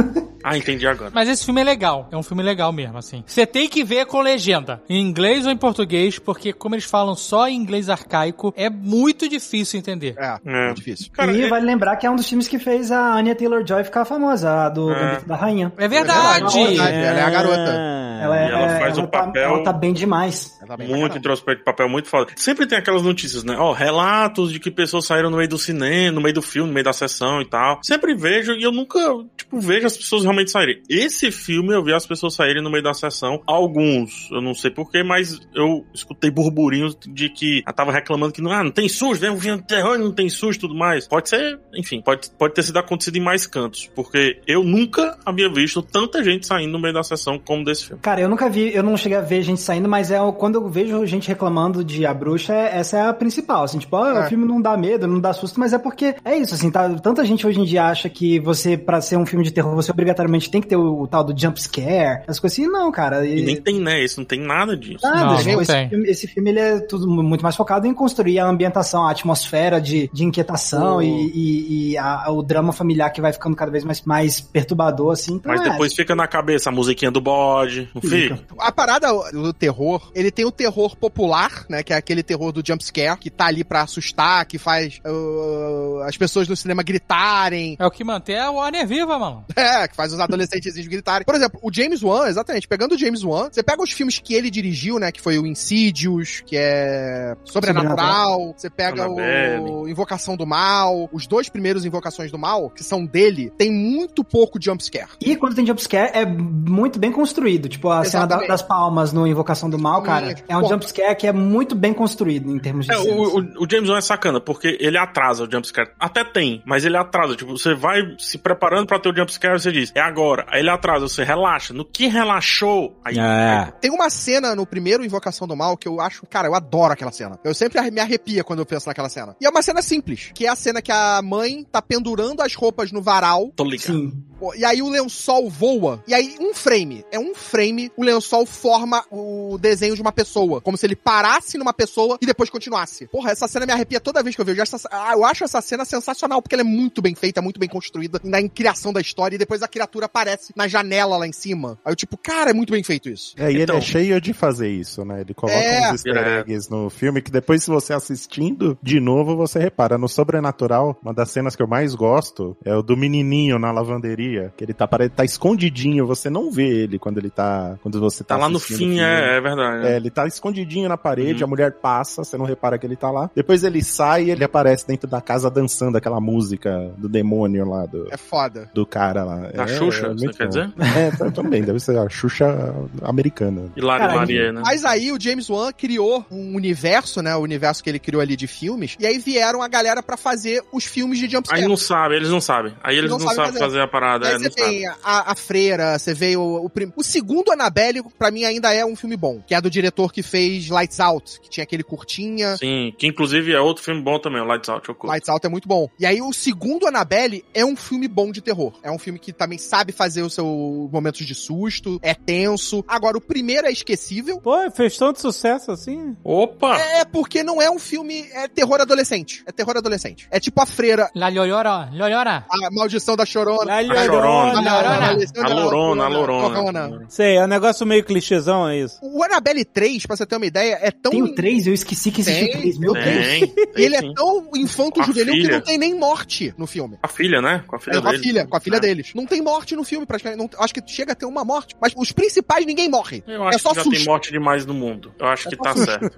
S7: Ah, entendi agora.
S4: Mas esse filme é legal. É um filme legal mesmo, assim. Você tem que ver com legenda. Em inglês ou em português, porque como eles falam só em inglês arcaico, é muito difícil entender.
S3: É,
S7: É.
S3: é difícil.
S7: Cara,
S5: e
S7: é-
S5: vale lembrar que é um dos times que fez a Anya Taylor-Joy ficar famosa, a do
S7: É.
S5: Gambito da Rainha.
S4: É verdade!
S5: É verdade.
S3: Ela é a garota.
S5: Ela, é,
S7: E ela faz um
S5: tá-
S7: papel-
S5: ela tá bem demais.
S3: Ela tá bem pra
S7: Muito
S3: caralho.
S7: introspecto, papel muito foda. Sempre tem aquelas notícias, né? Ó, relatos de que pessoas saíram no meio do cinema, no meio do filme, no meio da sessão e tal. Sempre vejo e eu nunca, tipo, vejo as pessoas realmente saírem. Esse filme eu vi as pessoas saírem no meio da sessão. Alguns, eu não sei porquê, mas eu escutei burburinhos de que ela tava reclamando que não, ah, não tem susto, vem um filme de terror e não tem susto e tudo mais. Pode ser, enfim, pode, pode ter sido acontecido em mais cantos, porque eu nunca havia visto tanta gente saindo no meio da sessão como desse filme.
S5: Cara, eu nunca vi, eu não cheguei a ver gente saindo, mas é o- quando eu vejo gente reclamando de A Bruxa, é- essa é a principal, assim, tipo, ó,
S3: É.
S5: o filme não dá medo, não dá susto, mas é porque é isso, assim, tá, tanta gente hoje em dia acha que você, pra ser um filme de terror, você obrigatoriamente tem que ter o, o tal do jump scare, as coisas assim, não, cara,
S7: E
S5: e...
S7: nem tem, né? Isso não tem nada disso.
S5: Nada,
S4: Não,
S5: tipo,
S4: não tem.
S5: esse, filme, esse filme, ele é tudo mu- muito mais focado em construir a ambientação, a atmosfera de, de inquietação
S7: O-
S5: e, e- e a- o drama familiar que vai ficando cada vez mais, mais perturbador, assim. Então,
S7: Mas
S5: é,
S7: depois fica na cabeça a musiquinha do bode, não fica?
S3: A parada do terror, ele tem o terror popular, né? Que é aquele terror do jumpscare, que tá ali pra assustar, que faz uh, as pessoas no cinema gritarem,
S4: É o que mantém a Warner viva, mano.
S3: é, que faz os adolescentezinhos gritarem. Por exemplo, o James Wan, exatamente, pegando o James Wan, você pega os filmes que ele dirigiu, né? Que foi o Insidious, que é Sobrenatural, você pega o
S7: Annabelle.
S3: Invocação do Mal, os dois primeiros Invocações do Mal, que são dele, tem muito pouco jumpscare.
S5: E quando tem jumpscare, é muito bem construído. Tipo, a cena da-
S3: Exatamente.
S5: das palmas no Invocação do Mal, cara,
S3: Sim,
S5: é um
S3: pô.
S5: jumpscare que é muito bem construído em termos de assim.
S7: É,
S5: cenas.
S7: o, o- o James Wan é sacana, porque ele atrasa o jumpscare. Até tem, mas ele atrasa. Tipo, você vai se preparando pra ter o jumpscare, você diz, é agora. Aí ele atrasa, você relaxa. No que relaxou, aí
S2: É.
S3: Tem uma cena no primeiro Invocação do Mal que eu acho, cara, eu adoro aquela cena. Eu sempre arre- me arrepia quando eu penso naquela cena. E é uma cena simples, que é a cena que a mãe tá pendurando as roupas no varal,
S7: tô ligado.
S5: Sim.
S3: pô, e aí o lençol voa, e aí um frame, é um frame, o lençol forma o desenho de uma pessoa, como se ele parasse numa pessoa e depois continuasse. Porra, essa cena me arrepia toda vez que eu vejo. Essa, ah, eu acho essa cena sensacional, porque ela é muito bem feita, muito bem construída na criação da história, e depois a criatura aparece na janela lá em cima. Aí eu tipo, cara, é muito bem feito isso.
S6: É, e
S7: Então-
S6: ele é cheio de fazer isso, né? Ele coloca
S3: É.
S6: uns easter eggs no filme que depois, se você assistindo de novo, você repara. No Sobrenatural, uma das cenas que eu mais gosto é o do menininho na lavanderia magia. Que ele tá, pare- tá escondidinho, você não vê ele quando ele tá. Quando você tá.
S7: Tá lá no
S6: assistindo o
S7: fim,
S6: filme.
S7: é, é verdade.
S6: É,
S7: É.
S6: ele tá escondidinho na parede, a
S7: Uhum.
S6: mulher passa, você não repara que ele tá lá. Depois ele sai e ele aparece dentro da casa dançando aquela música do demônio lá, do,
S3: É foda.
S6: do cara lá.
S7: Da
S6: é,
S7: Xuxa,
S6: é
S7: você
S6: muito
S7: quer
S6: bom.
S7: dizer?
S6: É, tá- também, deve ser a Xuxa americana.
S7: E Lari
S3: Cara,
S7: Lari, né?
S3: Mas aí o James Wan criou um universo, né? O universo que ele criou ali de filmes. E aí vieram a galera pra fazer os filmes de jumpscare.
S7: Aí não sabe, eles não sabem. Aí eles
S3: Não
S7: não,
S3: sabem
S7: sabem fazer.
S3: fazer
S7: a parada,
S3: Aí
S7: é,
S3: você
S7: não sabe.
S3: tem a, a Freira, você vê o, o prim- O segundo Annabelle, pra mim, ainda é um filme bom. Que é do diretor que fez Lights Out, que tinha aquele curtinha.
S7: Sim, que inclusive é outro filme bom também, o Lights Out. Eu curto.
S3: Lights Out é muito bom. E aí o segundo Annabelle é um filme bom de terror. É um filme que também sabe fazer os seus momentos de susto, é tenso. Agora, o primeiro é esquecível.
S2: Pô, fez tanto sucesso assim?
S7: Opa!
S3: É porque não é um filme. É terror adolescente. É terror adolescente. É tipo a freira.
S4: La Llorona, Llorona.
S3: A maldição da chorona.
S2: La
S7: A
S2: Llorona.
S7: Chorona. A Lorona, a
S3: Corona.
S7: Lorona.
S2: Sei, é um negócio meio clichêzão, é isso.
S3: O Annabelle 3, pra você ter uma ideia, é tão.
S5: Tem o 3? Eu esqueci que existia
S3: Tem,
S5: 3. Meu Deus.
S7: Tem, tem
S3: E ele
S7: sim.
S3: é tão infanto-juvenil que
S7: filha.
S3: não tem nem morte no filme.
S7: Com a filha, né? Com a filha
S3: É, com a
S7: dele.
S3: filha, com a filha
S7: É.
S3: deles. Não tem morte no filme, praticamente. Não- acho que chega a ter uma morte. Mas os principais ninguém morre.
S7: Eu
S3: é
S7: acho
S3: só
S7: que já tem
S3: susto. É
S7: morte demais no mundo. Eu acho que tá certo.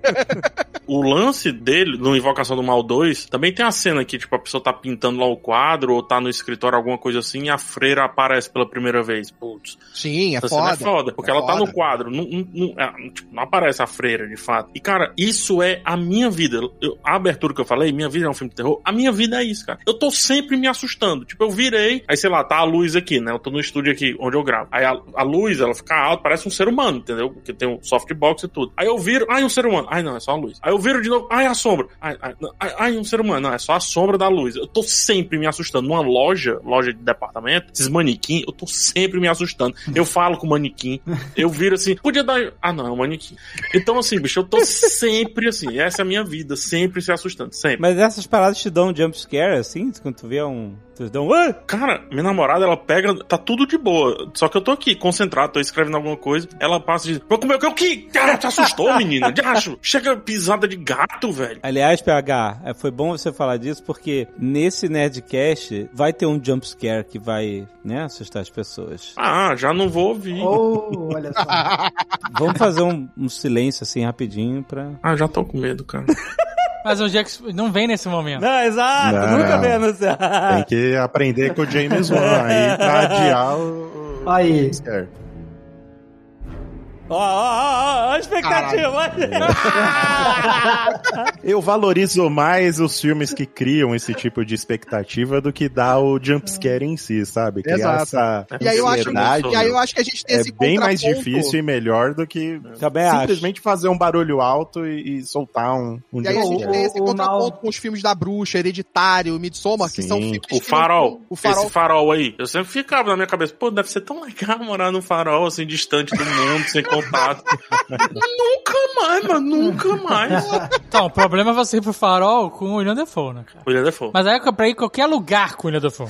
S7: O lance dele, no Invocação do Mal 2, também tem a cena que, tipo, a pessoa tá pintando lá o quadro, ou tá no escritório, alguma coisa assim, e a freira aparece pela primeira vez. Putz,
S3: Sim, é
S7: essa
S3: foda.
S7: cena é foda, porque
S3: É
S7: ela tá
S3: foda.
S7: no quadro, não, não- não- é, tipo, não aparece a freira, de fato. E, cara, isso é a minha vida. Eu- a abertura que eu falei, minha vida é um filme de terror, a minha vida é isso, cara. Eu tô sempre me assustando. Tipo, eu virei, aí, sei lá, tá a luz aqui, né? Eu tô no estúdio aqui, onde eu gravo. Aí a, a luz, ela fica alta, parece um ser humano, entendeu? Porque tem um softbox e tudo. Aí eu viro, ai, um ser humano. Ai, não, é só a luz. Aí eu viro de novo, ai, a sombra. Ai, ai, não, ai, ai, um ser humano. Não, é só a sombra da luz. Eu tô sempre me assustando. Numa loja, loja de departamento, esses manequim, eu tô sempre me assustando. Eu falo com o manequim, eu viro assim, podia dar. Ah, não, é um manequim. Então, assim, bicho, eu tô sempre assim. Essa é a minha vida, sempre se assustando, sempre.
S2: Mas essas paradas te dão um jumpscare, assim? Quando tu vê um... Tu dão... Ah!
S7: Cara, minha namorada, ela pega, tá tudo de boa. Só que eu tô aqui, concentrado, tô escrevendo alguma coisa. Ela passa e diz: Vou comer o que? O que? Cara, te assustou, menina? De acho. Chega pisada de gato, velho.
S2: Aliás, PH, é, foi bom você falar disso, porque nesse Nerdcast vai ter um jumpscare que vai, né, assustar as pessoas.
S7: Ah, já não vou ouvir.
S5: Oh, olha só.
S2: Vamos fazer um, um silêncio, assim, rapidinho pra...
S7: Ah, já tô com medo, cara.
S4: Mas o Jax não vem nesse momento.
S2: Não, exato!
S6: Não.
S2: Nunca vem
S6: Tem
S2: anunciar!
S6: que aprender com o James Wan aí pra adiar o. o-
S5: Aí.
S6: É.
S2: Ó, ó, ó, ó, a expectativa! olha.
S6: Eu valorizo mais os filmes que criam esse tipo de expectativa do que dar o jumpscare em si, sabe? Criar
S3: Exato.
S6: essa
S3: E aí, eu acho,
S6: ansiedade
S3: e aí eu acho que a gente tem
S6: é
S3: esse
S6: bem mais
S3: contraponto.
S6: difícil e melhor do que
S2: Também Tá acho.
S6: simplesmente fazer um barulho alto e, e soltar um, um
S3: E aí a
S6: jumpscare.
S3: gente tem esse
S5: O- o- o
S3: contraponto
S5: mal-
S3: com os filmes da bruxa, Hereditário, Midsommar, que
S6: Sim.
S3: são filmes que
S7: O
S3: não-
S7: farol.
S3: O farol.
S7: Esse farol aí. Eu sempre ficava na minha cabeça, pô, deve ser tão legal morar num farol, assim, distante do mundo, sem contato. nunca mais, mano, nunca mais.
S4: Então, o problema é você ir pro farol com o William Defoe, né, cara?
S7: Olha, Defoe.
S4: Mas aí é pra ir em qualquer lugar com o William Defoe.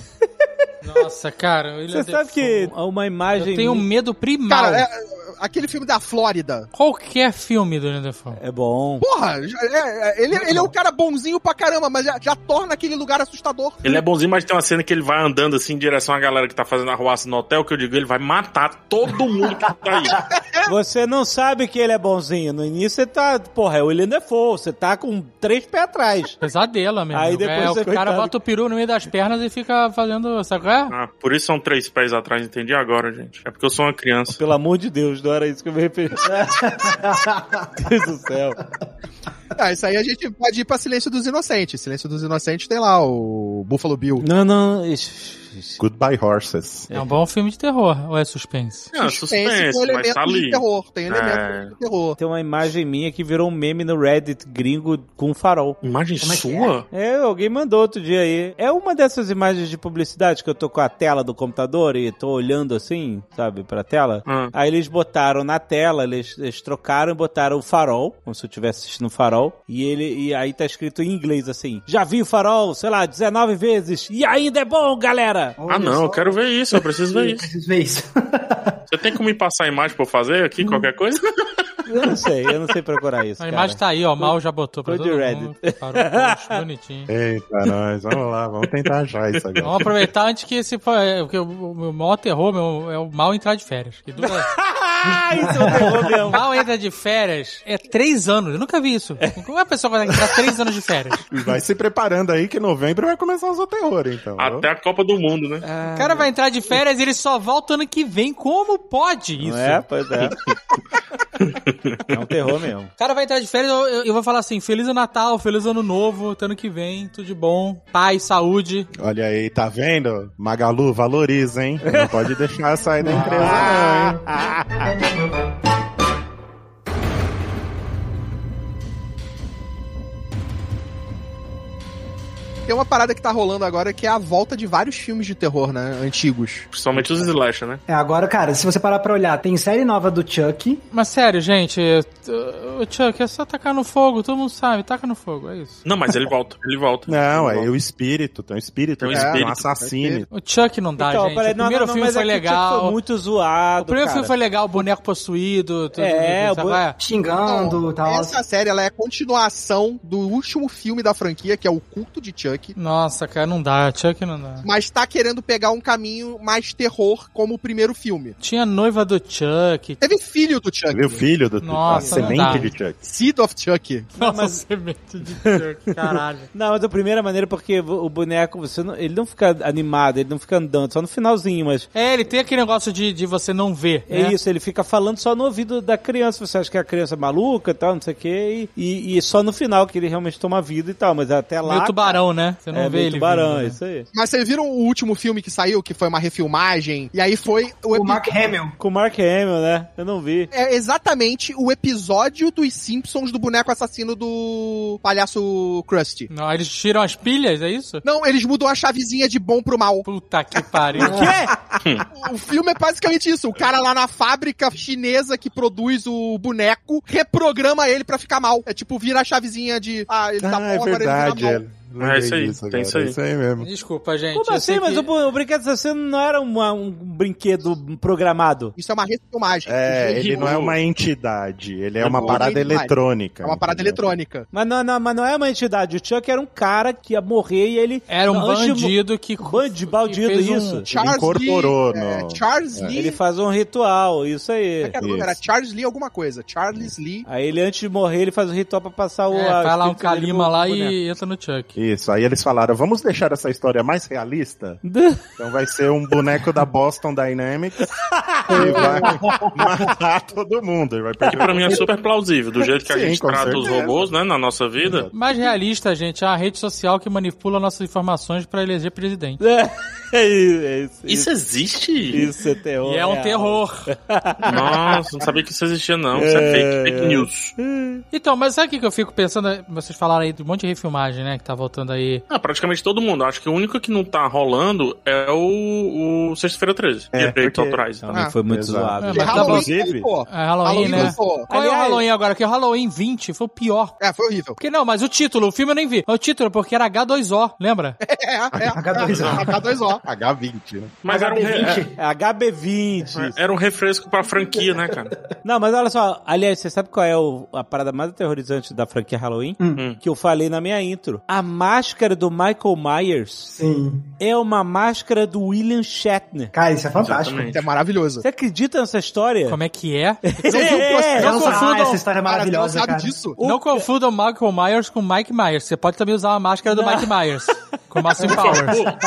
S4: Nossa, cara, o William
S6: é
S4: é um-
S2: Você sabe que é uma imagem...
S4: Eu tenho medo primal.
S3: Cara, é- é- aquele filme da Flórida.
S4: Qualquer filme do William Defoe.
S2: É bom.
S3: Porra, já- é- é- ele, ele é um cara bonzinho pra caramba, mas já, já torna aquele lugar assustador.
S7: Ele é bonzinho, mas tem uma cena que ele vai andando assim em direção à galera que tá fazendo arruaça no hotel, que eu digo, ele vai matar todo mundo que tá aí.
S6: É?
S2: Você não sabe que ele é bonzinho. No início você tá, porra, é o William Defoe. Você tá com três pés atrás.
S4: Pesadelo, mesmo.
S2: Aí depois
S4: é,
S2: você-
S4: o cara
S2: coitado.
S4: bota o peru no meio das pernas e fica fazendo, sabe qual é?
S7: Ah, por isso são três pés atrás, entendi agora, gente. É porque eu sou uma criança.
S2: Pelo amor de Deus, não era isso que eu me referi. Deus do céu.
S3: Ah, isso aí a gente pode ir pra Silêncio dos Inocentes. Silêncio dos Inocentes tem lá o Buffalo Bill.
S2: Não, não. isso- isso-
S6: Goodbye Horses.
S4: É. um bom filme de terror, ou é suspense?
S7: Não, é suspense, mas tá
S3: de
S7: ali.
S3: terror. Tem elementos
S7: É.
S3: de terror.
S2: Tem uma imagem minha que virou um meme no Reddit gringo com um farol.
S7: Imagem sua?
S2: É, alguém mandou outro dia aí. É uma dessas imagens de publicidade que eu tô com a tela do computador e tô olhando assim, sabe, pra tela.
S7: Ah.
S2: Aí eles botaram na tela, eles, eles trocaram e botaram o farol, como se eu estivesse assistindo o farol. E ele e aí tá escrito em inglês assim: Já vi o farol, sei lá, 19 vezes, e ainda é bom, galera!
S7: Ah, não, eu quero ver isso, eu preciso ver isso.
S5: Preciso ver isso.
S6: Hum.
S7: Você tem como me passar a imagem pra eu fazer aqui, qualquer coisa?
S2: Eu não sei, eu não sei procurar isso.
S4: A
S2: cara.
S4: imagem tá aí, ó. Mal já botou pra
S2: Tô de
S4: todo mundo.
S2: Reddit.
S4: Parou o post, bonitinho.
S6: Eita, nós, vamos lá, vamos tentar achar isso agora.
S4: Vamos aproveitar antes que esse. fa- Porque o o meu maior terror meu, é o mal entrar de férias. Que dura.
S12: isso é um terror mesmo.
S4: Mal entra de férias é três anos. Eu nunca vi isso. Como é a pessoa que vai entrar três anos de férias?
S6: E vai se preparando aí que novembro vai começar o seu terror, então.
S7: Até a Copa do Mundo, né?
S6: É.
S4: O cara vai entrar de férias e ele só volta ano que vem. Como pode isso?
S2: Não é? Pois é.
S4: tá
S2: é um terror mesmo.
S4: O cara vai entrar de férias eu, eu, eu vou falar assim: Feliz Natal, Feliz Ano Novo, até ano que vem, tudo de bom, paz, saúde.
S6: Olha aí, tá vendo? Magalu, valoriza, hein? Não pode deixar sair da empresa,
S3: Ah.
S6: não, hein?
S3: Tem uma parada que tá rolando agora que é a volta de vários filmes de terror, né? Antigos.
S7: Principalmente os slasher, né?
S5: É, agora, cara, se você parar pra olhar, tem série nova do Chuck.
S4: Mas sério, gente, o Chuck, é só tacar no fogo, todo mundo sabe, taca no fogo, é isso.
S7: Não, mas ele volta, ele volta.
S6: Não, é o espírito, tem um espírito,
S7: Tem um
S6: cara, um,
S7: espírito.
S6: assassino.
S4: O Chuck não dá, Tá, gente.
S2: Então, peraí,
S4: o primeiro filme
S2: mas
S4: foi
S2: é que o Chuck
S4: legal.
S2: Foi muito zoado.
S4: O primeiro
S2: cara.
S4: filme foi legal, o boneco possuído, tudo,
S2: É,
S4: sabe?
S2: o bo-
S4: É.
S5: Xingando e tal.
S3: Essa série ela é a continuação do último filme da franquia, que é O Culto de Chuck.
S4: Nossa, cara, não dá, Chuck não dá.
S3: Mas tá querendo pegar um caminho mais terror como o primeiro filme.
S4: Tinha a noiva do Chuck.
S3: Teve filho do Chuck.
S6: Viu, filho do
S4: Nossa,
S6: a
S4: não dá.
S6: semente de Chuck.
S3: Seed of Chuck.
S4: Nossa, semente de Chuck, caralho.
S2: Não, mas a primeira maneira é porque o boneco, você não- ele não fica animado, ele não fica andando, só no finalzinho, mas.
S4: É, ele tem aquele negócio de, de você não ver.
S2: É
S4: né?
S2: isso, ele fica falando só no ouvido da criança. Você acha que a criança é maluca e tal, não sei o quê. E, e- e só no final que ele realmente toma vida e tal. Mas até lá.
S4: Meio tubarão, né? Você não
S2: É,
S4: vê
S2: meio
S4: ele.
S2: tubarão,
S4: vindo, né?
S2: isso aí.
S3: Mas vocês viram o último filme que saiu, que foi uma refilmagem? E aí foi o,
S5: O
S3: epi-
S5: Mark Hamill.
S2: Com o Mark Hamill, né? Eu não vi.
S3: É exatamente o episódio dos Simpsons do boneco assassino do palhaço Krusty.
S4: Não, eles tiram as pilhas, é isso?
S3: Não, eles mudam a chavezinha de bom pro mal.
S4: Puta que pariu.
S3: O filme é basicamente isso. O cara lá na fábrica chinesa que produz o boneco reprograma ele pra ficar mal. É tipo, vira a chavezinha de. Ah, ele tá
S6: Ah, é
S3: bom, agora ele
S6: verdade.
S3: vira
S6: É.
S3: mal.
S6: Lembrei
S7: isso aí,
S6: disso agora,
S7: tem isso aí.
S6: É isso aí mesmo.
S4: Desculpa, gente.
S2: Como
S4: eu
S2: assim?
S4: sei
S2: Mas
S4: que-
S2: o, bo- o brinquedo assassino não era uma- um brinquedo programado.
S3: Isso é uma refilmagem.
S6: É,
S7: Entendi.
S6: ele não
S5: Tipo,
S6: é uma entidade, ele é
S7: Eu
S6: uma
S7: vou
S6: parada
S3: identificar.
S6: eletrônica.
S3: É uma parada
S6: entendeu?
S3: eletrônica.
S2: Mas não, não, mas não é uma entidade. O Chuck era um cara que ia morrer e ele.
S4: Era um
S2: antes de mo-
S4: bandido que.
S2: Bandido, baldido,
S4: fez um-
S2: isso.
S3: Charles
S6: incorporou
S3: Lee,
S6: no-
S3: é, Charles Lee.
S2: Ele faz um ritual, isso aí.
S3: Como é que era o nome?
S6: Isso.
S3: Era Charles Lee alguma coisa. Charles Lee.
S2: Aí ele, antes de morrer, ele faz o ritual pra passar o.
S4: É,
S2: a-
S4: vai lá um
S2: espírito dele
S4: Kalima
S2: pro
S4: lá
S2: boneco.
S4: e entra no Chuck.
S6: Isso, aí eles falaram, vamos deixar essa história mais realista? Então vai ser um boneco da Boston Dynamics que vai matar todo mundo. e Vai
S7: Que
S6: perder
S7: pra mim é super plausível, do jeito que a
S6: Sim,
S7: gente
S6: com
S7: trata os
S6: certeza.
S7: robôs, né, na nossa vida.
S4: Mais realista, gente, é a rede social que manipula nossas informações pra eleger presidente.
S2: É, é isso.
S7: Isso existe?
S2: Isso é terror.
S4: E é um
S2: real.
S4: terror.
S7: Nossa, não sabia que isso existia, não. Isso é fake, fake news.
S4: Então, mas sabe o que que eu fico pensando? Vocês falaram aí de um monte de refilmagem, né? Que tá voltando aí.
S7: Ah, praticamente todo mundo. Acho que o único que não tá rolando é o, o Sexta-feira 13.
S6: É,
S7: direito
S6: porque-
S7: atrás.
S2: Também foi muito
S6: Exato.
S2: zoado.
S4: É,
S3: De
S4: mas tá
S3: Halloween,
S4: bom.
S6: Inclusive-
S3: pô.
S4: É Halloween,
S3: Halloween
S4: né?
S3: voltou.
S4: Qual é o
S2: Aliás-
S4: Halloween agora? Porque o Halloween 20 foi o pior.
S3: É, foi horrível.
S4: Porque não, mas o título, o filme eu nem vi. Mas O título, porque era H2O, lembra?
S3: É, é.
S5: H2O.
S3: H2O.
S6: H20, né?
S7: Mas era um, re-
S5: HB20.
S2: É HB20.
S7: era um refresco pra franquia, né, cara?
S2: Não, mas olha só. Aliás, você sabe qual é o- a parada mais aterrorizante da franquia Halloween?
S5: Hum.
S2: Que eu falei na minha intro. A máscara do Michael Myers
S5: Sim.
S2: é uma máscara do William Shatner.
S5: Cara, isso é fantástico.
S7: Exatamente.
S3: Isso é maravilhoso.
S2: Você acredita nessa história?
S4: Como é que é?
S2: É,
S5: Eu não
S4: confundam-
S5: sabia, essa história é maravilhosa,
S3: Cara, você não
S5: cara.
S3: sabe disso?
S4: Não confunda o Michael Myers com o Mike Myers. Você pode também usar a máscara do Mike Myers. Com o Maxim
S7: Por
S4: Powers.
S7: favor,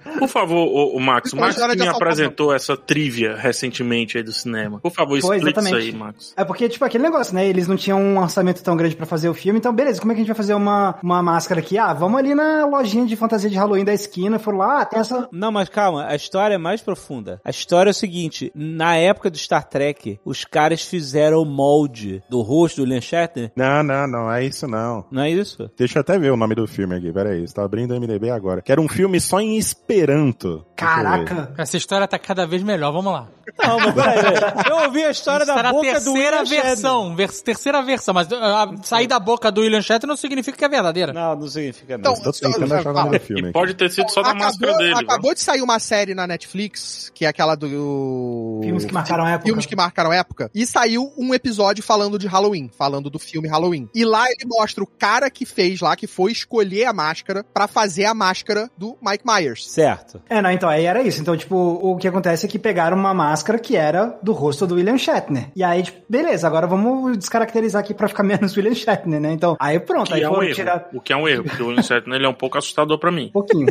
S7: por favor, o, Max. O Max
S3: Mas hora Então,
S7: que
S3: de
S7: me
S3: assaltar,
S7: apresentou essa trivia recentemente aí do cinema. Por favor,
S5: Foi,
S7: explica isso
S5: exatamente.
S7: aí, Max.
S5: É porque, tipo, aquele negócio, né? Eles não tinham um orçamento tão grande pra fazer o filme, então, beleza, como é que a gente vai fazer uma, uma máscara aqui? Ah, vamos ali na lojinha de fantasia de Halloween da esquina, foram lá, ah, tem essa.
S2: Não, mas calma, a história é mais profunda. A história é o seguinte: na época do Star Trek, os caras fizeram o molde do rosto do William Shatner.
S6: Não, não, não, é isso não.
S2: Não é isso?
S6: Deixa eu até ver o nome do filme aqui, peraí. Você tá abrindo o lembrei agora. Que era um filme só em Esperanto.
S4: Caraca! Essa história tá cada vez melhor, vamos lá.
S13: Não, mas peraí. Eu ouvi a história da
S4: Está na
S13: boca do
S4: terceira
S13: William Shatner.
S4: versão, vers- terceira versão, mas uh, uh, sair da boca do William Shatner não significa que é verdadeira.
S13: Não, não significa
S3: Então,
S6: Tô tentando achar o nome do filme.
S7: E
S6: aqui.
S7: pode ter sido só da máscara dele. viu?
S3: acabou de sair uma série na Netflix, que é aquela do.
S5: Filmes que marcaram a época.
S3: Filmes que marcaram a época. E saiu um episódio falando de Halloween, falando do filme Halloween. E lá ele mostra o cara que fez lá, que foi escolher a máscara pra fazer a máscara do Mike Myers.
S13: Certo.
S5: É, não, então aí era isso. Então, tipo, o que acontece é que pegaram uma máscara que era do rosto do William Shatner. E aí, tipo, beleza, agora vamos descaracterizar aqui pra ficar menos William Shatner, né? Então, aí pronto,
S7: Que
S5: aí
S7: é um
S5: foram
S7: erro.
S5: tirar
S7: O que é um erro, porque o William Shatner ele é um pouco assustador pra mim.
S5: um pouquinho.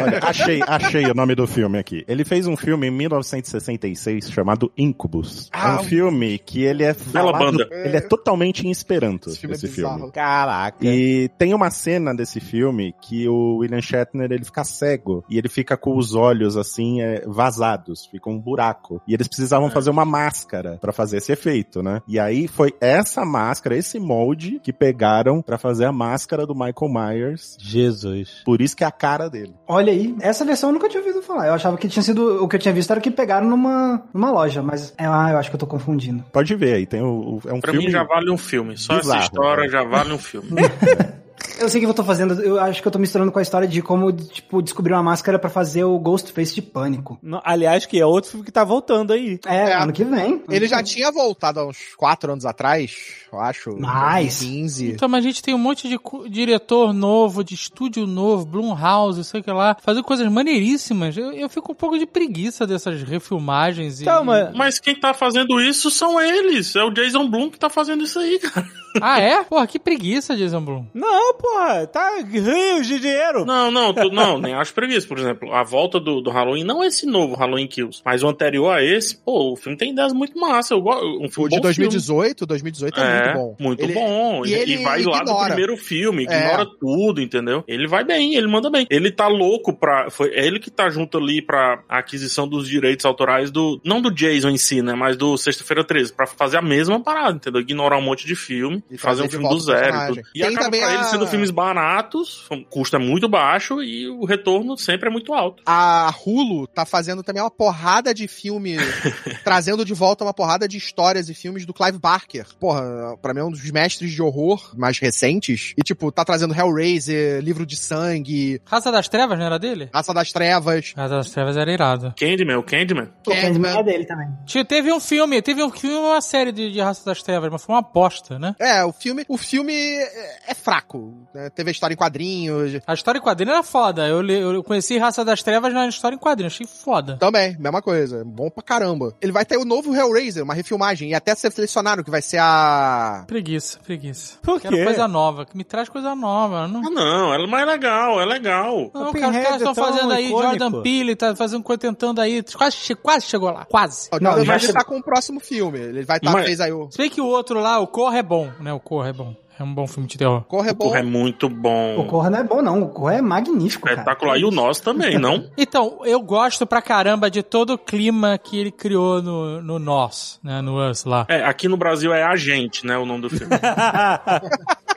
S6: Olha, achei, achei o nome do filme aqui. Ele fez um filme em 1966 chamado Incubus. é
S3: Ah,
S6: um filme que ele é
S7: Bela
S6: falado-
S7: banda.
S6: Ele é totalmente em Esperanto,
S3: Esse
S6: esse
S3: filme
S6: filme.
S3: é bizarro.
S2: É.
S13: Caraca.
S6: E tem uma cena desse filme que o William Shatner ele fica cego e ele fica com os olhos assim é, vazados, fica um buraco. E eles precisavam fazer uma máscara pra fazer esse efeito, né? E aí foi essa máscara, esse molde que pegaram pra fazer a máscara do Michael Myers.
S13: Jesus.
S6: Por isso que é a cara dele.
S5: Olha aí, essa versão eu nunca tinha ouvido falar. Eu achava que tinha sido. O que eu tinha visto era o que pegaram numa, numa loja, mas. é, Ah, eu acho que eu tô confundindo.
S6: Pode ver aí, tem o, o- é um
S7: Pra
S6: filme
S7: mim já vale um filme. Só
S6: bizarro,
S7: essa história
S6: né?
S7: já vale um filme.
S5: Eu sei o que eu tô fazendo, eu acho que eu tô misturando com a história de como, tipo, descobrir uma máscara pra fazer o Ghostface de pânico.
S13: Não, aliás, que é outro filme que tá voltando aí.
S5: É,
S3: É.
S5: ano que vem.
S3: Ele
S7: Uhum.
S3: já tinha voltado há uns 4 anos atrás, eu acho.
S5: Mais.
S3: 15.
S4: Então, mas a gente tem um monte de cu- diretor novo, de estúdio novo, Blumhouse, sei o que lá, fazendo coisas maneiríssimas. Eu, eu fico um pouco de preguiça dessas refilmagens. e-
S13: Então, mas...
S7: Mas quem tá fazendo isso são eles. É o Jason Blum que tá fazendo isso aí, cara.
S4: Ah, é? Porra, que preguiça, Jason Blum.
S13: Não, porra, tá rios de dinheiro.
S7: Não, não, tu- não, nem acho previsto. Por exemplo, a volta do, do Halloween, não é esse novo Halloween Kills, mas o anterior a esse, pô, o filme tem ideias muito massa. Eu, go- um
S3: O
S7: filme
S3: de
S7: bom
S3: 2018,
S7: filme.
S3: 2018 é,
S7: É,
S3: muito bom.
S7: muito
S3: Ele-
S7: bom.
S3: e
S7: E, e
S3: ele
S7: vai lá do
S3: ignora.
S7: primeiro filme, ignora
S3: É.
S7: tudo, entendeu? Ele vai bem, ele manda bem. Ele tá louco pra. Foi, é ele que tá junto ali pra aquisição dos direitos autorais do. Não do Jason em si, né? Mas do Sexta-feira 13, pra fazer a mesma parada, entendeu? Ignorar um monte de filme,
S3: E
S7: fazer
S3: trazer
S7: um
S3: de
S7: filme do
S3: volta o
S7: zero. E,
S3: personagem.
S7: tudo. e
S3: Tem
S7: acaba
S3: também
S7: pra
S3: a-
S7: ele sendo filmes baratos, custa muito baixo e o retorno sempre é muito alto.
S3: A Hulu tá fazendo também uma porrada de filme, trazendo de volta uma porrada de histórias e filmes do Clive Barker. Porra, pra mim é um dos mestres de horror mais recentes. E, tipo, tá trazendo Hellraiser, Livro de Sangue,
S4: Raça das Trevas não era dele?
S3: Raça das Trevas,
S4: Raça das Trevas era irado.
S7: Candyman, o Candyman.
S5: O Candyman
S3: Candyman.
S5: é dele também.
S4: Tinha- Teve um filme, teve um filme, uma série de, de Raça das Trevas, mas foi uma aposta, né?
S3: É, o filme, o filme é é fraco. né? Teve a história em quadrinhos.
S4: A história em quadrinho era foda. Eu, le- eu conheci Raça das Trevas na história em quadrinho, achei foda.
S3: Também, mesma coisa. Bom pra caramba. Ele vai ter o novo Hellraiser, uma refilmagem. E até selecionaram que vai ser a.
S4: Preguiça, preguiça.
S13: Por
S4: Quero
S13: quê?
S4: coisa nova, que me traz coisa nova. Não,
S7: Ah, não, ela, mas é legal, é legal.
S4: Não,
S13: Pinhead
S4: cara, os caras
S13: é
S4: estão
S13: tão
S4: fazendo aí,
S13: icônico.
S4: Jordan Peele tá fazendo coisa, tentando aí, quase, che- quase chegou lá, quase.
S3: Não,
S5: Não,
S3: ele
S5: já
S3: vai
S5: chegou.
S3: estar com o próximo filme. Ele vai estar,
S7: Mas-
S3: fez aí o.
S4: Se bem que o outro lá, o Corra é bom, né, o Corra é bom. É um bom filme de terror.
S3: Corre é bom.
S7: Porra, é muito
S5: O
S7: bom.
S5: Corra não é bom, não. O Corra é magnífico, cara.
S7: Espetacular. E o nosso também, não?
S4: Então, eu gosto pra caramba de todo o clima que ele criou no, no Nós, né, no Us lá.
S7: É, aqui no Brasil é A Gente, né? O nome do filme.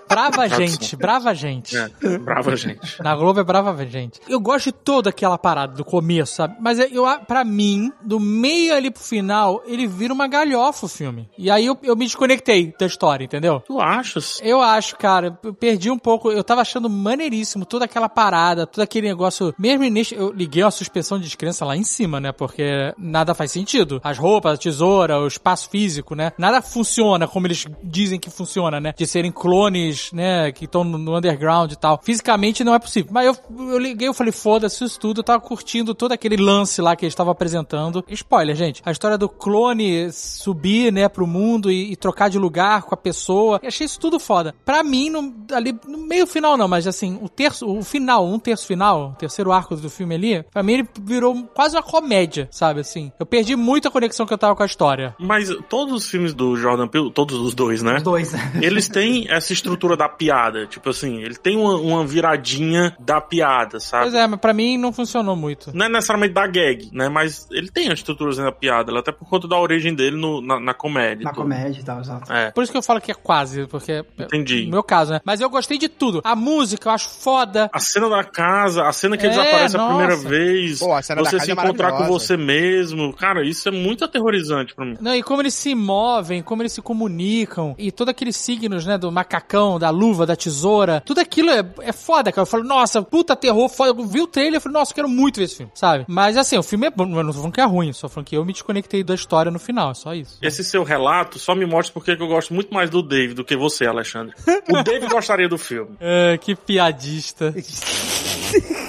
S4: Brava gente, brava gente.
S7: É, brava gente.
S4: Na Globo é brava, gente. Eu gosto de toda aquela parada do começo, sabe? Mas é, eu, pra mim, do meio ali pro final, ele vira uma galhofa o filme. E aí eu, eu me desconectei da história, entendeu?
S7: Tu achas?
S4: Eu acho, cara, eu perdi um pouco. Eu tava achando maneiríssimo toda aquela parada, todo aquele negócio. Mesmo início, eu liguei uma suspensão de descrença lá em cima, né? Porque nada faz sentido. As roupas, a tesoura, o espaço físico, né? Nada funciona como eles dizem que funciona, né? De serem clones, né? Que estão no, no underground e tal. Fisicamente não é possível. Mas eu, eu liguei, eu falei, foda-se isso tudo. Eu tava curtindo todo aquele lance lá que eles estavam apresentando. Spoiler, gente. A história do clone subir, né, pro mundo e, e trocar de lugar com a pessoa. Eu achei isso tudo foda. Pra mim, no, ali, no meio final não, mas assim, o terço, o final, um terço final, o terceiro arco do filme ali, pra mim ele virou quase uma comédia, sabe, assim. Eu perdi muito a conexão que eu tava com a história.
S7: Mas todos os filmes do Jordan Peele, todos os dois, né?
S5: Os dois.
S7: Eles têm essa leitura da piada. Tipo assim, ele tem uma, uma viradinha da piada, sabe?
S4: Pois é, mas pra mim não funcionou muito.
S7: Não é necessariamente da gag, né? Mas ele tem a estruturazinha da piada, é até por conta da origem dele no- na, na comédia.
S5: Na
S7: Então,
S5: comédia e tal, exato.
S7: É.
S4: Por isso que eu falo que é quase, porque.
S7: Entendi.
S4: No meu caso, né? Mas eu gostei de tudo. A música eu acho foda.
S7: A cena da casa, a cena que eles
S4: É,
S7: aparecem a
S4: nossa.
S7: primeira vez,
S4: Pô, a cena da
S7: você
S4: casa
S7: se
S4: é
S7: encontrar com
S4: maravilhosa.
S7: você mesmo, cara, isso é muito aterrorizante pra mim.
S4: Não, e como eles se movem, como eles se comunicam, e todos aqueles signos, né, do macacão, da luva, da tesoura, tudo aquilo é, é foda, cara. Eu falo, nossa, puta terror, foda. Eu vi o trailer e falei, nossa, eu quero muito ver esse filme, sabe? Mas assim, o filme é bom, eu não tô falando que é ruim, só falando que eu me desconectei da história no final, é só isso.
S7: Esse seu relato só me mostra porque que eu gosto muito mais do Dave do que você, Alexandre. O Dave gostaria do filme.
S4: É, que piadista.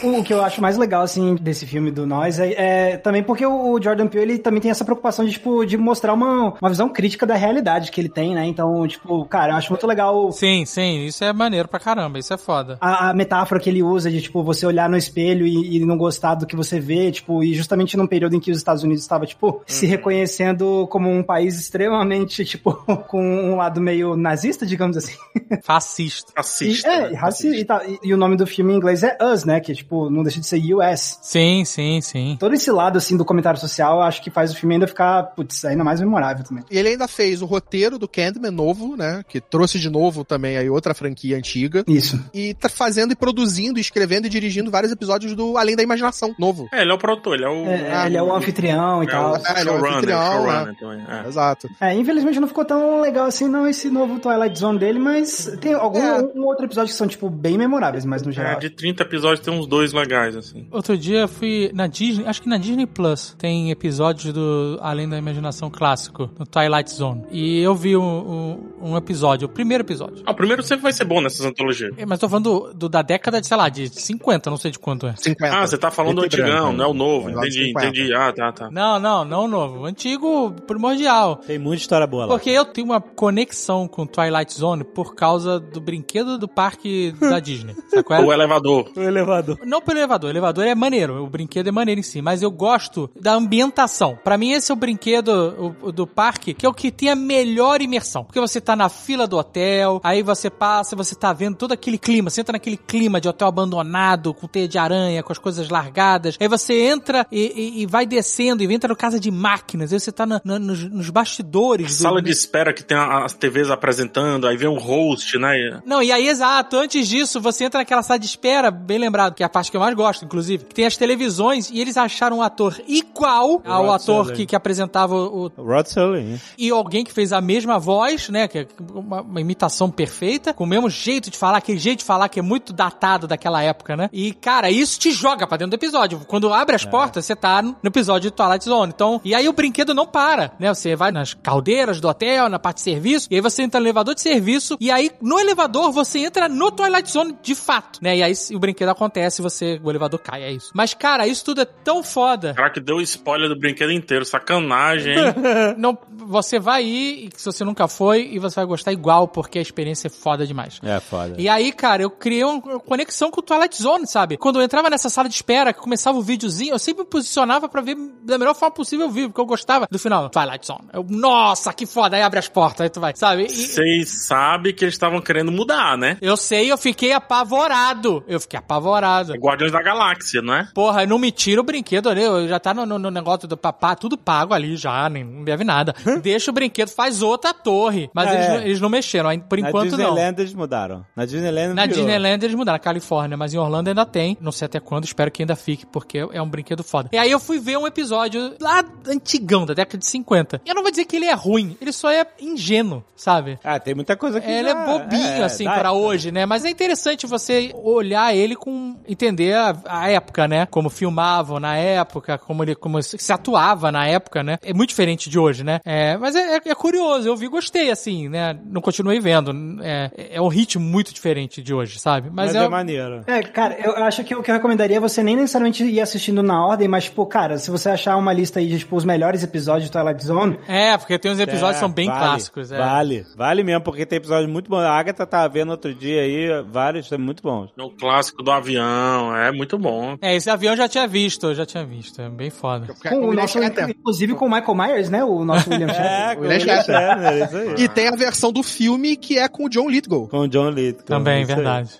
S5: O Um que eu acho mais legal, assim, desse filme do Nós é, é também porque o o Jordan Peele, ele também tem essa preocupação de, tipo, de mostrar uma, uma visão crítica da realidade que ele tem, né? Então, tipo, cara, eu acho muito legal
S4: Sim, sim, isso é maneiro pra caramba, isso é foda.
S5: a, a metáfora que ele usa de, tipo, você olhar no espelho e, e não gostar do que você vê, tipo, e justamente num período em que os Estados Unidos estava, tipo, se reconhecendo como um país extremamente, tipo, com um lado meio nazista, digamos assim.
S4: Fascista.
S5: E,
S7: né?
S5: é, e raci- e tal. E- e o nome do filme em inglês é Us, né? Que, tipo, não deixa de ser US.
S4: Sim, sim, sim.
S5: Todo esse lado, assim, do comentário social, eu acho que faz o filme ainda ficar, putz, ainda mais memorável também.
S3: E ele ainda fez o roteiro do Candyman novo, né? Que trouxe de novo também aí outra franquia antiga.
S5: Isso.
S3: E tá fazendo e produzindo, e escrevendo e dirigindo vários episódios do Além da Imaginação, novo.
S7: É, ele é o produtor, ele é o.
S5: É, ele é o anfitrião e
S7: é
S5: tal.
S7: o
S5: É, ele é o
S7: showrunner,
S5: anfitrião,
S7: showrunner
S5: né?
S7: também. é.
S3: Exato.
S5: É, infelizmente não ficou tão legal assim, não, esse novo Twilight Zone dele, mas tem algum um outro episódio que são, tipo, bem memoráveis, mas no
S7: É,
S5: geral.
S7: de 30 episódios tem uns dois legais, assim.
S4: Outro dia eu fui na Disney, acho que na Disney Plus tem episódios do Além da Imaginação Clássico, no Twilight Zone. E eu vi um, um- um episódio, o primeiro episódio.
S7: Ah, o primeiro sempre vai ser bom nessas antologias.
S4: É, Mas tô falando do, do- da década de, sei lá, de 50, não sei de quanto é.
S3: 50.
S7: Ah, você tá falando do
S4: Preto e
S7: antigão,
S4: branco,
S7: não é o novo.
S4: né? Lá dos
S7: Entendi,
S4: 50.
S7: entendi. Ah, tá, tá.
S4: Não, não, não o novo. O antigo, primordial.
S13: Tem muita história boa lá.
S4: Porque eu tenho uma conexão com Twilight Zone por causa do brinquedo do parque da Disney. Sacou?
S7: O elevador.
S13: O elevador.
S4: Não pelo elevador, o elevador é maneiro, o brinquedo é maneiro em si, mas eu gosto da ambientação. Pra mim esse é o brinquedo o- o do parque que é o que tem a melhor imersão. Porque você tá na fila do hotel, aí você passa, você tá vendo todo aquele clima, você entra naquele clima de hotel abandonado, com teia de aranha, com as coisas largadas. Aí você entra e, e- e vai descendo, e entra no casa de máquinas, aí você tá na- na- nos, nos bastidores. do-
S7: Sala de espera que tem a- as TVs apresentando, aí vem um host, né?
S4: não, e aí, exato, antes disso, você entra naquela sala de espera, bem lembrado, que é a parte que eu mais gosto, inclusive, que tem as televisões e eles acharam um ator igual ao
S13: Rod
S4: ator
S13: Serling.
S4: que, que apresentava o.
S13: Rod Serling.
S4: E alguém que fez a mesma voz, né? Que é uma, uma imitação perfeita, com o mesmo jeito de falar, aquele jeito de falar que é muito datado daquela época, né? E, cara, isso te joga pra dentro do episódio. Quando abre as portas, você tá no episódio de Twilight Zone. Então, e aí o brinquedo não para, né? Você vai nas caldeiras do hotel, na parte de serviço, e aí você entra no elevador de serviço, e aí no elevador você entra no Twilight Zone de fato, né? E aí se o brinquedo acontece, você, o elevador cai, é isso. Mas, cara, isso tudo é tão foda.
S7: Caraca, deu spoiler do brinquedo inteiro. Sacanagem, hein?
S4: Não, você vai ir, se você nunca foi, e você vai gostar igual, porque a experiência é foda demais.
S13: É foda.
S4: E aí, cara, eu criei um, uma conexão com o Twilight Zone, sabe? Quando eu entrava nessa sala de espera, que começava o videozinho, eu sempre me posicionava pra ver da melhor forma possível o vídeo, porque eu gostava do final, Twilight Zone. Eu, nossa, que foda, aí abre as portas, aí tu vai, sabe? E-
S7: Vocês sabem que eles estavam querendo mudar, né?
S4: eu sei, eu fiquei apavorado. Eu fiquei apavorado.
S7: É Guardiões da Galáxia, não é?
S4: Porra, não me tira o brinquedo ali. Eu já tá no, no- no negócio do papá, tudo pago ali já, nem, não deve nada. Deixa o brinquedo, faz outra torre. Mas
S13: É.
S4: eles, não- eles não mexeram, ainda- por enquanto
S13: Na
S4: não.
S13: Disneyland eles mudaram. Na Disneyland
S4: Na
S13: virou.
S4: Disneyland eles mudaram, na Califórnia, mas em Orlando ainda tem. Não sei até quando, espero que ainda fique, porque é um brinquedo foda. E aí eu fui ver um episódio lá antigão, da década de 50. Eu não vou dizer que ele é ruim, ele só é ingênuo, sabe?
S13: Ah, tem muita coisa que
S4: Ele
S13: já-
S4: é bobinho,
S13: é,
S4: assim,
S13: dá-
S4: pra hoje, né? Mas é interessante você olhar ele com... Entender a, a época, né? Como filmavam na época, como ele como se se atuava na época, né? É muito diferente de hoje, né? É, mas é, é- é curioso, eu vi, gostei, assim, né? Não continuei vendo. É, é um ritmo muito diferente de hoje, sabe? Mas,
S13: Mas
S4: é,
S13: é maneiro.
S5: É, cara, eu acho que o que eu recomendaria é você nem necessariamente ir assistindo na ordem, mas, tipo, cara, se você achar uma lista aí de, tipo, os melhores episódios do Twilight Zone,
S4: É, porque tem uns episódios que são bem
S13: vale,
S4: clássicos, é.
S13: Vale, vale tá mesmo, porque tem episódios muito bons. A Agatha tava vendo outro dia aí, vários, são muito bons.
S7: É o clássico do avião, é muito bom.
S4: É, esse avião eu já tinha visto, eu já tinha visto. É bem foda.
S5: Com o nosso,
S3: É,
S5: inclusive com o Michael Myers, né? O nosso William
S13: É,
S5: Shatner.
S3: O William Shatner. E tem a versão do filme que é com o John Lithgow.
S2: Com o John
S13: é
S2: Lithgow.
S13: Então,
S4: Também,
S2: isso aí.
S4: verdade.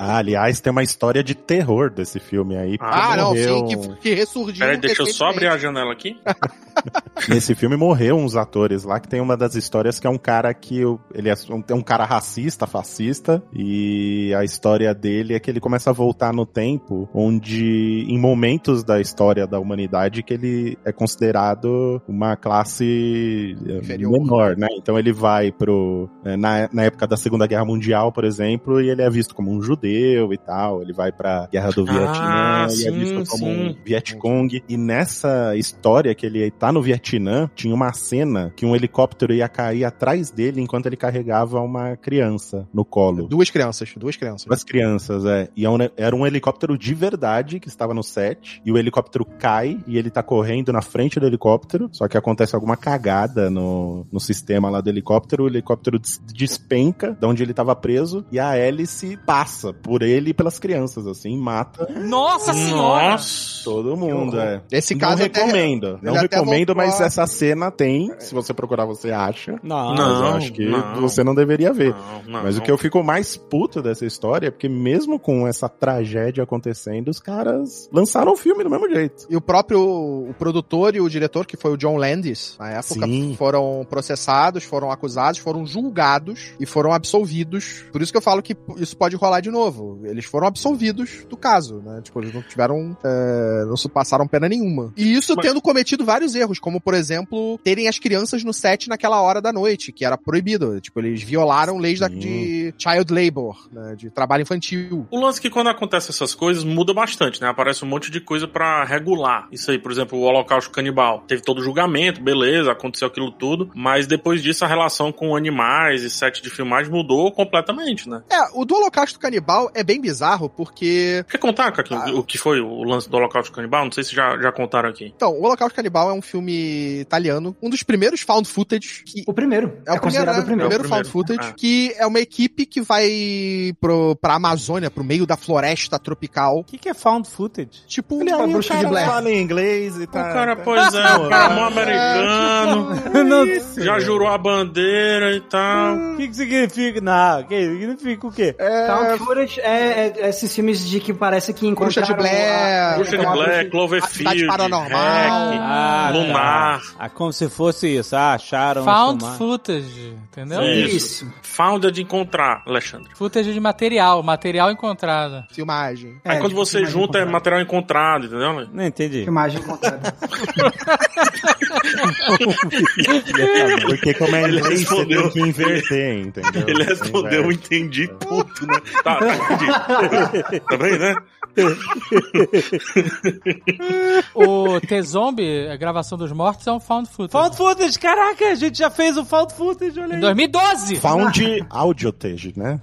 S6: Ah, aliás, tem uma história de terror desse filme aí. porque
S3: Ah, não,
S6: morreu um-
S3: sim, que, que ressurgiu.
S7: Peraí, deixa eu só abrir a
S3: recentemente.
S7: janela aqui.
S6: Nesse filme morreu uns atores lá, que tem uma das histórias que é um cara que o- ele é um, é um cara racista, fascista, e a história dele é que ele começa a voltar no tempo, onde em momentos da história da humanidade que ele é considerado uma classe eh,
S3: Inferior.
S6: menor, né? Então ele vai pro eh, na, na época da Segunda Guerra Mundial, por exemplo, e ele é visto como um judeu e tal, ele vai pra Guerra do Vietnã,
S7: Ah,
S6: ele é
S7: sim,
S6: visto como
S7: sim.
S6: um Vietcong. E nessa história que ele tá no Vietnã, tinha uma cena que um helicóptero ia cair atrás dele enquanto ele carregava uma criança no colo.
S3: Duas crianças, duas crianças.
S6: Duas crianças, é. E é um- era um helicóptero de verdade que estava no set. E o helicóptero cai e ele tá correndo na frente do helicóptero. Só que acontece alguma cagada no, no sistema lá do helicóptero. O helicóptero des- despenca de onde ele tava preso. E a hélice passa por ele e pelas crianças, assim, e mata
S4: Nossa senhora!
S7: Nossa!
S6: todo mundo, é.
S3: Esse
S6: não
S3: caso até-
S6: recomendo. não
S3: até
S6: recomendo,
S3: voltou
S6: mas
S3: a-
S6: essa cena tem. Se você procurar, você acha.
S13: Não,
S6: mas eu
S7: Não,
S6: acho que
S7: não.
S6: você não deveria ver.
S7: Não, não,
S6: Mas o que eu fico mais puto dessa história é porque mesmo com essa tragédia acontecendo, os caras lançaram o filme do mesmo jeito.
S3: E o próprio o produtor e o diretor, que foi o John Landis, na época,
S6: Sim.
S3: foram processados, foram acusados, foram julgados e foram absolvidos. Por isso que eu falo que isso pode rolar de novo. Eles foram absolvidos do caso, né? Tipo, eles não tiveram. é, não se passaram pena nenhuma. E isso
S7: Mas-
S3: tendo cometido vários erros, como, por exemplo, terem as crianças no set naquela hora da noite, que era proibido. Tipo, eles violaram leis da-
S6: Sim.
S3: de child labor, né? De trabalho infantil.
S7: O lance é que quando acontece essas coisas muda bastante, né? Aparece um monte de coisa pra regular isso aí. Por exemplo, o Holocausto Canibal. Teve todo o julgamento, beleza, aconteceu aquilo tudo. Mas depois disso, a relação com animais e set de filmagem mudou completamente, né?
S3: É, o do Holocausto Canibal é bem bizarro, porque
S7: Quer contar, Caqui,
S3: Ah.
S7: o que foi o lance do Holocausto Canibal? Não sei se já, já contaram aqui.
S3: Então, O Holocausto Canibal é um filme italiano, um dos primeiros found footage. Que
S5: O primeiro.
S3: é, o primeiro, né?
S5: considerado o primeiro.
S7: É o
S3: primeiro found
S7: primeiro.
S3: footage,
S7: Ah.
S3: que é uma equipe que vai pro, pra Amazônia, pro meio da floresta tropical.
S13: O que, que é found footage?
S3: Tipo,
S5: Ele é uma
S3: um
S5: bruxa de Blair.
S6: fala em inglês e
S2: Tá,
S13: tá-
S7: o cara, pois é, o cara é mó americano,
S13: Não,
S7: já jurou a bandeira e tal.
S13: O que, que significa? Não, que significa o quê?
S5: Found footage é, é- é esses filmes de que parece que encontraram...
S3: Bruxa de Blair.
S5: a-
S7: Bruxa de
S5: uma
S7: Black,
S3: Atividade
S7: Cloverfield,
S3: Paranormal.
S7: Hack,
S13: Ah, tá.
S7: Lunar.
S13: Ah, como se fosse isso. Ah, acharam.
S4: Found
S13: filmaram.
S4: footage, entendeu?
S7: Sim.
S5: Isso.
S7: Founder de encontrar, Alexandre.
S4: Footage de material, material encontrado.
S3: Filmagem.
S7: Aí
S5: É,
S7: quando
S5: tipo,
S7: você
S5: filmagem
S7: junta é
S5: encontrada.
S7: material encontrado, entendeu? né?
S13: Não entendi.
S5: Filmagem encontrada.
S6: Porque como é
S7: Ele
S6: inglês, você tem
S7: respondeu.
S6: que inverter, entendeu?
S7: Ele
S2: é.
S7: respondeu, um
S6: Inverte.
S7: entendi tudo, né? Tá, tá, entendi. tá bem, né?
S4: O T-Zombie, a gravação dos mortos, é um found footage.
S13: Found footage, caraca, a gente já fez o found footage, olha
S4: Em
S13: aí.
S4: 2012!
S6: Found Audiotage, né?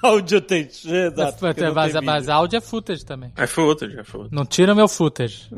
S13: Audio footage, exato.
S4: Mas-
S13: porque não
S4: mas,
S13: tem
S4: mas
S13: vídeo.
S4: áudio é footage também.
S7: É footage, é footage.
S4: Não tira o meu footage.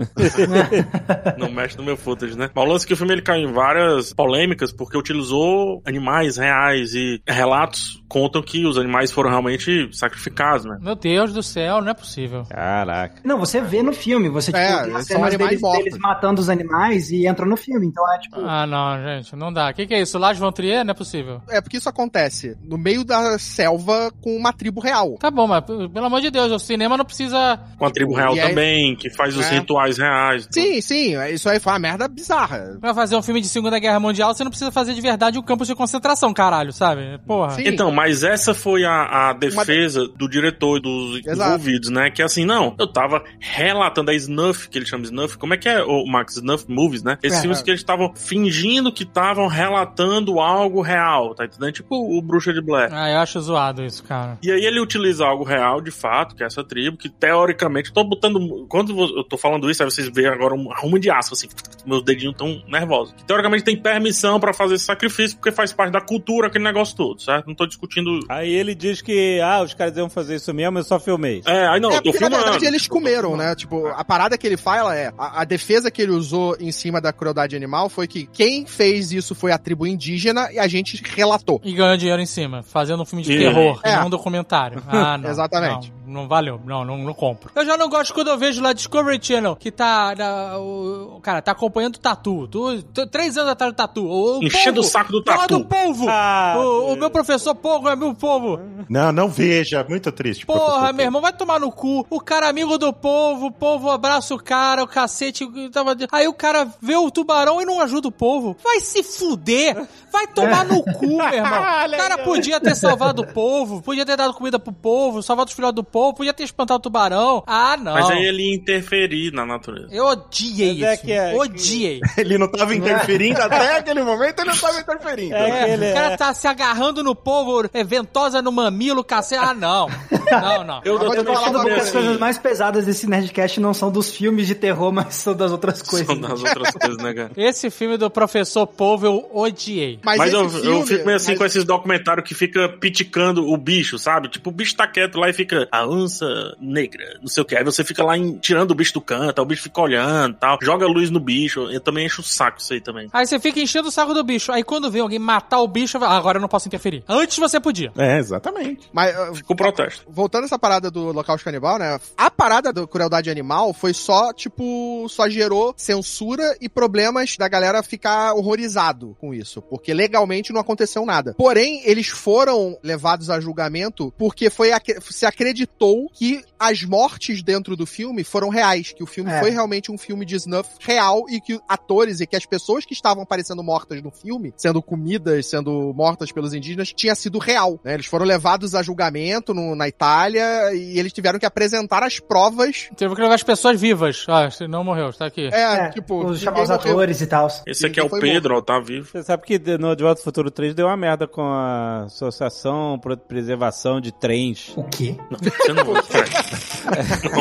S7: Não mexe no meu footage, né? Mas o lance é que o filme ele caiu em várias polêmicas porque utilizou animais reais e relatos contam que os animais foram realmente sacrificados, né?
S4: Meu Deus do céu, não é possível.
S13: Caraca.
S5: Não, você vê no filme, você tipo,
S3: É,
S5: tem
S3: são
S5: as cenas
S3: animais
S5: deles,
S3: mortos.
S5: deles matando os animais e entra no filme. Então é tipo.
S4: Ah, não, gente, não dá. O que, que é isso? Lars von Trier? Não é possível.
S3: É porque isso acontece no meio da selva com uma tribo real.
S4: Tá bom, mas p- pelo amor de Deus, o cinema não precisa.
S7: Com a tribo real
S3: E aí-
S7: também, que faz os
S3: É.
S7: rituais reais.
S3: Sim, sim, isso aí foi uma merda bizarra.
S4: Pra fazer um filme de Segunda Guerra Mundial, você não precisa fazer de verdade um campo de concentração, caralho, sabe? Porra.
S3: Sim.
S7: Então, mas essa foi a, a defesa do diretor e dos
S3: Exato.
S7: envolvidos, né? Que assim, não, eu tava relatando a Snuff, que ele chama Snuff, como é que é o Max Snuff Movies, né? Esses
S5: É.
S7: filmes que eles estavam fingindo que estavam relatando algo real, tá entendendo? Tipo o Bruxa de Blair.
S4: Ah, eu acho zoado isso, cara.
S7: E aí ele utiliza algo real, de fato, que é essa tribo, que teoricamente, eu tô botando, quando vo- eu tô falando isso, aí vocês veem agora um arrumo de aço, assim, meus dedinhos tão nervosos. Que, teoricamente tem permissão pra fazer esse sacrifício, porque faz parte da cultura, aquele negócio todo, certo? Não tô discutindo
S13: Aí ele diz que, ah, os caras iam fazer isso mesmo, eu só filmei.
S7: É, aí não,
S3: é
S7: eu tô
S3: porque,
S7: filmando.
S3: na verdade, eles
S7: Eu tô
S3: comeram,
S7: filmando.
S3: né? Tipo, a parada que ele fala é... A, a defesa que ele usou em cima da crueldade animal foi que quem fez isso foi a tribo indígena e a gente relatou.
S4: E ganhou dinheiro em cima, fazendo um filme de
S7: E-
S4: terror,
S3: É.
S4: não um documentário. Ah, não.
S3: Exatamente.
S4: Não, não valeu. Não, não, não compro. Eu já não gosto quando eu vejo lá Discovery Channel, que tá. na- o, o cara, tá acompanhando o Tatu. Tu- tu- três anos atrás do Tatu. O, o
S7: Enchendo
S4: Polvo.
S7: o saco do
S4: Porra
S7: Tatu. Ah,
S4: do polvo! o, o meu professor Polvo é meu povo.
S6: Não, não veja. é Muito triste.
S4: Porra, meu irmão, vai tomar no cu. O cara é amigo do povo, o povo abraça o cara, o cacete. e tava- Aí o cara vê o tubarão e não ajuda o povo. Vai se fuder! Vai tomar no cu, meu irmão. O cara podia ter salvado o povo, podia ter dado comida pro povo, salvado os filhotes do povo, podia ter espantado o tubarão. Ah, não.
S7: Mas aí ele ia interferir na natureza.
S4: Eu odiei
S7: Mas é
S4: isso.
S7: que é-
S4: odiei.
S6: Ele não tava
S7: interferindo até
S6: aquele momento, ele não tava interferindo.
S4: É, o cara tá se agarrando no povo, é, ventosa no mamilo, cacete. Ah, não. Não, não.
S5: Eu, eu, achando que
S3: assim.
S5: as coisas mais pesadas desse Nerdcast não são dos filmes de terror, mas são das outras coisas.
S7: São das outras coisas, né, cara?
S4: Esse filme do Professor Povo eu odiei.
S7: Mas, eu, eu fico meio assim com esses documentários que fica piticando o bicho, sabe? Tipo, o bicho tá quieto lá e fica a onça negra, não sei o que. Aí você fica lá em- tirando o bicho do canto, aí o bicho fica olhando e tal. Joga luz no bicho. Eu também encho o saco isso aí também.
S4: Aí você fica enchendo o saco do bicho. Aí quando vem alguém matar o bicho, eu falo, ah, agora eu não posso interferir. Antes você podia.
S6: É, exatamente.
S3: Mas, ah,
S7: Ficou protesto.
S3: voltando a essa parada do Holocausto Canibal, né? A parada da crueldade animal foi só, tipo, só gerou censura e problemas da galera ficar horrorizado com isso. Porque legalmente não aconteceu nada. Porém, eles foram levados a julgamento porque foi ac- se acreditou que as mortes dentro do filme foram reais. Que o filme
S5: É.
S3: foi realmente um filme de snuff real e que atores e que as pessoas que estavam aparecendo mortas no filme, sendo comidas, sendo mortas pelos indígenas, tinha sido real. né? Eles foram levados a julgamento no- na Itália e eles tiveram que apresentar as provas.
S4: Teve que levar as pessoas vivas. Ah, você não morreu, está aqui.
S3: É, tipo,
S5: Os, chamar
S3: ninguém
S5: os
S3: morreu.
S5: atores e tal.
S7: Esse aqui é o Pedro, ó, tá vivo.
S13: Você sabe que de- no De Volta ao Futuro 3 deu uma merda com a Associação Pro Preservação de Trens.
S5: O quê?
S7: Você não vai.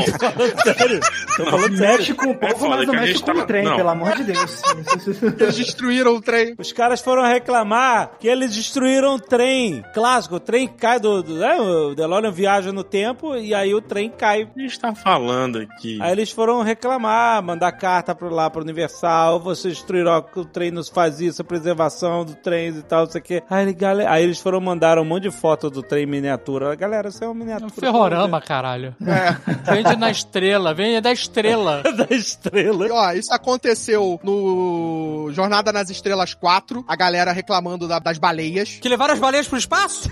S13: Sério? Tô falando
S5: Mexe com o
S13: É
S5: povo,
S13: foda
S5: mas não
S13: que a
S5: mexe
S13: gente
S5: com o
S13: tá-
S5: trem,
S13: não.
S5: pelo amor de Deus.
S3: Eles destruíram o trem.
S13: Os caras foram reclamar que eles destruíram o trem. Clássico, o trem cai do. do né, o DeLorean viaja no tempo e aí o trem cai.
S7: A gente tá falando aqui.
S13: Aí eles foram reclamar, mandar carta pra lá pra Universal, vocês destruíram o trem, nos faz isso, a preservação do trem e tal, não sei o quê. Aí, ele- gale- aí eles foram mandar um monte de foto do trem miniatura. Galera, isso é uma miniatura.
S4: Um Ferrorama, caralho. Vende na estrela, vende da estrela.
S13: da estrela.
S3: E, ó, isso aconteceu no Jornada nas Estrelas 4, a galera reclamando da- das baleias.
S4: Que levaram as baleias pro espaço?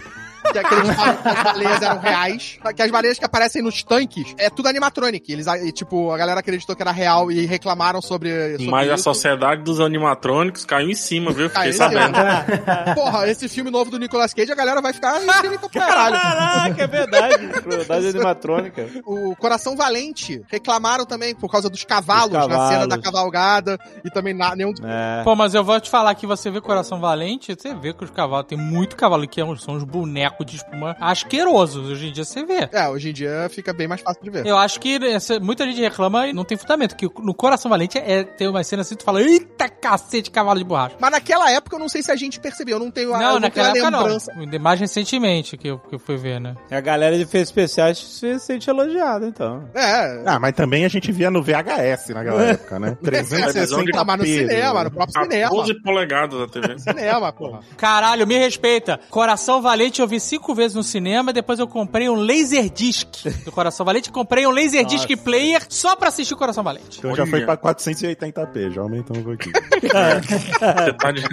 S3: Que aqueles falam que as baleias eram reais. Que as baleias que aparecem nos tanques é tudo animatronic. Eles, ah, e, tipo, a galera acreditou que era real e reclamaram sobre, É sobre
S7: Mas a
S3: isso.
S7: sociedade dos animatrônicos caiu em cima, viu? Fiquei
S3: Caiu em
S7: sabendo.
S3: Porra, esse filme novo do Nicolas Cage, a galera vai ficar "Ah, histérica tá pra caralho.
S13: Caraca, é verdade. Crueldade animatrônica.
S3: O Coração Valente reclamaram também por causa dos cavalos,
S13: Dos
S3: na cena
S13: cavalos.
S3: da cavalgada e também na, nenhum
S13: É.
S4: Pô, mas eu vou te falar que você vê Coração Valente, você vê que os cavalos, tem muito cavalo que é um- são uns bonecos de espuma asquerosos. Hoje em dia você vê.
S3: É, hoje em dia fica bem mais fácil de ver.
S4: Eu acho que essa- muita gente reclama e não tem fundamento. Que no Coração Valente é, tem uma cena assim que tu fala: Eita cacete, cavalo de borracha.
S3: Mas naquela época eu não sei se a gente percebeu, eu não tenho a, eu não
S4: Não,
S3: tenho
S4: naquela
S3: a
S4: época não.
S3: lembrança.
S4: Mais recentemente que eu, que eu fui ver, né?
S13: A galera de efeitos especiais se sente elogiada, então.
S3: É.
S6: Ah, mas também a gente via no VHS naquela época, né?
S7: Televisão de
S6: 360
S3: Mas no cinema, no próprio cinema.
S7: 12 polegadas da TV.
S3: Cinema, porra.
S4: Caralho, me respeita. Coração Valente eu vi cinco vezes no cinema, depois eu comprei um Laserdisc do Coração Valente, comprei um Laserdisc player só pra assistir Coração Valente.
S6: Então já foi
S7: Olha.
S6: pra 480p, já aumentou um pouquinho.
S7: Você tá de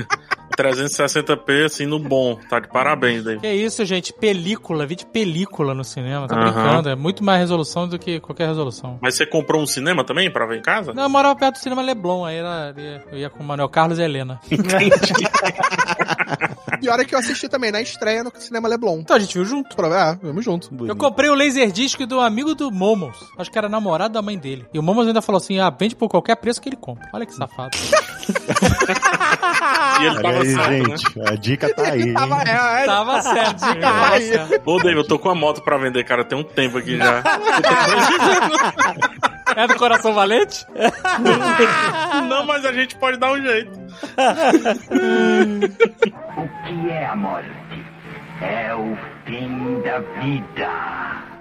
S7: 360p, assim, no bom. Tá de parabéns, David.
S4: Que isso, gente, película, vi de película no cinema, tá
S7: Aham.
S4: brincando, é muito mais resolução do que qualquer resolução.
S7: Mas você comprou um cinema também pra ver em casa?
S4: Não, eu morava perto do cinema Leblon, aí era- eu ia com o Manuel Carlos e a Helena.
S3: E a hora que eu assisti também, na estreia no cinema Leblon.
S4: Então a gente viu junto.
S3: Pra- É, vimos junto.
S4: Eu comprei o Laserdisc do amigo do Momos, acho que era namorado da mãe dele. E o Momos ainda falou assim, ah, vende por qualquer preço que ele compra. Olha que safado.
S7: E ele
S6: Olha
S7: tava
S6: aí,
S7: certo, né?
S6: gente, a dica tá aí. hein?
S3: é,
S4: Tava certo, gente, tava
S3: Aí.
S4: certo.
S7: né? Ô, David, eu tô com a moto pra vender, cara, tem um tempo aqui já.
S4: É do Coração Valente?
S7: Não, mas a gente pode dar um jeito.
S11: O que é a morte? É o fim da vida.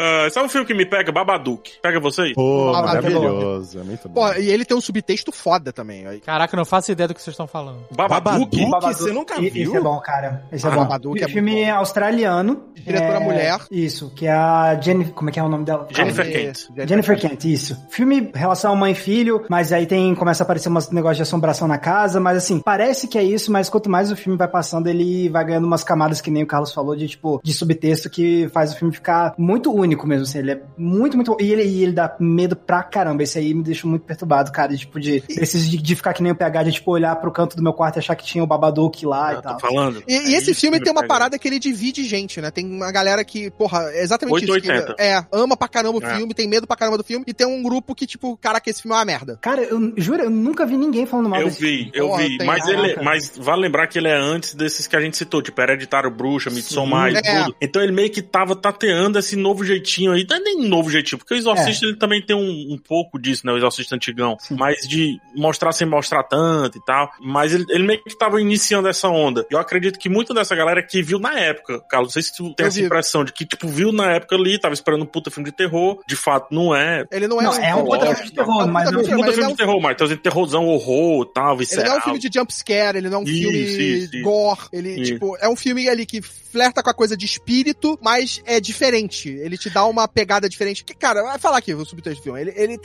S7: Ah, sabe um filme que me pega? Babadook. Pega vocês?
S6: Pô,
S3: Babadook é bom.
S6: maravilhoso. É muito bom.
S3: Pô, e ele tem um subtexto foda também. aí.
S4: Caraca, eu não faço ideia do que vocês estão falando.
S7: Babadook?
S6: Você nunca
S5: E-
S6: viu?
S5: Esse é bom, cara. Esse é
S3: Ah,
S5: bom.
S3: Babadook é muito
S5: filme australiano. É,
S3: Diretora mulher.
S5: Isso, que é a Jennifer... Como é que é o nome dela?
S7: Jennifer
S5: Calma.
S7: Kent.
S5: Jennifer Kent, isso. Filme relação mãe e filho, mas aí tem começa a aparecer umas negócio de assombração na casa, mas assim, parece que é isso, mas quanto mais o filme vai passando, ele vai ganhando umas camadas que nem o Carlos falou de tipo de subtexto que faz o filme ficar muito único mesmo, assim, ele é muito muito e ele e ele dá medo pra caramba. Esse aí me deixou muito perturbado, cara, de, tipo de esses de, de ficar que nem o PH de tipo olhar pro canto do meu quarto e achar que tinha o Babadook lá e
S7: Eu
S5: tal.
S7: tô Tá falando.
S3: E, e
S7: É
S3: esse
S7: isso
S3: filme
S7: que me
S3: tem uma
S7: pega.
S3: parada que ele divide gente, né? Tem uma galera que, porra, é exatamente isso.
S7: 880.
S3: Que, é, ama pra caramba o
S7: É.
S3: filme, tem medo pra caramba do filme, e tem um grupo que, tipo, caraca, esse filme é uma merda.
S5: Cara, eu juro, eu nunca vi ninguém falando mal
S7: Eu
S5: desse
S7: vi, eu
S3: Porra,
S7: vi.
S3: tem-
S7: Mas, ele, é,
S5: Caraca.
S7: mas vale lembrar que ele é antes desses que a gente citou, tipo Hereditário Bruxa, Midsommar
S3: É.
S7: e tudo. Então ele meio que tava tateando esse novo jeitinho aí. Não é nem novo jeitinho, porque o Exorcista
S3: É.
S7: ele também tem um, um pouco disso, né? O Exorcista antigão. Mas de mostrar sem mostrar tanto e tal. Mas ele, ele meio que tava iniciando essa onda. E eu acredito que muita dessa galera que viu na época, Carlos, não sei se tu tem
S3: Eu
S7: essa
S3: vi.
S7: impressão de que, tipo, viu na época ali, tava esperando um puta filme de terror. De fato, não é.
S3: Ele não é
S5: Não, é um
S3: puta-
S7: puta
S5: filme de terror,
S3: é um
S5: mas
S3: puta
S5: não-
S3: filme, mas
S7: Puta
S3: ele
S7: filme
S3: não é
S7: de
S3: um-
S7: terror, Matheus. Terrorzão, horror e
S3: Ele não é
S7: tal.
S3: um filme
S7: visceral.
S3: de jump scare, ele não é um
S7: Isso,
S3: filme
S7: isso, isso.
S3: gore, ele,
S7: Isso.
S3: tipo, é um filme ali que flerta com a coisa de espírito, mas é diferente. Ele te dá uma pegada diferente. Que, cara, vai falar aqui o subtexto do filme. Ele, ele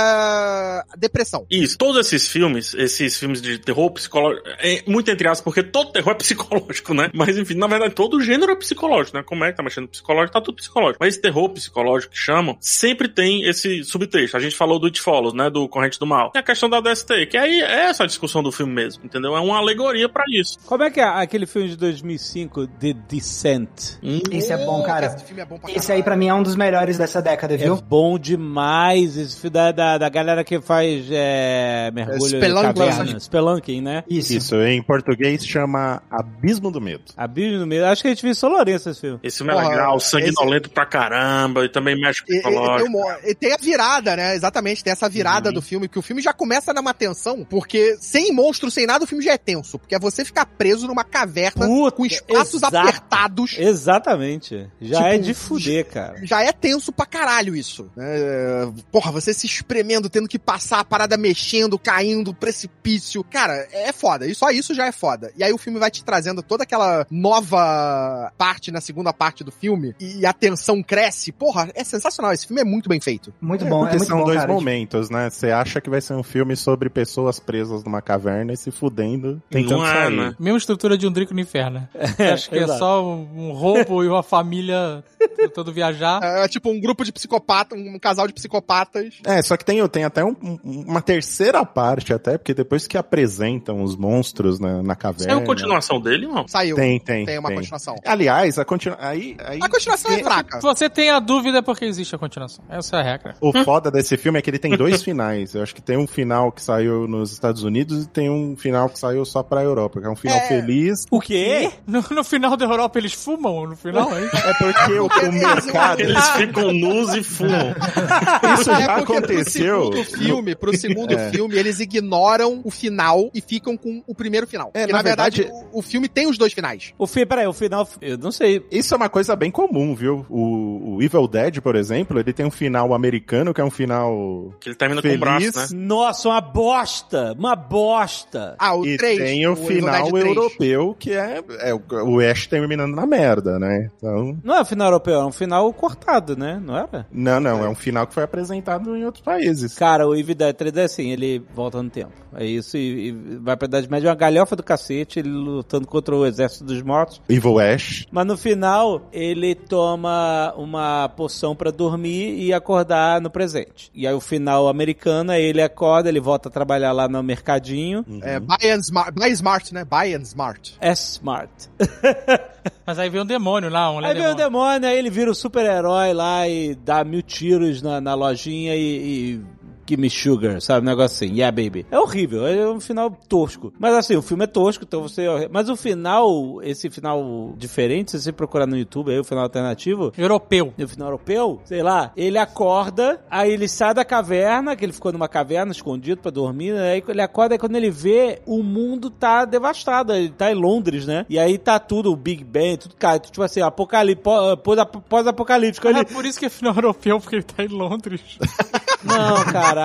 S3: trabalha depressão.
S7: Isso, todos esses filmes, esses filmes de terror psicológico, é muito entre aspas, porque todo terror é psicológico, né? Mas enfim, na verdade, todo gênero é psicológico, né? Como é que tá mexendo no psicológico, tá tudo psicológico. Mas esse terror psicológico que chamam, sempre tem esse subtexto. A gente falou do It Follows, né? Do Corrente do Mal. Tem a questão da DST, que aí é essa a discussão do filme mesmo, entendeu? É uma alegoria pra isso.
S2: Como é que é aquele filme de 2005, The Descent?
S7: Hum,
S5: Esse é bom, cara.
S3: Esse filme é bom pra
S5: Esse aí pra mim é um dos melhores dessa década,
S2: É
S5: viu?
S2: bom demais esse filme da, da, da galera que faz é, mergulho de
S3: Spelunking.
S2: caverna. Spelunking, né?
S5: Isso.
S6: Isso, em português chama Abismo do Medo.
S2: A Bíblia no meio. Acho que a gente viu em São Lourenço esse filme.
S7: Esse filme é
S3: Porra,
S7: legal, sanguinolento pra caramba, e também mexe com o
S3: E, e- e, tem um
S7: psicológico.
S3: uma- e tem a virada, né? Exatamente, tem essa virada
S7: Uhum.
S3: do filme, que o filme já começa a dar uma tensão, porque sem monstro, sem nada, o filme já é tenso. Porque é você ficar preso numa caverna
S2: Puta,
S3: com espaços
S2: exato.
S3: apertados.
S2: Exatamente. Já
S3: Tipo,
S2: é de fuder, cara.
S3: Já é tenso pra caralho isso. né? É, Porra, você se espremendo, tendo que passar a parada mexendo, caindo, precipício. Cara, é foda. E só isso já é foda. E aí o filme vai te trazendo toda aquela nova parte na segunda parte do filme e a tensão cresce. Porra, é sensacional. Esse filme é muito bem feito.
S5: Muito bom, é,
S6: Porque
S5: muito
S6: são
S5: bom,
S6: dois
S5: cara.
S6: momentos, né? Você acha que vai ser um filme sobre pessoas presas numa caverna e se fudendo, tentando
S7: Não é,
S6: sair.
S7: né?
S4: Mesma estrutura de um Drico no Inferno. Acho que é
S2: exato.
S4: só um, um roubo e uma família tentando viajar.
S3: É tipo um grupo de psicopatas, um casal de psicopatas.
S6: É, só que tem, tem até um- um- uma terceira parte, até, porque depois que apresentam os monstros na, na
S7: É
S6: caverna.
S7: uma continuação dele, não?
S3: Saiu. Tem,
S6: Tem, tem.
S3: uma continuação.
S6: Aliás, a continuação. Aí, aí-
S3: A continuação é fraca.
S4: Se você tem a dúvida, é porque existe a continuação. Essa é a regra.
S6: O foda desse filme é que ele tem dois finais. Eu acho que tem um final que saiu nos Estados Unidos e tem um final que saiu só pra Europa, que é um final
S3: É.
S6: feliz.
S2: O quê?
S4: No, no final da Europa, eles fumam? No final, hein?
S6: É porque o, o
S3: é
S6: mercado.
S7: Eles ficam nus e fumam.
S6: Isso já
S3: porque
S6: aconteceu.
S3: Pro segundo filme, pro segundo
S6: É.
S3: filme, eles ignoram o final e ficam com o primeiro final.
S6: É,
S3: Porque, na,
S6: na
S3: verdade,
S6: verdade-
S3: o, o filme tem os dois finais.
S2: O filme, peraí, o final. Eu não sei.
S6: Isso é uma coisa bem comum, viu? O, o Evil Dead, por exemplo, ele tem um final americano, que é um final.
S7: Que ele termina com o
S6: Feliz.
S4: É.
S7: braço, né?
S2: Nossa, uma bosta! Uma bosta!
S3: Ah, o
S6: e
S3: 3.
S6: tem o, final europeu, que é, é o- o Ash terminando na merda, né? Então.
S2: Não é um final europeu, é um final cortado, né? Não era?
S6: Não, não, é um final que foi apresentado em outros países.
S2: Cara, o Evil Dead 3 é assim, ele volta no tempo. É isso, e, e vai pra Idade Média, é uma galhofa do cacete, ele lutando contra o exército dos mortos.
S6: Evil Ash.
S2: Mas no final, ele toma uma poção pra dormir e acordar no presente. E aí o final americano, aí ele acorda, ele volta a trabalhar lá no mercadinho.
S3: É, buy, and smart, buy Smart, né? Buy and Smart.
S2: É smart.
S4: Mas aí vem um demônio lá, um
S2: Aí vem o
S4: demônio.
S2: demônio, aí ele vira o super-herói lá e dá mil tiros na, na lojinha e, e Give Me Sugar, sabe? Um negócio assim, Yeah Baby. É horrível, é um final tosco. Mas assim, o filme é tosco, então você. Mas o final, esse final diferente, se você procurar no YouTube aí, o final alternativo.
S4: Europeu.
S2: O final europeu, sei lá, ele acorda, aí ele sai da caverna, que ele ficou numa caverna escondido pra dormir, né? Aí ele acorda e quando ele vê, o mundo tá devastado. Ele tá em Londres, né? E aí tá tudo, o Big Bang, tudo cai, tipo assim, apocalipse, pós-apocalíptico.
S4: É
S2: Ele,
S4: por isso que é final europeu, porque ele tá em Londres.
S2: não, caraca.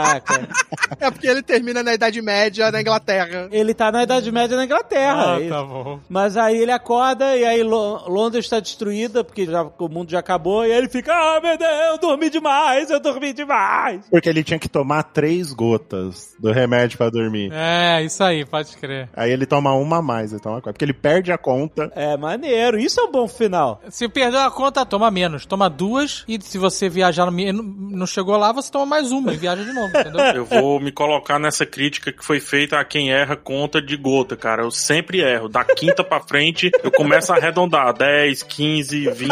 S3: É porque ele termina na Idade Média na Inglaterra.
S2: Ele tá na Idade Média na Inglaterra.
S4: Ah,
S2: Ele-
S4: tá bom.
S2: Mas aí ele acorda e aí Lo- Londres está destruída, porque já- o mundo já acabou, e aí ele fica, ah, meu Deus, eu dormi demais, eu dormi demais.
S6: Porque ele tinha que tomar três gotas do remédio pra dormir.
S4: É, isso aí, pode crer.
S6: Aí ele toma uma a mais, ele toma quatro. Porque ele perde a conta.
S2: É maneiro, isso é um bom final.
S4: Se perdeu a conta, toma menos. Toma duas e se você viajar no, me- não chegou lá, você toma mais uma e viaja de novo, entendeu?
S7: Eu vou me colocar nessa crítica que foi feita a quem erra conta de gota, cara. Eu sempre erro. Da quinta pra frente, eu começo a arredondar. 10, 15, 20.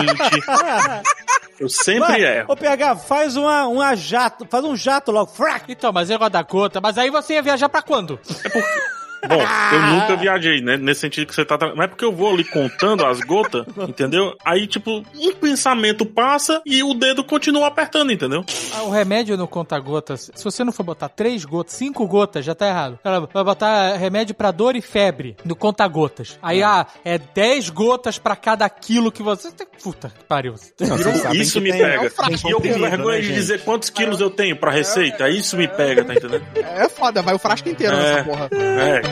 S7: Eu sempre
S2: Vai,
S7: erro.
S2: Ô, PH, faz uma, uma jato, faz um jato logo, frac!
S4: Então, mas eu gosto da conta. Mas aí você ia viajar pra quando?
S7: Bom, eu nunca viajei, né? Nesse sentido que você tá. tra- Não é porque eu vou ali contando as gotas, entendeu? Aí, tipo, um pensamento passa e o dedo continua apertando, entendeu?
S4: Ah, O remédio no conta-gotas, se você não for botar três gotas, cinco gotas, já tá errado. Ela vai botar remédio pra dor e febre no conta-gotas. Aí, ah, é 10 gotas pra cada quilo que você. Puta que pariu.
S7: isso me
S6: é
S7: pega.
S6: um fraco
S7: e eu com
S6: comprimido,
S7: vergonha
S6: né,
S7: de
S6: gente?
S7: dizer quantos quilos eu tenho pra receita. Isso me pega, tá entendendo?
S3: É foda, vai o frasco inteiro nessa porra.
S7: É.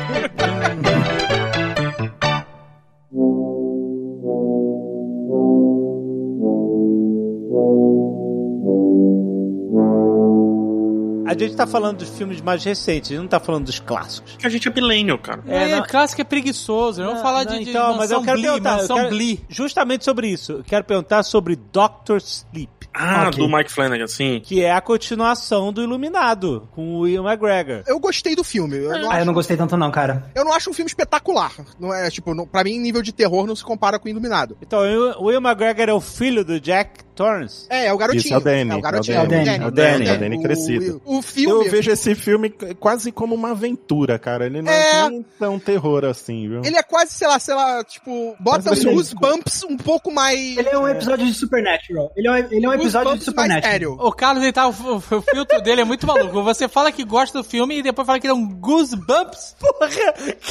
S2: A gente tá falando dos filmes mais recentes, a gente não tá falando dos clássicos.
S7: Que a gente é millennial, cara.
S4: É,
S2: não-
S4: o clássico é preguiçoso. Vamos falar
S2: não,
S4: de, de
S2: então, mas eu
S4: mansão
S2: quero
S4: Bly,
S2: perguntar, eu
S4: mansão
S2: quero-
S4: Bly.
S2: justamente sobre isso. Eu quero perguntar sobre Doctor Sleep.
S7: Ah,
S2: Ok.
S7: do Mike Flanagan, sim.
S2: Que é a continuação do Iluminado, com o Will McGregor.
S3: Eu gostei do filme. Eu não,
S5: Ah, eu
S3: acho,
S5: não gostei tanto não, cara.
S3: eu não acho um filme espetacular. Não é, tipo, não, pra mim, nível de terror não se compara com o Iluminado.
S2: Então, o Will McGregor é o filho do Jack Torrance.
S3: É, é o garotinho.
S6: Isso, é o Danny.
S3: É o garotinho.
S6: É
S5: o Danny.
S6: É o Danny, é o Danny
S3: O-
S6: crescido.
S3: O,
S6: Eu
S3: filme...
S6: vejo esse filme quase como uma aventura, cara. Ele não é,
S3: É.
S6: nem tão terror assim, viu?
S3: Ele é quase, sei lá, sei lá, tipo, bota os
S6: Mas vai ser-
S3: goosebumps um pouco mais...
S5: Ele é um episódio de Supernatural. Ele é um, ele é um episódio de
S3: goosebumps mais
S5: Supernatural.
S3: sério.
S4: O Carlos, ele tá, o, o- o filtro dele é muito maluco. Você fala que gosta do filme e depois fala que ele é um goosebumps.
S2: Porra,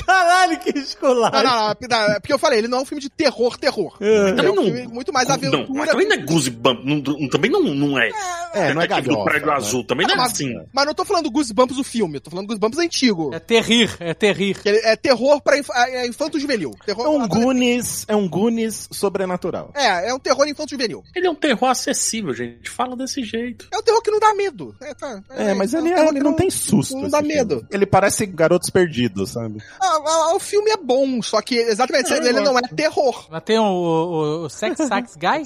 S2: caralho, que
S3: Não,
S2: escolar.
S3: não, não, é porque eu falei, ele não é um filme de terror, terror. Ele é um
S7: Não.
S3: filme muito mais
S7: Não, mas
S3: aventura.
S7: também não é Goosebumps. não- não- também não, não é.
S6: É, não é
S7: Detetive do
S6: galhofa,
S7: Prédio
S6: né?
S7: Azul. Também não é
S3: Ah, mas,
S7: assim.
S3: mas não tô falando Goosebumps do filme, tô falando Goosebumps antigo.
S4: É terrir, é terrir.
S3: Que ele- É, terror pra inf é infanto-juvenil.
S6: É
S3: Terror-
S6: um Goonies, é um Goonies sobrenatural.
S3: É, é um terror infanto-juvenil.
S7: Ele é um terror acessível, gente. Fala desse jeito.
S3: É um terror que não dá medo. É, tá.
S6: É, mas
S3: um
S6: ele, é-
S3: terror
S6: ele
S3: que
S6: não tem susto.
S3: não
S6: esse
S3: dá
S6: filme.
S3: medo.
S6: Ele parece Garotos Perdidos, sabe?
S3: Ah, ah, ah, o filme é bom, só que exatamente, ele não é terror.
S4: Mas tem o, o, o Sex Sax Guy?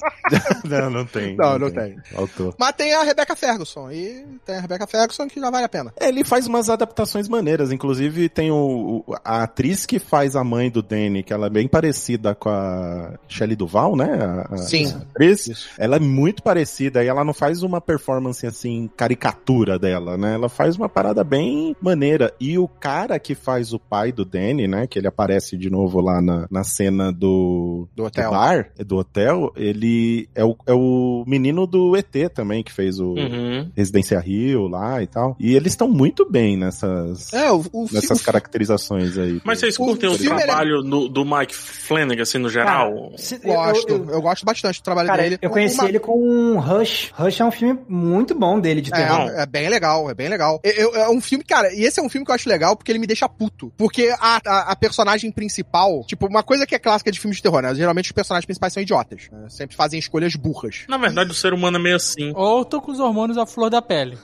S6: não, não tem.
S3: Não, não tem.
S6: Autor.
S3: Mas tem a Rebecca Ferguson. E tem a Rebecca Ferguson que já vale a pena.
S6: Ele faz umas adaptações maneiras. Inclusive, tem o, o- a atriz que faz a mãe do Danny, que ela é bem parecida com a Shelley Duval, né? A- a-
S3: Sim.
S6: a atriz. Ela é muito parecida e ela não faz uma performance assim, caricatura dela, né? Ela faz uma parada bem maneira. E o cara que faz o pai do Danny, né? Que ele aparece de novo lá na, na cena do,
S3: Do
S6: do
S3: hotel.
S6: bar, do hotel, ele é o, é o menino do ET também, que fez o
S7: Uhum.
S6: Residência Rio lá e tal. E eles estão muito bem nessas,
S3: É, o, o, fi- o
S6: nessas
S3: fi-
S6: caracterizações aí.
S7: Mas vocês
S3: O
S7: curtem o,
S3: filme, ele- é
S7: trabalho no- do Mike Flanagan, assim, no geral?
S5: Se- eu- eu-
S3: gosto.
S5: eu-
S3: Eu, gosto bastante do trabalho
S5: Cara,
S3: dele.
S5: eu conheci
S3: Uma-
S5: ele com um Rush. Rush é um filme muito bom dele de terror.
S7: Não.
S3: É, é bem legal, é bem legal. Eu- eu- é um filme, cara, e esse é um filme que eu acho legal porque ele me deixa puto. Porque a, a, a personagem principal, tipo, uma coisa que é clássica de filmes de terror, né? Geralmente os personagens principais são idiotas. né? Sempre fazem escolhas burras.
S7: Na verdade, o ser humano é meio assim.
S4: Ou tô com os hormônios à flor da pele.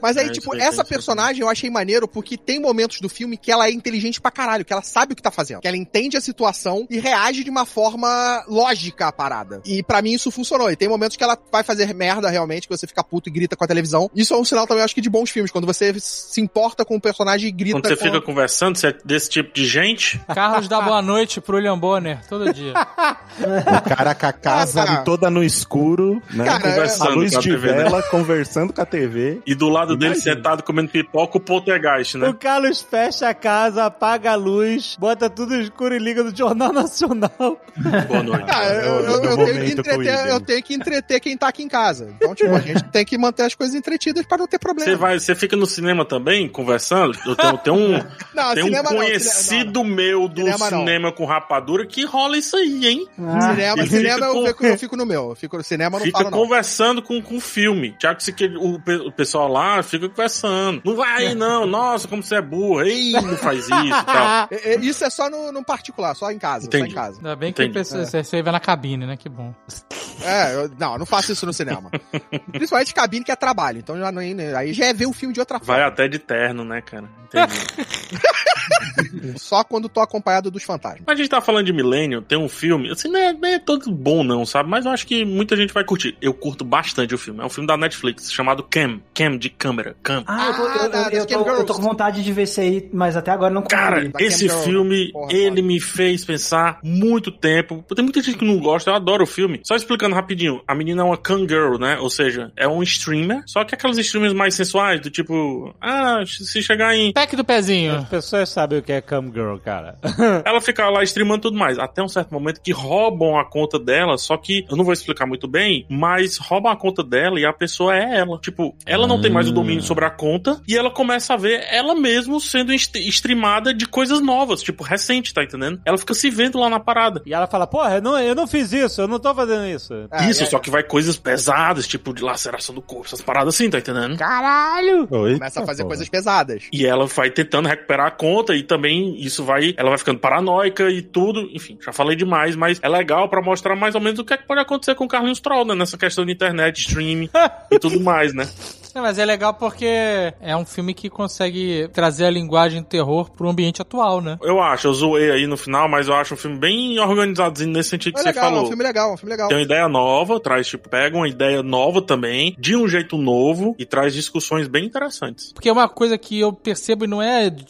S3: Mas aí,
S7: É,
S3: tipo,
S7: isso aí,
S3: essa
S7: isso aí.
S3: personagem eu achei maneiro porque tem momentos do filme que ela é inteligente pra caralho, que ela sabe o que tá fazendo. Que ela entende a situação e reage de uma forma lógica à parada. E pra mim isso funcionou. E tem momentos que ela ela vai fazer merda realmente, que você fica puto e grita com a televisão. Isso é um sinal também, acho que, de bons filmes, quando você se importa com o personagem e grita
S7: Quando você
S3: com... É.
S7: fica conversando, você é desse tipo de gente.
S4: Carlos dá boa noite pro William Bonner todo dia.
S6: O cara com a casa
S7: Cara.
S6: toda no escuro, né?
S7: Cara,
S6: Conversando
S7: é-
S6: a luz
S7: com a
S6: de
S7: TV, né?
S6: vela, conversando com a TV.
S7: E do lado dele
S6: Imagina.
S7: sentado comendo pipoca, o poltergeist, né?
S2: O Carlos fecha a casa, apaga a luz, bota tudo escuro e liga no Jornal Nacional.
S7: Boa noite.
S3: Ah, eu, eu- eu tenho que entreter, eu tenho que entreter quem tá aqui em casa. Então, tipo, a gente tem que manter as coisas entretidas pra não ter problema.
S7: Você vai, você fica no cinema também, conversando? Eu tenho, tem um,
S3: Não,
S7: tem
S3: Ah,
S7: um
S3: cinema não,
S7: conhecido meu do
S3: Cinema
S7: cinema,
S3: não.
S7: com rapadura que rola isso aí, hein?
S3: Cinema,
S7: Ele
S3: cinema
S7: fica
S3: eu,
S7: com-
S3: fico, eu fico no meu. Eu fico no cinema, eu não
S7: Fica
S3: falo não.
S7: conversando com, com o filme. Tiago, se que- o, pe- o pessoal lá fica conversando. Não vai aí, não. Nossa, como você é burro. Ei, não faz isso e tal.
S3: É, é, Isso é só no, no particular, só em casa. Só em
S7: Entendi.
S3: casa.
S4: Ainda bem que
S7: Entendi.
S4: pessoa, você vai na cabine, né? Que bom.
S3: É, eu- não, eu não faço isso no cinema. Principalmente cabine que é trabalho. Então já não, aí já é ver o filme de outra forma.
S7: Vai até de terno, né, cara? Entendi.
S3: Só quando tô acompanhado dos fantasmas.
S7: A gente tá falando de Millennium, tem um filme, assim, não é, não é todo bom não, sabe? Mas eu acho que muita gente vai curtir. Eu curto bastante o filme. É um filme da Netflix, chamado Cam. Cam de câmera. Cam.
S5: Ah, eu tô, eu- eu-
S3: da- das
S5: eu tô- eu tô com vontade de ver isso aí, mas até agora não
S7: Cara,
S5: consegui.
S7: esse filme, ele me fez pensar muito tempo. Tem muita gente que não gosta, eu adoro o filme. Só explicando rapidinho, a menina é uma Kangirl, né? Ou seja, é um streamer, só que aquelas streamers mais sensuais, do tipo, ah, se chegar em
S4: Pack do pezinho.
S13: As pessoas sabem o que é cam girl, cara.
S7: ela fica lá streamando tudo mais. Até um certo momento que roubam a conta dela, só que eu não vou explicar muito bem, mas roubam a conta dela e a pessoa é ela. Tipo, ela não tem mais o domínio sobre a conta e ela começa a ver ela mesmo sendo est- streamada de coisas novas, tipo, recente, tá entendendo? Ela fica se vendo lá na parada.
S13: E ela fala, porra, eu não, eu não fiz isso, eu não tô fazendo isso.
S3: Ah, É,
S7: Isso, só que vai coisas pesadas, tipo de laceração do corpo, essas paradas assim, tá entendendo?
S3: Caralho!
S6: Oi?
S3: Começa a fazer
S7: Ah,
S6: Porra.
S3: coisas pesadas.
S7: E ela vai tentando recuperar a conta e também isso vai, ela vai ficando paranoica e tudo. Enfim, já falei demais, mas é legal pra mostrar mais ou menos o que, é que pode acontecer com o Carlinhos Troll, né? Nessa questão de internet, streaming e tudo mais, né?
S4: Não, mas é legal porque é um filme que consegue trazer a linguagem terror pro ambiente atual, né?
S7: Eu acho, eu zoei aí no final, mas eu acho um filme bem organizadozinho nesse sentido que
S3: É
S7: você
S3: legal, é um
S7: falou.
S3: filme legal, é um filme legal.
S7: Tem uma ideia nova, traz, tipo, pega uma ideia nova também, de um jeito novo, e traz discussões bem interessantes.
S4: Porque é uma coisa que eu percebo e não é de-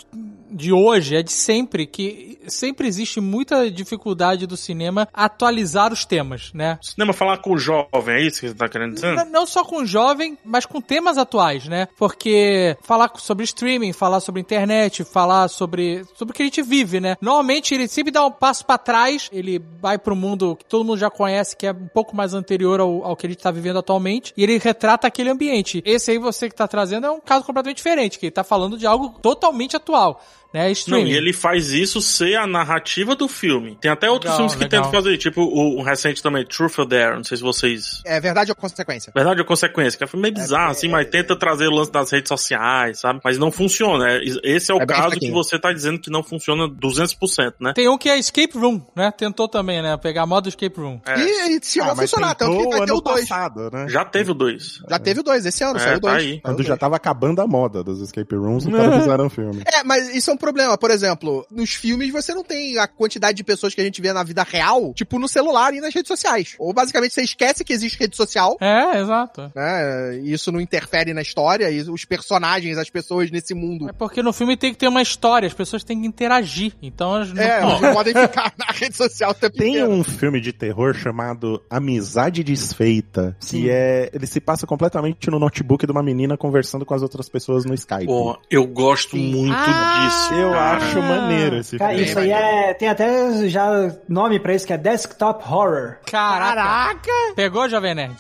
S4: de hoje, é de sempre, que sempre existe muita dificuldade do cinema atualizar os temas, né?
S7: O cinema falar com o jovem, é isso que você tá querendo dizer?
S4: N- Não só com jovem, mas com temas atuais, né? Porque falar co- sobre streaming, falar sobre internet, falar sobre, sobre o que a gente vive, né? Normalmente ele sempre dá um passo pra trás, ele vai pro mundo que todo mundo já conhece, que é um pouco mais anterior ao, ao que a gente tá vivendo atualmente, e ele retrata aquele ambiente. Esse aí você que tá trazendo é um caso completamente diferente, que ele tá falando de algo totalmente atual, né?
S7: Não,
S4: Streaming.
S7: e ele faz isso ser a narrativa do filme. Tem até outros
S4: Legal,
S7: filmes que
S4: legal.
S7: tentam fazer, tipo o, o recente também, Truth or Dare, não sei se vocês...
S3: É verdade ou consequência?
S7: Verdade ou Consequência, que é um filme meio bizarro, assim, mas tenta trazer o lance das redes sociais, sabe? Mas não funciona. é- Esse é o
S3: É bem
S7: caso que
S3: fraquinho.
S7: você tá dizendo que não funciona 200%, né?
S4: Tem um que é Escape Room, né? Tentou também, né? Pegar a moda Escape Room.
S7: É.
S3: E, e se
S6: Ah,
S3: não
S6: mas
S3: funcionar, tanto que
S6: tentou
S3: vai ter
S6: ano
S3: o dois.
S6: passado, né?
S7: Já teve o dois.
S3: Já teve o dois, esse ano,
S7: É,
S3: saiu o
S7: tá
S3: dois.
S7: aí.
S3: Saiu o
S6: Quando
S3: dois.
S6: já tava acabando a moda dos escape rooms, os caras fizeram o filme.
S3: É, mas isso é um problema. Por exemplo, nos filmes você não tem a quantidade de pessoas que a gente vê na vida real, tipo no celular e nas redes sociais. Ou basicamente você esquece que existe rede social,
S4: É, exato.
S3: né? E Isso não interfere na história e os personagens, as pessoas nesse mundo.
S4: É porque no filme tem que ter uma história, as pessoas têm que interagir. Então elas não.
S3: É,
S4: Não,
S3: eles não podem ficar na rede social o tempo
S6: Tem
S3: inteiro.
S6: um filme de terror chamado Amizade Desfeita, que é. Ele se passa completamente no notebook de uma menina conversando com as outras pessoas no Skype.
S7: Pô, eu gosto muito
S4: Ah,
S7: disso.
S6: Eu
S7: cara.
S6: acho maneiro esse
S5: Cara,
S6: filme.
S5: isso aí é. Tem até já nome pra isso que é Desktop Horror.
S4: Caraca. Pegou, Jovem Nerd?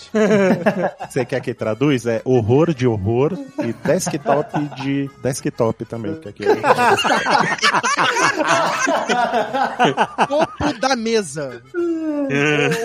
S6: Você quer que traduz? É horror de horror e desktop de desktop também. Que é que
S3: Topo da mesa.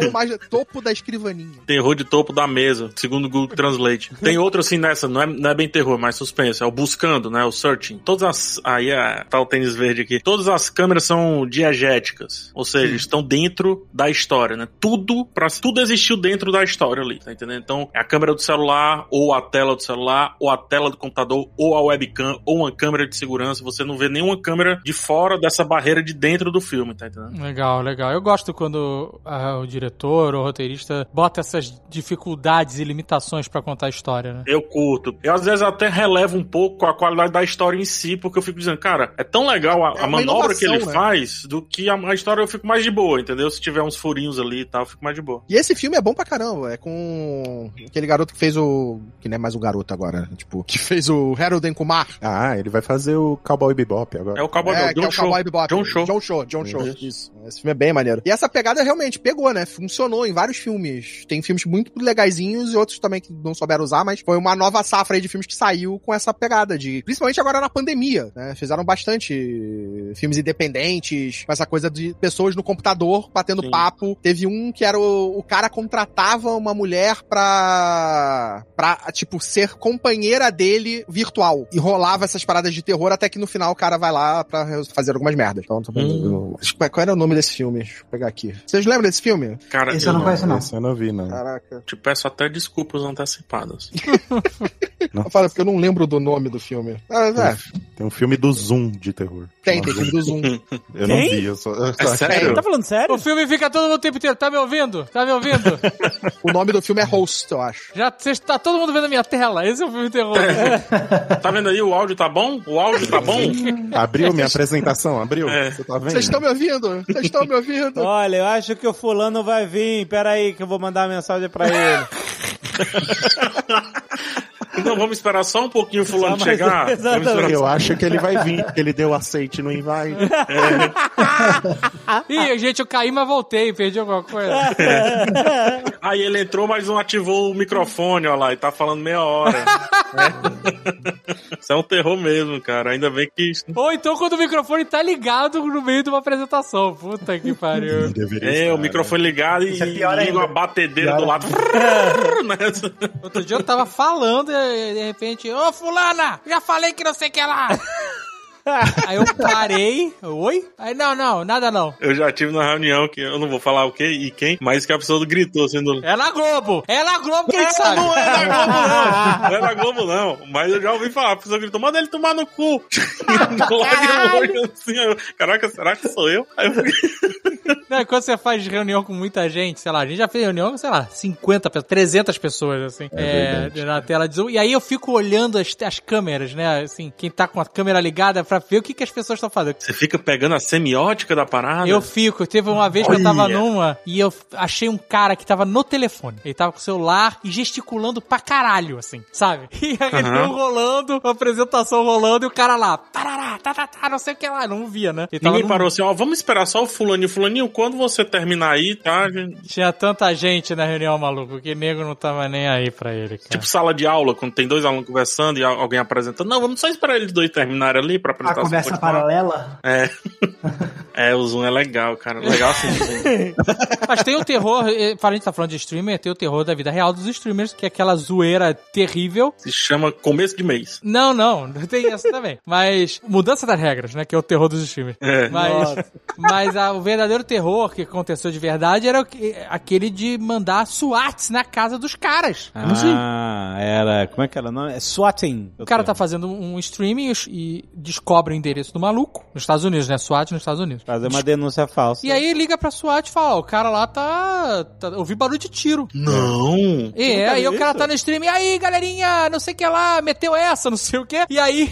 S3: Ou mais, topo da escrivaninha.
S7: Terror de topo da mesa, segundo o Google Translate. Tem outro assim nessa, não é, não é bem terror, mas suspense. É o buscando, né? O searching. Todas as. Aí é, é, tá o tênis verde aqui. Todas as câmeras são diegéticas, ou seja, estão dentro da história, né? Tudo para tudo existiu dentro da história ali, tá entendendo? Então, é a câmera do celular, ou a tela do celular, ou a tela do computador, ou a webcam, ou uma câmera de segurança, você não vê nenhuma câmera de fora dessa barreira de dentro do filme, tá entendendo?
S4: Legal, legal. Eu gosto quando ah, o diretor ou o roteirista bota essas dificuldades e limitações pra contar a história, né?
S7: Eu curto. Eu às vezes até relevo um pouco a qualidade da história em si, porque eu fico dizendo, cara, é tão legal a, a
S3: uma
S7: manobra que ele
S3: inovação, né?
S7: faz do que a, a história eu fico mais de boa, entendeu? Se tiver uns furinhos ali e tal, eu fico mais de boa.
S3: E esse filme é bom pra caramba. É com aquele garoto que fez o. Que não é mais um garoto agora, né? tipo. Que fez o Harold and Kumar.
S6: Ah, ele vai fazer o Cowboy Bebop agora.
S7: É o Cowboy
S3: é,
S7: Bebop,
S3: que é
S7: John
S3: o
S7: Cho.
S3: Cowboy Bebop.
S7: John Cho.
S3: John Cho, John Cho.
S6: Isso.
S3: Isso. Esse filme é bem maneiro. E essa pegada realmente pegou, né? Funcionou em vários filmes. Tem filmes muito legaisinhos e outros também que não souberam usar, mas foi uma nova safra aí de filmes que saiu com essa pegada de... Principalmente agora na pandemia, né? Fizeram bastante filmes independentes, com essa coisa de pessoas no computador batendo papo. Teve um que era o, o cara contratava uma mulher pra... pra, tipo, ser companheira dele virtual. E rolava essas paradas de terror até que no final o cara vai lá pra re- fazer algumas merdas. Então, tô
S6: Hum.
S3: Acho que- Qual era o nome desse filme? Deixa eu pegar aqui. Vocês lembram desse filme?
S7: Cara,
S5: Esse eu não conheço, não.
S6: Esse eu não vi, não.
S3: Caraca.
S7: Te peço até desculpas antecipadas.
S3: Eu falo é porque eu não lembro do nome do filme. Ah, é,
S6: Tem um filme do Zoom de terror.
S3: tem, tem
S6: Chama
S3: filme do Zoom.
S6: Zoom. Eu não
S2: Tem?
S6: vi, eu só... eu
S7: É
S6: só-
S7: sério?
S2: Tá falando sério?
S4: O filme fica todo mundo o tempo inteiro. Tá me ouvindo? Tá me ouvindo?
S3: O nome do filme é Host, eu acho.
S4: Já cê, tá todo mundo vendo a minha tela. Esse é o filme de terror.
S7: Tá vendo aí? O áudio tá bom? O áudio tá bom?
S6: Abriu minha apresentação, abriu?
S7: É.
S6: Você tá vendo?
S3: Vocês estão me ouvindo? Vocês estão me ouvindo?
S13: Olha, eu acho que o fulano vai vir. Pera aí que eu vou mandar uma mensagem pra ele.
S7: Então vamos esperar só um pouquinho o fulano
S13: Só mais-
S7: chegar. Vamos esperar-
S6: Eu acho que ele vai vir, porque ele deu aceite no invite.
S4: Ih, gente, eu caí, mas voltei. Perdi alguma coisa.
S7: Aí ele entrou, mas não ativou o microfone, ó lá, e tá falando meia hora. É. Isso é um terror mesmo, cara. Ainda bem que.
S4: Ou então quando o microfone tá ligado no meio de uma apresentação. Puta que pariu.
S6: Deveria
S7: É,
S6: estar,
S7: o microfone ligado e
S5: Isso é pior
S7: liga
S5: ainda.
S7: uma batedeira do lado. Né?
S4: Outro dia eu tava falando e de repente, ô fulana, já falei que não sei o que lá. Aí eu parei, oi? Aí não, não, nada não.
S7: eu já tive na reunião que eu não vou falar o que e quem, mas que a pessoa gritou assim sendo.
S4: É na Globo! É na Globo que a gente sabe!
S7: Não é da Globo,
S5: Ah.
S7: não! Não é da Globo, não. Mas eu já ouvi falar, a pessoa gritou, manda ele tomar no cu! Logo eu olho assim, eu, Caraca, será que sou eu? Aí eu fiquei-
S4: Não, e quando você faz reunião com muita gente, sei lá, a gente já fez reunião com, sei lá, 50, pessoas, 300 pessoas, assim, é na tela de Zoom. E aí eu fico olhando as, as câmeras, né, assim, quem tá com a câmera ligada pra ver o que, que as pessoas estão fazendo.
S7: Você fica pegando a semiótica da parada?
S4: Eu fico, teve uma vez que eu tava
S7: Olha.
S4: numa e eu achei um cara que tava no telefone. Ele tava com o celular e gesticulando pra caralho, assim, sabe? E a reunião rolando, a apresentação rolando e o cara lá, parará, tá, tá, tá, não sei o que lá, não via, né? Ele tava
S7: Ninguém
S4: num-
S7: parou assim, ó, vamos esperar só o fulaninho. Fulaninho, quando você terminar aí, tá? gente?
S4: Tinha tanta gente na reunião, maluco, que nego não tava nem aí pra ele, cara.
S7: Tipo sala de aula, quando tem dois alunos conversando e al- alguém apresentando. Não, vamos só esperar eles dois terminarem ali pra
S5: A
S7: apresentar.
S5: conversa paralela.
S7: É. é, o Zoom é legal, cara. Legal assim. Zoom.
S4: Mas tem o terror, eh, a gente tá falando de streamer, tem o terror da vida real dos streamers, que é aquela zoeira terrível.
S7: Se chama começo de mês.
S4: Não, não, tem essa também. Mas mudança das regras, né? Que é o terror dos streamers.
S7: É.
S4: Mas, mas a- o verdadeiro terror que aconteceu de verdade era o que- aquele de mandar SWATs na casa dos caras.
S13: Ah, era. Como é que era o nome? É swatting.
S4: O cara tá fazendo um streaming e os- e descobre o endereço do maluco nos Estados Unidos, né? SWAT nos Estados Unidos.
S13: Fazer uma denúncia falsa.
S4: E aí liga pra SWAT e fala, ó, o cara lá tá, tá... Eu vi barulho de tiro.
S7: Não!
S4: E é,
S13: nunca
S4: aí
S13: viu
S4: o cara
S13: isso?
S4: tá no stream, e aí, galerinha, não sei o que lá, meteu essa, não sei o que, e aí...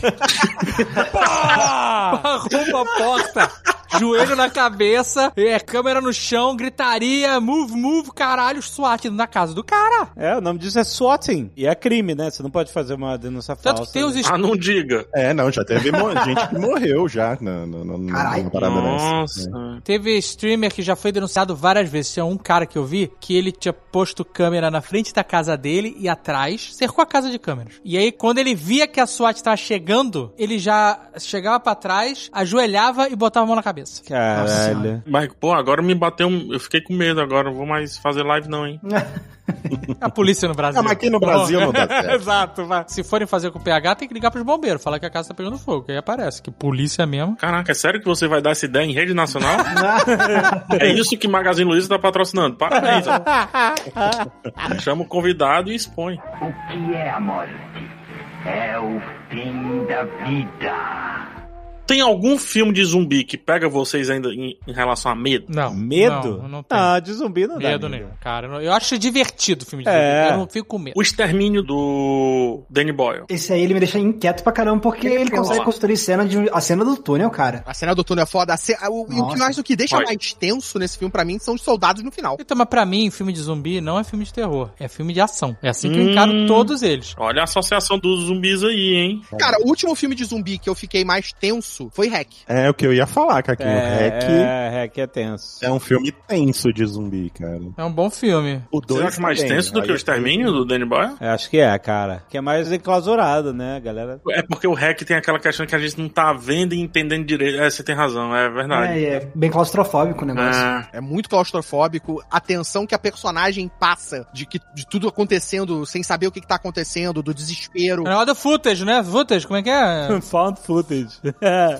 S4: Pá! Arruma a porta, joelho na cabeça, é, câmera no chão, gritaria, move, move, caralho, SWAT indo na casa do cara.
S13: É, o nome disso é swatting. E é crime, né? Você não pode fazer uma denúncia
S4: Tanto
S13: falsa.
S4: que tem os...
S13: né?
S4: es-
S7: Ah, não diga!
S6: É, não, já teve mo- gente que morreu já na, na, na,
S5: Caralho.
S6: numa parada
S7: Nossa!
S6: dessa.
S4: Teve streamer que já foi denunciado várias vezes. Tinha um cara que eu vi que ele tinha posto câmera na frente da casa dele e atrás, cercou a casa de câmeras. E aí, quando ele via que a SWAT tava chegando, ele já chegava pra trás, ajoelhava e botava a mão na cabeça.
S9: cabeça.
S13: Caralho.
S7: Mas, pô, agora me bateu. um- Eu fiquei com medo agora. Não vou mais fazer live, não, hein?
S4: É A polícia no Brasil.
S7: Ah, mas aqui no Brasil não dá certo.
S4: Exato, vai. Se forem fazer com o PH, tem que ligar pros bombeiros, falar que a casa tá pegando fogo, que aí aparece. Que polícia mesmo.
S7: Caraca, é sério que você vai dar essa ideia em rede nacional? é isso que Magazine Luiza tá patrocinando. Parabéns. ó. Chama o convidado e expõe.
S11: O que é a morte? É o fim da vida.
S7: Tem algum filme de zumbi que pega vocês ainda em, em relação a medo?
S4: Não.
S7: Medo?
S4: Não, não tem.
S13: Ah, de zumbi não dá.
S4: medo
S13: né?
S4: nenhum, cara. Eu não- Eu acho divertido o filme de
S13: É.
S4: zumbi. Eu não fico com medo.
S7: O extermínio do Danny Boyle.
S5: Esse aí ele me deixa inquieto pra caramba, porque ele consegue
S7: lá.
S5: construir cena de, um, a cena do túnel, cara.
S3: A cena do túnel é foda. A ce- a- o, e o que
S5: Nossa.
S3: eu acho que deixa
S5: Olha.
S3: mais tenso nesse filme, pra mim, são os soldados no final.
S4: Então, mas pra mim, filme de zumbi não é filme de terror, é filme de ação. É assim que eu
S13: Hum.
S4: encaro todos eles.
S7: Olha a associação dos zumbis aí, hein?
S3: Cara, o último filme de zumbi que eu fiquei mais tenso foi Hack.
S6: É o que eu ia falar, que aqui o Hack
S13: É, Hack é tenso.
S6: é um filme tenso de zumbi, cara.
S4: É um bom filme.
S6: O
S7: Será
S6: dois
S7: que é mais
S6: também,
S7: tenso do
S6: aí é
S7: que o
S6: eu-
S7: extermínio do Danny Boyle?
S13: Eu acho que é, cara. Que é mais enclausurado, né, galera?
S7: É porque o hack tem aquela questão que a gente não tá vendo e entendendo direito. É, você tem razão, é verdade.
S5: É, é bem claustrofóbico o negócio.
S7: Ah,
S3: É muito claustrofóbico. A tensão que a personagem passa de, que, de tudo acontecendo sem saber o que, que tá acontecendo, do desespero.
S4: É hora do footage, né? Footage, como é que é?
S13: Found footage.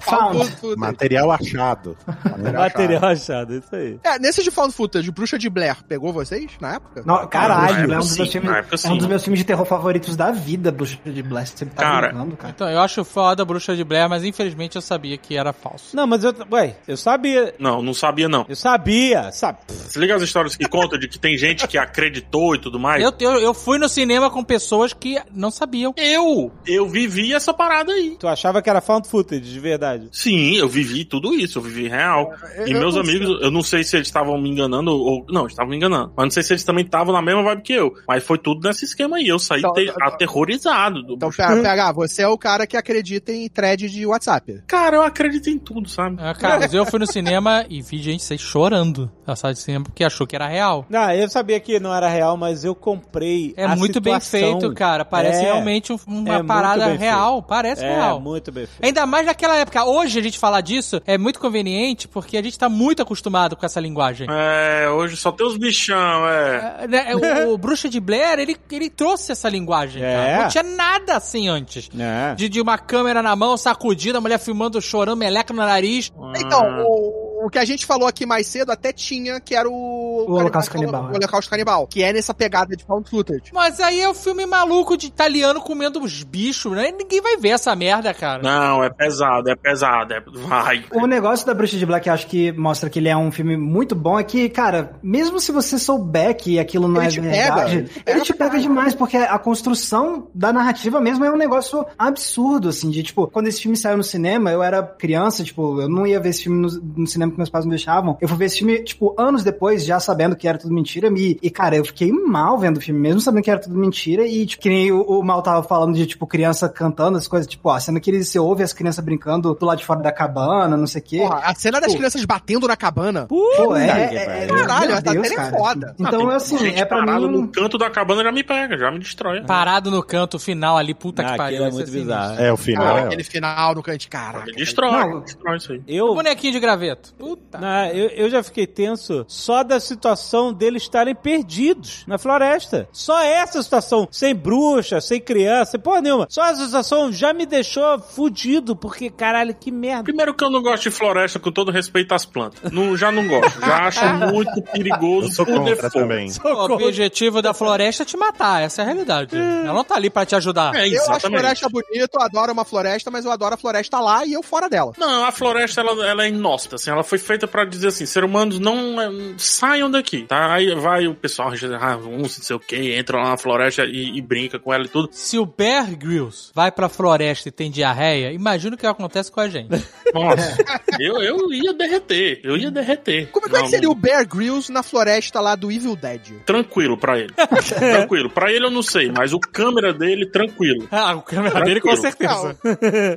S3: Found footage.
S6: Material achado.
S13: Material achado, isso aí.
S3: É, nesse de Found Footage, Bruxa de Blair, pegou vocês na época?
S5: Não, caralho,
S7: Na
S5: é
S7: época
S5: um, dos
S7: sim,
S5: meus filmes,
S7: na época
S5: é um dos
S7: sim.
S5: meus filmes de terror favoritos da vida, Bruxa de Blair. Você tá
S7: Cara.
S5: brincando, cara.
S4: Então, eu acho foda a bruxa de Blair, mas infelizmente eu sabia que era falso.
S13: Não, mas eu. Ué, eu sabia.
S7: Não, não sabia não.
S13: Eu sabia, sabe?
S7: Se liga as histórias que contam de que tem gente que acreditou e tudo mais.
S4: Eu, eu, eu fui no cinema com pessoas que não sabiam.
S7: Eu, eu vivi essa parada aí.
S13: Tu achava que era found footage, de verdade.
S7: Sim, eu vivi tudo isso, eu vivi real.
S3: eu-
S5: É,
S7: e
S3: eu
S7: meus
S3: não
S7: amigos, eu não sei se eles estavam me enganando ou. Não, eles estavam me enganando. Mas não sei se eles também estavam na mesma vibe que eu. Mas foi tudo nesse esquema aí. Eu saí
S3: Então,
S7: te-
S3: então, então-
S7: aterrorizado. Do...
S3: Então, PH, PH, você é o cara que acredita em thread de WhatsApp.
S7: Cara, eu acredito em tudo, sabe?
S4: Ah, Carlos, eu fui no cinema e vi gente sair chorando na sala de cinema porque achou que era real.
S13: Não, Ah, eu sabia que não era real, mas eu comprei.
S4: É
S13: a
S4: muito bem
S13: situação.
S4: feito, cara. Parece
S13: É,
S4: realmente um-
S13: é
S4: uma
S13: muito
S4: parada
S13: bem
S4: real. Parece
S13: É,
S4: real.
S13: muito bem feito.
S4: Ainda mais naquela época. Hoje a gente falar disso é muito conveniente porque a gente tá muito acostumado com essa linguagem.
S7: É, hoje só tem os bichão, é.
S4: É, né, o, o Bruxa de Blair, ele, ele trouxe essa linguagem,
S13: É.
S4: cara. Não tinha nada assim antes.
S13: É.
S4: De, de uma câmera na mão, sacudida, a mulher filmando, chorando, meleca no nariz.
S7: Ah.
S3: Então, o, o que a gente falou aqui mais cedo até tinha, que era o... O
S5: Holocausto Canibal,
S3: O
S5: né?
S3: Holocausto Canibal, que é nessa pegada de Found Footage.
S4: Mas aí é o filme maluco de italiano comendo os bichos, né? Ninguém vai ver essa merda, cara.
S7: Não, é pesado, é pesado, é... vai.
S5: O negócio da Bruxa de Blair que eu acho que mostra que ele é um filme muito bom é que, cara, mesmo se você souber que aquilo não
S3: Ele
S5: é
S3: te pega,
S5: verdade,
S3: ele te pega
S5: ele te pega demais, porque a construção da narrativa mesmo é um negócio absurdo, assim, de tipo, quando esse filme saiu no cinema, eu era criança, tipo, eu não ia ver esse filme no, no cinema que meus pais não deixavam. Eu fui ver esse filme, tipo, anos depois, já sabendo que era tudo mentira, e, e cara, eu fiquei mal vendo o filme, mesmo sabendo que era tudo mentira, e, tipo, que nem o, o Mal tava falando de, tipo, criança cantando, as coisas, tipo, ó, sendo que você ouve as crianças brincando do lado de fora da cabana, não sei o quê.
S3: Porra, a cena das
S5: Pô.
S3: crianças batendo na cabana.
S5: Pô, é,
S13: Puta que
S5: é, é,
S13: pariu.
S3: Caralho,
S5: meu
S3: essa tela
S5: Deus,
S3: é
S5: cara.
S3: foda.
S7: Ah,
S5: Então,
S7: tem
S5: é assim,
S7: gente
S5: é pra
S7: parada
S5: mim...
S7: no canto da cabana já me pega, já me destrói.
S4: Parado no canto final ali, puta
S13: Ah,
S4: que pariu.
S13: aquilo é
S4: isso
S13: muito
S4: sinistro.
S13: bizarro.
S6: É, o final.
S3: Cara,
S6: é-
S3: aquele final no canto, caraca.
S7: Me destrói,
S5: Não.
S7: me destrói isso aí.
S13: Eu,
S4: O bonequinho de graveto. Puta.
S13: na- eu, eu já fiquei tenso só da situação deles estarem perdidos na floresta. Só essa situação, sem bruxa, sem criança, sem porra nenhuma. Só essa situação já me deixou fudido, porque caralho, que merda.
S7: Primeiro que eu não gosto de floresta, com todo respeito às plantas. Não, já não gosto. Já acho muito
S6: Eu
S7: perigoso
S6: sou contra também.
S4: O objetivo da floresta é te matar, essa é a realidade. Ela não tá ali pra te ajudar.
S7: É,
S3: Eu acho
S7: exatamente.
S3: floresta bonito, eu adoro uma floresta, mas eu adoro a floresta lá e eu fora dela.
S7: Não, a floresta ela, ela é inóspita, assim, ela foi feita pra dizer assim, ser humanos não eh, saiam daqui, tá? Aí vai o pessoal, ah, um não sei o que, entra lá na floresta e, e brinca com ela e tudo.
S4: Se o Bear Grylls vai pra floresta e tem diarreia, imagina o que acontece com a gente.
S7: Nossa, eu, eu ia derreter, eu ia derreter.
S3: Como, como é
S7: Não,
S3: que seria o Bear Grylls na floresta lá do Evil Dead?
S7: Tranquilo pra ele. tranquilo. Pra ele eu não sei, mas o câmera dele, tranquilo.
S4: ah, o câmera
S7: dele, com
S3: certeza.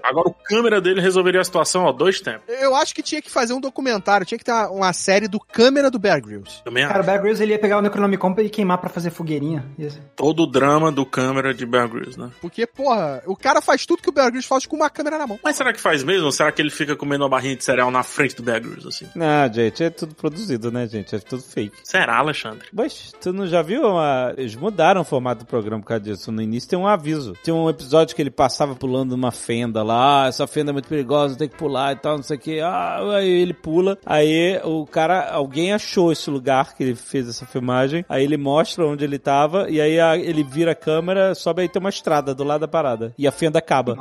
S7: Agora o câmera dele resolveria a situação, ó, dois tempos.
S3: Eu acho que tinha que fazer um documentário, tinha que ter uma, uma série do Câmera do Bear Grylls.
S7: Também
S5: Cara,
S7: acho.
S5: o Bear Grylls ele ia pegar o Necronomicon e queimar pra fazer fogueirinha. Isso.
S7: Todo o drama do câmera de Bear Grylls, né?
S3: Porque, porra, o cara faz tudo que o Bear Grylls faz com uma câmera na mão.
S7: Mas será que faz mesmo? Ou será que ele fica comendo uma barrinha de cereal na frente do Bear Grylls, assim?
S13: Não, gente, é tudo produzido, né, gente? É tudo fake.
S7: Será, Alexandre?
S13: Mas tu não já viu? uma- Eles mudaram o formato do programa por causa disso. No início tem um aviso. Tem um episódio que ele passava pulando uma fenda lá. Ah, essa fenda é muito perigosa, tem que pular e tal, não sei o que. Ah, aí ele pula. Aí o cara, alguém achou esse lugar que ele fez essa filmagem. Aí ele mostra onde ele tava. E aí a- ele vira a câmera, sobe aí tem uma estrada do lado da parada. E a fenda acaba.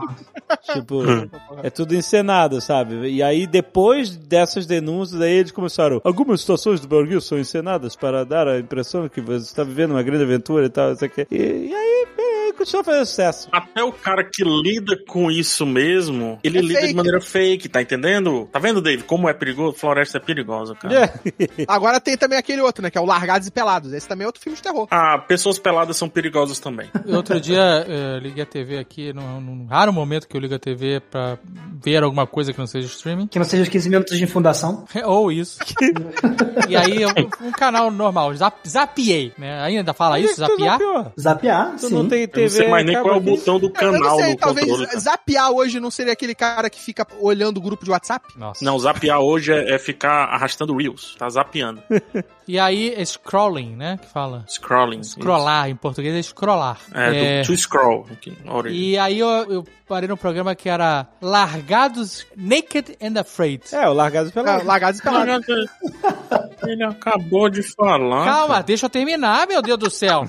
S13: tipo,
S7: Hum.
S13: é tudo encenado, sabe? E aí, depois dessas denúncias, aí eles começaram. Algumas situações do Bear Grylls são encenadas para dar a impressão que você está vivendo uma grande aventura e tal, isso aqui. E, e aí, é, continua fazendo sucesso.
S7: Até o cara que lida com isso mesmo, ele
S13: É
S7: lida
S13: fake.
S7: de maneira fake, tá entendendo? Tá vendo, Dave? Como é perigoso? Floresta é perigosa, cara.
S3: Agora tem também aquele outro, né? Que é o Largados e Pelados. Esse também é outro filme de terror.
S7: Ah, pessoas peladas são perigosas também.
S4: Outro dia eh, liguei a TV aqui, num, num raro momento que eu ligo a TV pra ver alguma coisa que não seja streaming.
S5: Que não seja os 15 minutos de fundação.
S4: Ou isso. e aí, eu- um canal normal, zap, zapiei, né? Ainda fala isso, zapiar?
S5: Zapear,
S4: Tu
S5: sim.
S4: não tem
S7: Eu não sei mais nem qual é o botão do
S3: Eu não
S7: canal
S3: sei,
S7: do
S3: talvez
S7: controle. cara.
S3: zapear hoje não seria aquele cara que fica olhando o grupo de WhatsApp?
S4: Nossa.
S7: Não, zapear hoje é, é ficar arrastando reels. Tá zapeando.
S4: E aí, é scrolling, né? Que fala.
S7: Scrolling.
S4: Scrollar, em português é scrollar.
S7: Isso. É,
S4: É,
S7: do to scroll. Aqui, na origem.
S4: E aí eu, eu parei num programa que era Largados Naked and Afraid.
S13: É, o Largados
S3: Ah, largados e pelados.
S7: Ele acabou de falar.
S4: Calma, deixa eu terminar, meu Deus do céu.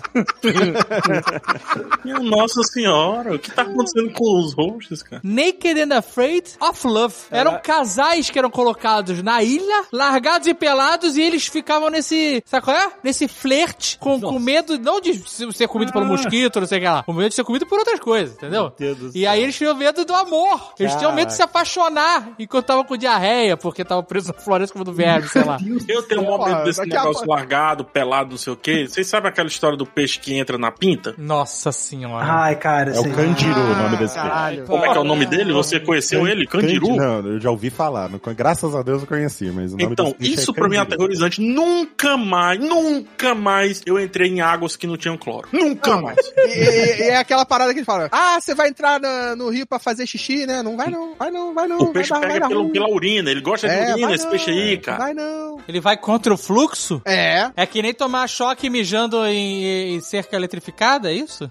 S7: Minha Nossa senhora, o que tá acontecendo com os hosts, cara?
S4: Naked and Afraid of Love. Eram casais que eram colocados na ilha, largados e pelados, e eles ficavam nesse. Sabe qual é? Nesse flerte, com, com medo não de se- ser comido pelo mosquito, não sei o que lá. Com medo de ser comido por outras coisas, entendeu? E aí eles tinham medo do amor. Eles tinham medo de se apaixonar enquanto tava com diarreia, porque tava preso na floresta como do verme, sei lá.
S7: Eu tenho um momento
S3: Porra,
S7: desse
S3: daqui a
S7: negócio
S3: pouco-
S7: largado, pelado, não sei o quê. Vocês sabem aquela história do peixe que entra na pinta?
S4: Nossa senhora.
S5: Ai, cara.
S6: É o
S5: sei lá.
S6: Candiru o nome
S4: Ah,
S6: desse filme.
S5: Caralho.
S7: Como é que é o nome dele? Você conheceu ele? Candiru?
S6: Não, eu já ouvi falar. não con- Graças a Deus eu conheci, mas o nome
S7: Então,
S6: desse bicho
S7: isso
S6: é
S7: pra mim é
S6: Candiru.
S7: aterrorizante. Nunca mais, nunca mais eu entrei em águas que não tinham cloro. Nunca
S3: Não,
S7: mais.
S3: E, e- e é aquela parada que ele fala: Ah, você vai entrar na- no rio pra fazer xixi, né? Não vai não, vai não, vai não.
S7: O peixe
S3: vai dar, vai
S7: pega
S3: dar
S7: pelo,
S3: ruim.
S7: pela urina, ele gosta de
S3: É,
S7: urina,
S3: vai
S7: esse
S3: não,
S7: peixe aí, cara.
S3: Vai não.
S4: Ele vai contra o fluxo?
S3: É.
S4: É que nem tomar choque mijando em, em cerca eletrificada, é isso?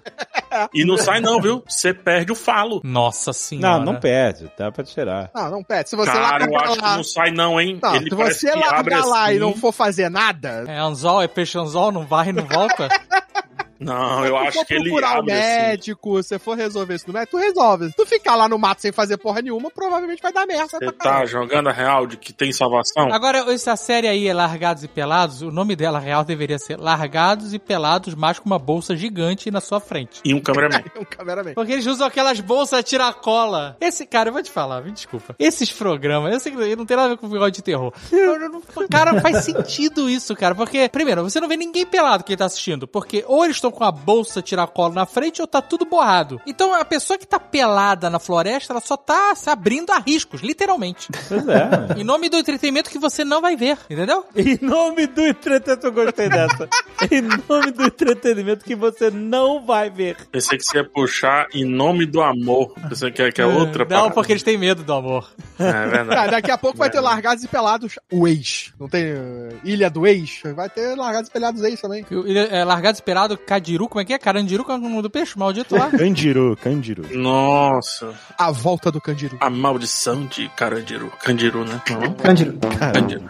S7: E não sai, não, viu? Você perde o falo.
S4: Nossa senhora.
S13: Não, não perde, dá pra tirar.
S3: Ah, Não, não, pede. Se você
S7: cara, eu
S3: largar
S7: acho que
S3: lá.
S7: não sai, não, hein?
S3: Não,
S7: ele
S3: se
S7: parece
S3: você
S7: que abre
S3: largar lá e
S7: assim.
S3: não for fazer nada,
S4: É anzol, é peixe anzol, não vai e não volta?
S7: Não, eu
S3: tu
S7: acho
S3: for
S7: que ele
S3: procurar o
S7: abre assim.
S3: médico, você for resolver isso no médico, tu resolve. Tu ficar lá no mato sem fazer porra nenhuma, provavelmente vai dar merda.
S7: Você
S3: pra
S7: tá
S3: caralho.
S7: jogando a real de que tem salvação?
S4: Agora, essa série aí é Largados e Pelados, o nome dela real deveria ser Largados e Pelados, mas com uma bolsa gigante na sua frente.
S7: E um cameraman.
S3: É um cameraman.
S4: Porque eles usam aquelas bolsas tiracola. Esse cara, eu vou te falar, me desculpa. Esses programas, eu sei que não tem nada a ver com negócio de terror. Eu não- Cara, não faz sentido isso, cara. Porque, primeiro, você não vê ninguém pelado que tá assistindo. Porque ou eles estão com a bolsa tiracola na frente ou tá tudo borrado. Então a pessoa que tá pelada na floresta, ela só tá se abrindo a riscos, literalmente.
S13: Pois é.
S4: Em nome do entretenimento que você não vai ver, entendeu?
S13: Em nome do entretenimento, eu gostei dessa. em nome do entretenimento que você não vai ver.
S7: Pensei que você ia puxar em nome do amor. Pensei que é,
S3: Ah,
S7: que é outra
S4: Não,
S7: parada.
S4: porque eles têm medo do amor.
S7: É
S3: Tá,
S7: verdade.
S3: daqui a pouco vai ter largados e pelados o ex. Não tem eh, Ilha do Ex? Vai ter largados e pelados ex também.
S4: Ele é largado esperado, Cadiru, como é que é? Carandiru, como é o nome do peixe? Maldito lá.
S6: Candiru, Candiru.
S7: Nossa,
S3: A volta do Candiru.
S7: a maldição de Carandiru. Candiru, né? Não?
S5: Candiru.
S7: Candiru.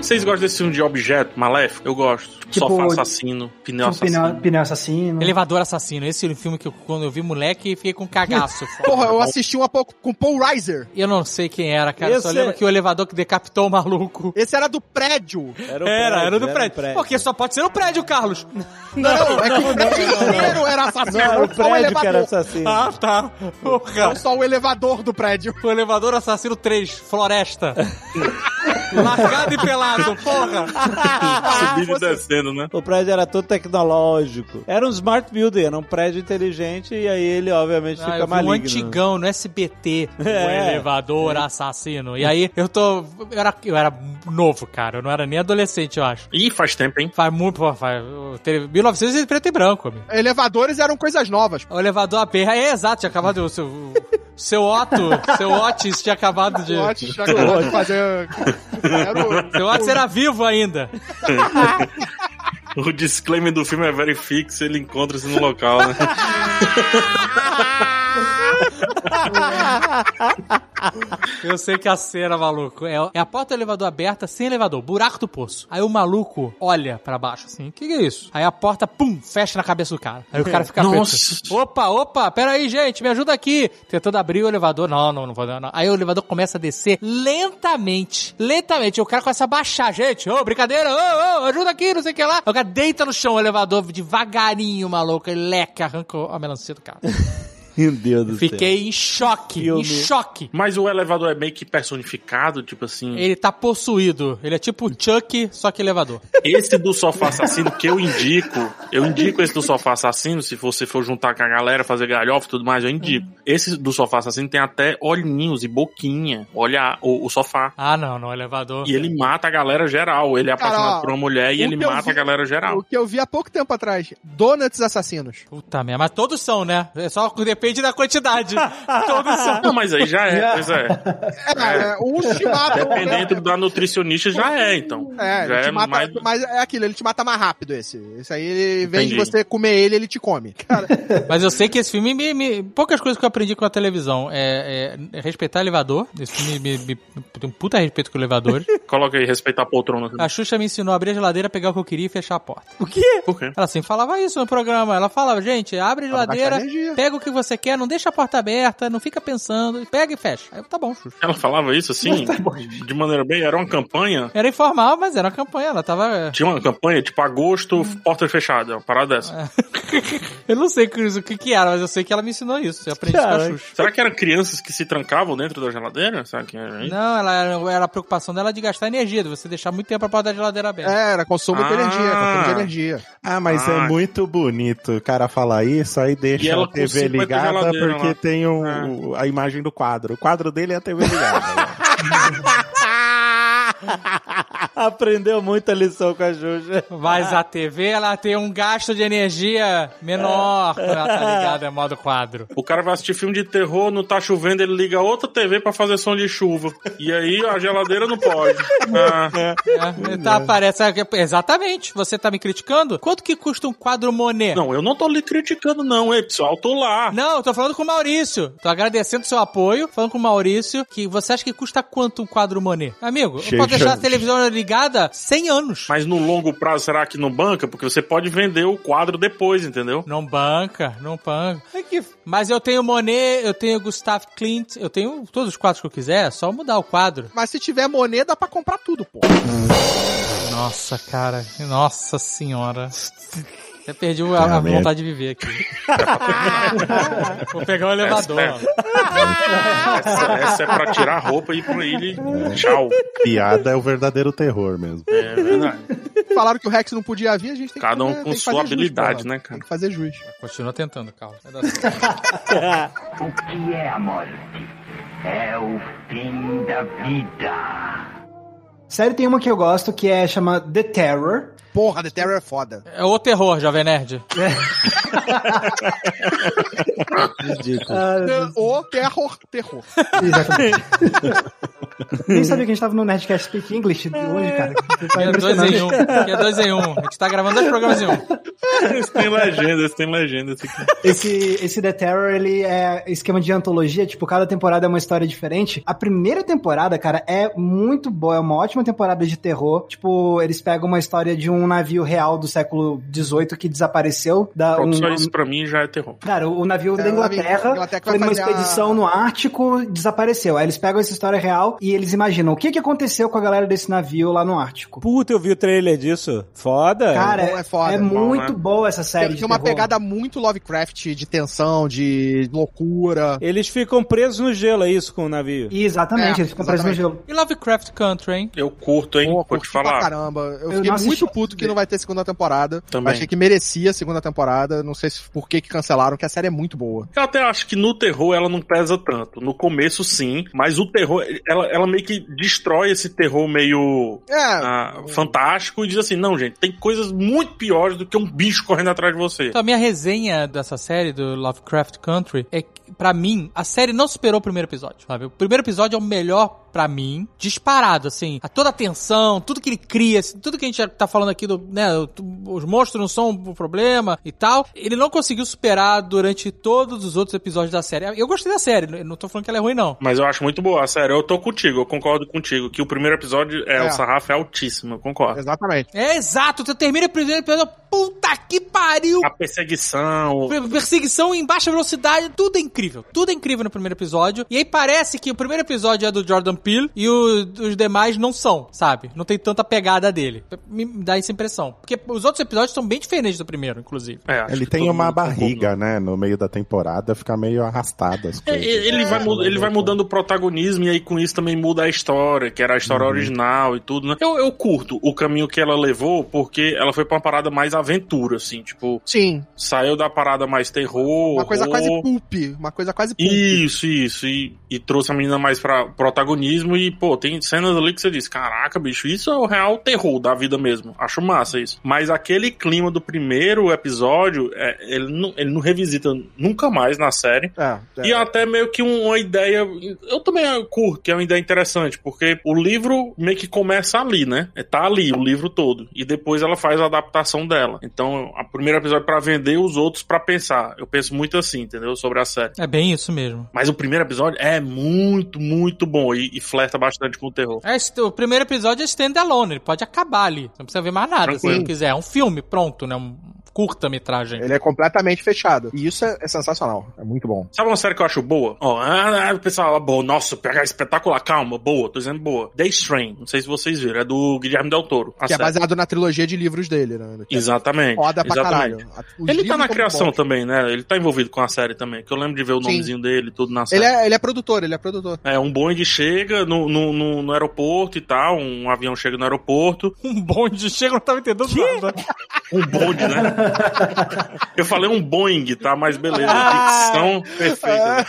S7: Vocês gostam desse filme de objeto maléfico? Eu gosto.
S5: Tipo,
S7: Sofá assassino, pneu
S5: Tipo,
S7: É assassino.
S5: pneu, pneu assassino.
S4: Elevador Assassino. Esse é o filme que eu, quando eu vi moleque, fiquei com cagaço.
S3: Porra, eu assisti um há pouco com Paul Reiser.
S4: Eu não sei quem era, cara. Eu só
S13: Esse-
S4: lembro que o elevador que decapitou o maluco.
S3: Esse era do prédio.
S13: Era,
S2: um
S4: Porque só pode ser no prédio, Carlos.
S3: Não, é que o prédio inteiro era assassino.
S13: Não, era assim, o prédio
S3: só o
S13: que era
S3: elevador.
S13: assassino.
S4: Ah, tá. Porra.
S3: Só o elevador do prédio.
S4: O elevador assassino 3, Floresta.
S7: Largado e pelado, porra!
S13: Ah,
S7: Subindo e descendo, né?
S13: O prédio era todo tecnológico. Era um smart building, era um prédio inteligente e aí ele, obviamente,
S4: Ah,
S13: fica
S4: eu vi um
S13: maligno.
S4: antigão no SBT, o
S13: É.
S4: um elevador assassino. E aí eu tô. Eu era, eu era novo, cara. Eu não era nem adolescente, eu acho.
S7: Ih, faz tempo, hein?
S4: Faz muito. Pô, faz, eu teve 1900 e preto e branco, amigo.
S3: Elevadores eram coisas novas.
S4: O elevador a perra é exato, tinha acabado o seu. o Seu Otto, seu Otis tinha acabado de.
S3: O Otis tinha acabado de fazer- Era o-
S4: Seu Otis era vivo ainda.
S7: O disclaimer do filme é very fix, ele encontra-se no local, né?
S4: Eu sei que a cena, maluco, é, é a porta do elevador aberta, sem elevador, buraco do poço. Aí o maluco olha pra baixo, assim, o que, que é isso? Aí a porta, pum, fecha na cabeça do cara. Aí o cara fica
S7: Nossa.
S4: preso. Opa, opa, peraí, gente, me ajuda aqui. Tentando abrir o elevador. Não, não, não vou não, não. Aí o elevador começa a descer lentamente, lentamente. O cara começa a baixar, gente, ô, brincadeira, ô, ô, ajuda aqui, não sei o que lá. Aí O cara deita no chão o elevador devagarinho, maluco, ele leca, arrancou a melancia do cara.
S13: Meu Deus do
S4: Fiquei em choque, em choque.
S7: Mas o elevador é meio que personificado, tipo assim.
S4: Ele tá possuído. Ele é tipo o Chuck, só que elevador.
S7: Esse do sofá assassino que eu indico, eu indico esse do sofá assassino, se você for juntar com a galera, fazer galhofa e tudo mais, eu indico. Esse do sofá assassino tem até olhinhos e boquinha. Olha o, o sofá.
S4: Ah, não, não, elevador.
S7: E ele mata a galera geral. Ele é
S3: Cara,
S7: apaixonado
S3: ó,
S7: por uma mulher e
S3: o
S7: ele
S3: que eu
S7: mata
S3: vi-
S7: a galera
S3: O
S7: geral.
S3: que eu vi há pouco tempo atrás. Donuts assassinos.
S4: Puta merda, mas todos são, né? É só que depende da quantidade. todos são.
S7: Não, mas aí já é, pois é.
S3: É, um te mata. um-
S7: Dependendo da nutricionista, já é, então.
S3: É,
S7: já
S3: ele te mata,
S7: mais-
S3: mas é aquilo, ele te mata mais rápido esse. Esse aí, ele, em vez de
S7: Entendi.
S3: você comer ele, ele te come. Cara,
S4: Mas eu sei que esse filme me, me- Poucas coisas que eu aprendi com a televisão. É, é- é respeitar elevador. Esse filme me, me, me- tem um puta respeito com elevadores.
S7: Coloca aí, respeitar a poltrona.
S4: A Xuxa me ensinou a abrir a geladeira, pegar o que eu queria e fechar a porta.
S13: O quê?
S7: Por quê?
S4: Ela sempre falava isso no programa. Ela falava, gente, abre a geladeira,
S3: gastar energia.
S4: pega o que você quer, não deixa a porta aberta, não fica pensando, pega e fecha. Aí eu, tá bom, Xuxa.
S7: Ela falava isso assim,
S3: tá
S7: de maneira bem. Era uma campanha.
S4: Era informal, mas era uma campanha. Ela tava.
S7: Tinha uma campanha, tipo, agosto, porta fechada, uma parada dessa.
S4: Eu não sei Cris, o que, que era, mas eu sei que ela me ensinou isso. Eu aprendi isso com a
S13: Caraca.
S4: Xuxa.
S7: Será que eram crianças que se trancavam dentro da geladeira? Será que era isso?
S4: Não, ela era, era a preocupação dela de gastar energia, de você deixar muito tempo a porta da geladeira aberta.
S3: é, era consumo de
S7: Ah.
S3: energia, consumo de energia.
S6: Ah, mas
S7: Ah.
S6: é muito bonito o cara falar isso, aí
S7: E
S6: deixa
S7: ela
S6: a
S7: com
S6: TV
S7: 50
S6: ligada
S7: geladeira
S6: porque
S7: lá. Ah.
S6: tem um- o- a imagem do quadro. O quadro dele é a TV ligada.
S13: Aprendeu muita lição com a Xuxa.
S4: Mas a TV, ela tem um gasto de energia menor quando ela tá ligada, é modo quadro.
S7: O cara vai assistir filme de terror, não tá chovendo, ele liga outra TV pra fazer som de chuva. E aí a geladeira não pode. Ah,
S4: É, tá, aparece, exatamente, você tá me criticando? Quanto que custa um quadro Monet?
S7: não, eu não tô lhe criticando, não, ei, pessoal, tô lá.
S4: Não, eu tô falando com o Maurício. Tô agradecendo o seu apoio, falando com o Maurício, que você acha que custa quanto um quadro Monet? Amigo, eu
S6: Cheio
S4: posso
S6: de
S4: deixar a
S6: anos.
S4: televisão ligada 100 anos.
S7: Mas no longo prazo, será que não banca? Porque você pode vender o quadro depois, entendeu?
S4: Não banca, não banca. Mas eu tenho Monet, eu tenho Gustave Clint, eu tenho todos os quadros que eu quiser, é só mudar o quadro.
S3: Mas se tiver moneda, dá pra comprar tudo, pô.
S4: Nossa, cara, nossa senhora. Até perdi a- a,
S6: Realmente.
S4: vontade de viver aqui. Vou pegar o elevador.
S7: Essa, essa é pra tirar a roupa e ir pra ele. Tchau.
S6: Piada é o verdadeiro terror mesmo.
S7: É verdade.
S3: Falaram que o Rex não podia vir, a gente tem que
S7: Cada um
S3: fazer-
S7: com
S3: tem que
S7: sua
S3: fazer jus,
S7: habilidade,
S3: porra.
S7: né, cara?
S3: Tem que fazer jus.
S4: Continua tentando, Carlos.
S11: O que é a morte? É o fim da vida.
S5: Sério, tem uma que eu gosto que é chama The Terror.
S3: Porra, The Terror é foda.
S4: É o terror, Jovem Nerd.
S6: Ridículo.
S5: Ah,
S3: O terror, terror.
S5: Exatamente. Nem sabia que a gente tava no Nerdcast Speak English de hoje, cara. Tá
S4: Que é dois
S5: impressionante.
S4: em um. Que é dois em um. A gente tá gravando dois programas em um.
S7: Esse tem legenda, esse tem legenda. Esse aqui.
S5: Esse, esse The Terror, ele é esquema de antologia, tipo, cada temporada é uma história diferente. A primeira temporada, cara, é muito boa, é uma ótima temporada de terror. Tipo, eles pegam uma história de um navio real do século XVIII que desapareceu. Da,
S7: Pronto,
S5: um-
S7: só isso pra mim já é terror.
S5: Cara, o navio
S3: É,
S5: da
S3: o navio da
S5: Inglaterra
S3: Inglaterra que
S5: foi
S3: vai
S5: numa
S3: fazer a-
S5: expedição no Ártico, desapareceu. Aí eles pegam essa história real e que eles imaginam. O que, que aconteceu com a galera desse navio lá no Ártico?
S13: Puta, eu vi o trailer disso. Foda.
S5: Cara, é,
S3: foda,
S5: é
S3: bom,
S5: muito
S3: né?
S5: boa essa série.
S3: Tem,
S5: de
S3: tem uma
S5: terror.
S3: pegada muito Lovecraft de tensão, de loucura.
S13: Eles ficam presos no gelo, é isso, com o navio.
S5: Exatamente,
S3: É,
S5: eles ficam presos no
S3: exatamente.
S5: gelo.
S4: E Lovecraft Country, hein?
S7: Eu curto, hein? Vou te
S3: Pra
S7: falar.
S3: caramba. Eu,
S5: Eu
S3: fiquei
S5: não assisti-
S3: muito puto que não vai ter segunda temporada.
S7: Também.
S3: Achei que merecia a segunda temporada. Não sei se por que que cancelaram, que a série é muito boa.
S7: Eu até acho que no terror ela não pesa tanto. No começo, sim, mas o terror, ela, ela meio que destrói esse terror meio
S3: É,
S7: ah, fantástico e diz assim: não, gente, tem coisas muito piores do que um bicho correndo atrás de você.
S4: Então, a minha resenha dessa série, do Lovecraft Country, é que, pra mim, a série não superou o primeiro episódio, sabe? O primeiro episódio é o melhor pra mim, disparado, assim. A toda a tensão, tudo que ele cria, assim, tudo que a gente já tá falando aqui do, né, o- os monstros não são o problema e tal. Ele não conseguiu superar durante todos os outros episódios da série. Eu gostei da série, eu não tô falando que ela é ruim, não.
S7: Mas eu acho muito boa, sério. Eu tô contigo, eu concordo contigo. Que o primeiro episódio, é,
S3: É.
S7: o sarrafo é altíssimo, eu concordo.
S3: exatamente.
S4: É exato, tu termina o primeiro episódio, puta que pariu!
S7: A perseguição.
S4: Per- Perseguição em baixa velocidade, tudo é incrível. Tudo é incrível no primeiro episódio. E aí parece que o primeiro episódio é do Jordan Peele e o- os demais não são, sabe? Não tem tanta pegada dele. Me me dá essa impressão. Porque os outros episódios são bem diferentes do primeiro, inclusive.
S7: É, acho
S6: Ele
S7: que
S6: tem
S7: todo
S6: uma
S7: mundo concorda.
S6: barriga, né? No meio da temporada, fica meio arrastado as
S7: É,
S6: coisas.
S7: e- Ele, vai, mu- ele vai
S3: é.
S7: mudando o protagonismo e aí com isso também muda a história, que era a
S3: Uhum.
S7: história original e tudo, né? Eu, eu curto o caminho que ela levou, porque ela foi pra uma parada mais aventura, assim, tipo,
S3: Sim.
S7: saiu da parada mais terror.
S3: Uma coisa
S7: horror.
S3: quase pulp. Uma coisa quase pulp.
S7: Isso, isso. E, e trouxe a menina mais pra protagonismo. E, pô, tem cenas ali que você diz: caraca, bicho, isso é o real terror da vida mesmo. Acho massa isso. Mas aquele clima do primeiro episódio, é, ele, não, ele não revisita nunca mais na série.
S3: É, é.
S7: E até meio que um- uma ideia. Eu também curto, que é uma ideia interessante, porque o livro meio que começa ali, né? É, Tá ali o livro todo. E depois ela faz a adaptação dela. Então, o primeiro episódio é pra vender, os outros pra pensar. Eu penso muito assim, entendeu? Sobre a série.
S4: É bem isso mesmo.
S7: Mas o primeiro episódio é muito, muito bom e, e flerta bastante com o terror.
S4: É, este- o primeiro episódio é standalone, ele pode acabar ali. Não precisa ver mais nada, se
S3: Tranquilo.
S4: não quiser. É um filme, pronto, né? Um curta-metragem.
S3: Ele é completamente fechado. E isso é, é sensacional. É muito bom.
S7: Sabe uma série que eu acho boa? Ó, ah, ah, o pessoal, ah, boa, nossa, pega espetacular, calma, boa, tô dizendo boa. Day Strain, não sei se vocês viram, é do Guilherme Del Toro. a
S3: que é
S7: série.
S3: baseado na trilogia de livros dele, né? Que é
S7: Exatamente.
S3: Foda pra
S7: exatamente.
S3: caralho. Os
S7: Ele tá
S3: livros
S7: na
S3: são
S7: criação
S3: bons.
S7: também, né? Ele tá envolvido com a série também, que eu lembro de ver o
S3: Sim.
S7: nomezinho dele, tudo na série.
S3: Ele é, ele é produtor, ele é produtor.
S7: É, um bonde chega no, no, no, no aeroporto e tal, um avião chega no aeroporto.
S4: Um bonde chega, eu não tava entendendo nada.
S7: Um bonde, né? Eu falei um Boeing, tá? Mas beleza,
S3: Ah.
S7: dicção perfeita. né?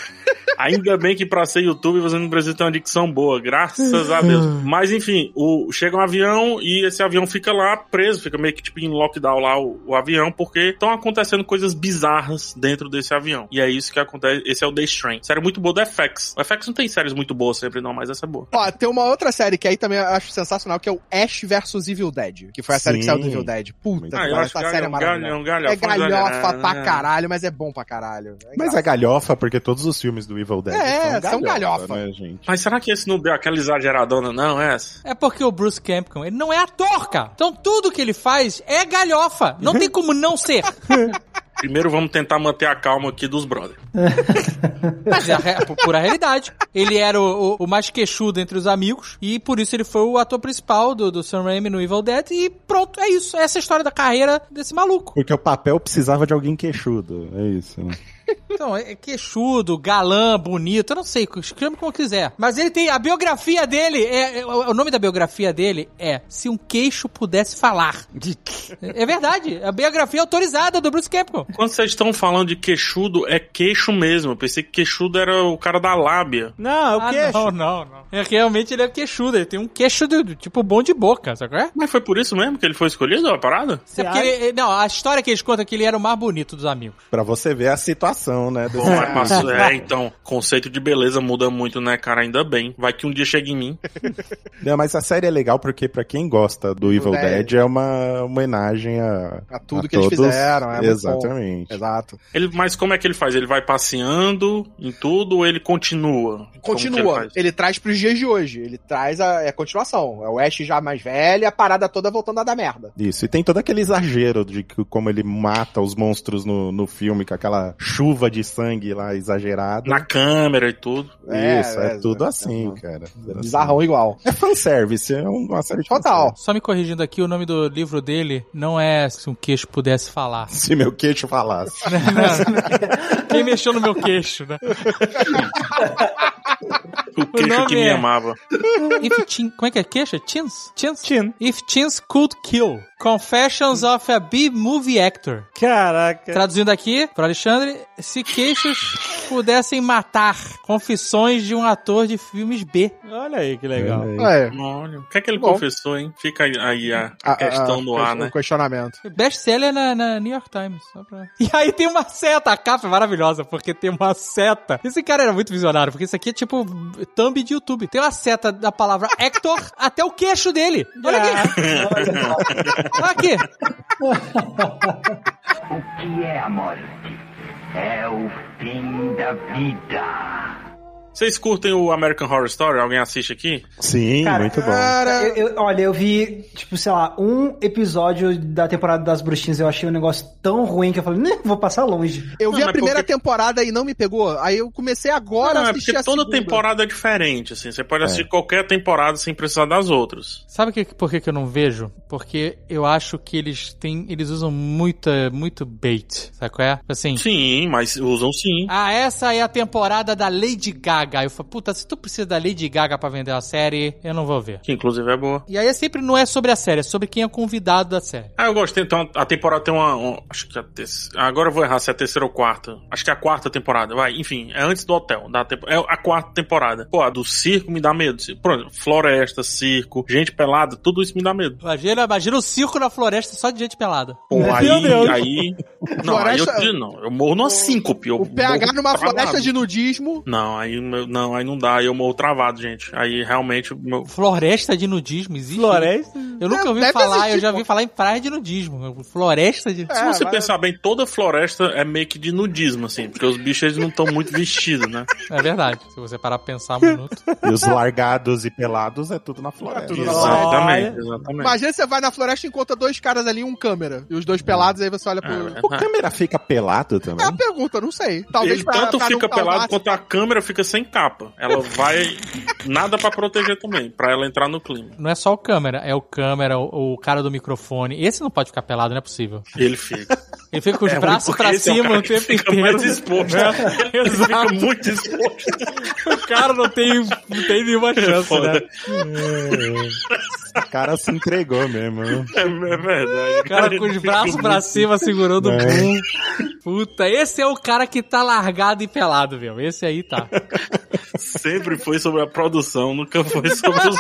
S7: Ainda bem que pra ser YouTube você não precisa ter uma dicção boa, graças a Deus.
S3: Hum.
S7: Mas enfim, o, chega um avião e esse avião fica lá preso, fica meio que tipo em lockdown lá o, o avião, porque estão acontecendo coisas bizarras dentro desse avião. E é isso que acontece. Esse é o The Strain. Série muito boa do FX. O FX não tem séries muito boas sempre, não, mas essa é boa.
S3: Ó, tem uma outra série que aí também eu acho sensacional, que é o Ash vs Evil Dead. Que foi a série que
S6: Sim.
S3: saiu do Evil Dead. Puta,
S6: Muito
S7: Ah,
S3: cara,
S7: eu acho
S3: essa
S7: que
S3: série
S7: é
S3: é
S7: um
S3: maravilhosa.
S7: galho- um galhofa,
S3: É galhofa
S7: né?
S3: pra caralho, mas é bom pra caralho. É
S6: Mas é galhofa, porque todos os filmes do Evil Dead
S3: É,
S6: são,
S3: são
S6: galhofa,
S3: galhofa.
S6: né, gente?
S7: Mas será que esse não deu aquela exageradona, não? É essa?
S4: É porque o Bruce Campbell, ele não é ator, cara. Então tudo que ele faz é galhofa. Não tem como não ser.
S7: Primeiro vamos tentar manter a calma aqui dos brothers.
S4: Mas é a re- pu- pura realidade. Ele era o, o- o mais queixudo entre os amigos e por isso ele foi o ator principal do, do Sam Raimi no Evil Dead e pronto, é isso. Essa é a história da carreira desse maluco.
S6: Porque o papel precisava de alguém queixudo, é isso.
S4: Então, é é queixudo, galã, bonito, eu não sei, chama como quiser. Mas ele tem, a biografia dele, é, é- o o nome da biografia dele é Se um Queixo Pudesse Falar. É é verdade, a biografia autorizada do Bruce Campbell.
S7: Quando vocês estão falando de queixudo, é queixo mesmo. Eu pensei que queixudo era o cara da lábia. Né?
S13: Não, é o
S4: Ah,
S13: queixo.
S4: não, não, não. É, realmente ele é queixudo, ele tem um queixo de- de- tipo bom de boca, sabe qual é?
S7: Mas foi por isso mesmo que ele foi escolhido, a parada?
S4: É porque ele- ele- não, a história que eles contam é que ele era o mais bonito dos amigos.
S6: Pra você ver a situação, né? desse
S7: Bom,
S6: filme.
S7: mas passou- é, então, conceito de beleza muda muito, né, cara? Ainda bem. Vai que um dia chega em mim.
S6: Não, mas a série é legal porque pra quem gosta do Evil
S3: Dead.
S6: Dead é uma homenagem a,
S3: A tudo que eles fizeram, é muito bom.
S6: Exatamente. Exatamente.
S3: Exato.
S7: Ele, mas como é que ele faz? Ele vai passeando em tudo ou ele continua? Como que
S3: Continua.
S7: ele
S3: Ele,
S7: faz?
S3: traz pros dias de hoje. Ele traz a, é a continuação. É o Ash já mais velho, a parada toda voltando a dar merda.
S6: Isso, e tem todo aquele exagero de que- como ele mata os monstros no, no filme, com aquela chuva de sangue lá exagerada.
S7: Na câmera e tudo.
S6: Isso, é, tudo assim, cara. Tudo
S3: Bizarrão igual.
S6: assim. É fanservice, é uma série de Total.
S4: Só me corrigindo aqui, o nome do livro dele não é Se um Queixo Pudesse Falar. né?
S6: Se meu queixo falasse.
S4: Quem mexeu no meu queixo, né?
S7: O queixo
S4: nome
S7: que me
S4: é-
S7: amava.
S4: If teen, como é que é? Queixa? Teens? Teens? Teen. If teens could kill. Confessions of a B-movie actor.
S2: Caraca.
S4: Traduzindo aqui para Alexandre, se queixos pudessem matar confissões de um ator de filmes B.
S2: Olha aí que legal.
S3: É.
S7: Olha, o que é que ele
S3: Bom.
S7: confessou, hein? Fica aí, aí a,
S3: A- a-
S7: questão no ar,
S3: o
S7: né?
S3: questionamento.
S4: Best-seller na, na New York Times. Só pra... E aí tem uma seta. A capa é maravilhosa, porque tem uma seta. Esse cara era muito visionário, porque isso aqui é tipo thumb de YouTube. Tem uma seta da palavra Hector até o queixo dele. Olha aqui. Olha aqui.
S11: O que é a morte? É o fim da vida.
S7: Vocês curtem o American Horror Story? Alguém assiste aqui?
S6: Sim, muito bom.
S5: Eu- eu- olha, eu vi, tipo, sei lá, um episódio da temporada das bruxinhas. Eu achei um negócio tão ruim que eu falei, né, vou passar longe.
S3: Eu vi
S7: Não,
S3: a
S7: mas
S3: primeira
S7: porque-
S3: temporada e não me pegou. Aí eu comecei agora
S7: Não,
S3: a
S7: é
S3: assistir
S7: porque
S3: a
S7: toda
S3: segunda.
S7: temporada é diferente, assim. Você pode assistir qualquer temporada sem precisar das outras.
S4: Sabe que, por que, que eu não vejo? Porque eu acho que eles têm. Eles usam muita, muito bait. Sabe qual é? Assim.
S7: Sim, mas usam sim.
S4: Ah, essa é a temporada da Lady Gaga. Aí Eu falo, puta, se tu precisa da Lady Gaga pra vender a série, eu não vou ver.
S7: Que inclusive é boa.
S4: E aí é sempre não é sobre a série, é sobre quem é convidado da série.
S7: Ah, eu gosto. Então, a temporada tem uma. um- acho que a terceira. Agora eu vou errar se é a terceira ou quarta. Acho que é a quarta temporada. Vai, enfim, é antes do hotel. Da tempo- é a quarta temporada. Pô, a do circo me dá medo. Pronto, floresta, circo, gente pelada, tudo isso me dá medo.
S4: Imagina, imagina o circo na floresta só de gente pelada.
S7: Pô,
S2: Meu
S7: aí.
S2: Deus.
S7: aí não,
S3: Floresta-
S7: aí eu, não, eu morro numa síncope. Eu
S3: O PH
S7: morro
S3: numa
S7: travado.
S3: floresta de nudismo.
S7: Não, aí meu- não, aí não dá, aí eu morro travado, gente. Aí realmente. Meu...
S4: Floresta de nudismo existe?
S2: Floresta.
S4: Eu nunca
S3: Não,
S4: ouvi
S3: deve
S4: falar, eu
S3: existir,
S4: já
S3: pô.
S4: ouvi falar em praia de nudismo. Floresta de.
S7: Se você
S3: mas-
S7: pensar bem, toda floresta é meio que de nudismo, assim, porque os bichos eles não estão muito vestidos, né?
S4: É verdade, se você parar pra pensar um minuto.
S6: E os largados e pelados é tudo na floresta.
S3: tudo na
S7: Exatamente, exatamente.
S3: Imagina você vai na floresta e encontra dois caras ali e um câmera. E os dois pelados, aí você olha pro.
S7: Ah,
S6: O câmera fica pelado
S3: É
S6: também?
S3: uma pergunta, não sei. Talvez
S7: ele
S3: pra-
S7: tanto
S3: pra não
S7: fica
S3: causar-
S7: pelado quanto a
S4: tá-
S7: câmera fica sem capa. Ela vai nada pra proteger também, pra ela entrar no clima.
S4: Não é só o câmera, é o câmera, o, o cara do microfone. Esse não pode ficar pelado, não é possível.
S7: Ele fica.
S4: Ele fica com os
S7: É ruim
S4: braços
S7: porque
S4: pra
S7: esse é
S4: cima
S7: cara
S4: o
S7: que
S4: tempo
S7: fica
S4: inteiro. É.
S7: mais exposto. Ele fica muito exposto.
S4: O cara não tem, não tem nenhuma chance, né?
S7: Foda.
S6: O cara se entregou mesmo. né?
S7: É, é verdade.
S4: O cara com os braços pra cima segurando o
S6: É.
S4: boom. Puta, esse é o cara que tá largado e pelado, meu. Esse aí tá.
S7: Sempre foi sobre a produção, nunca foi sobre os.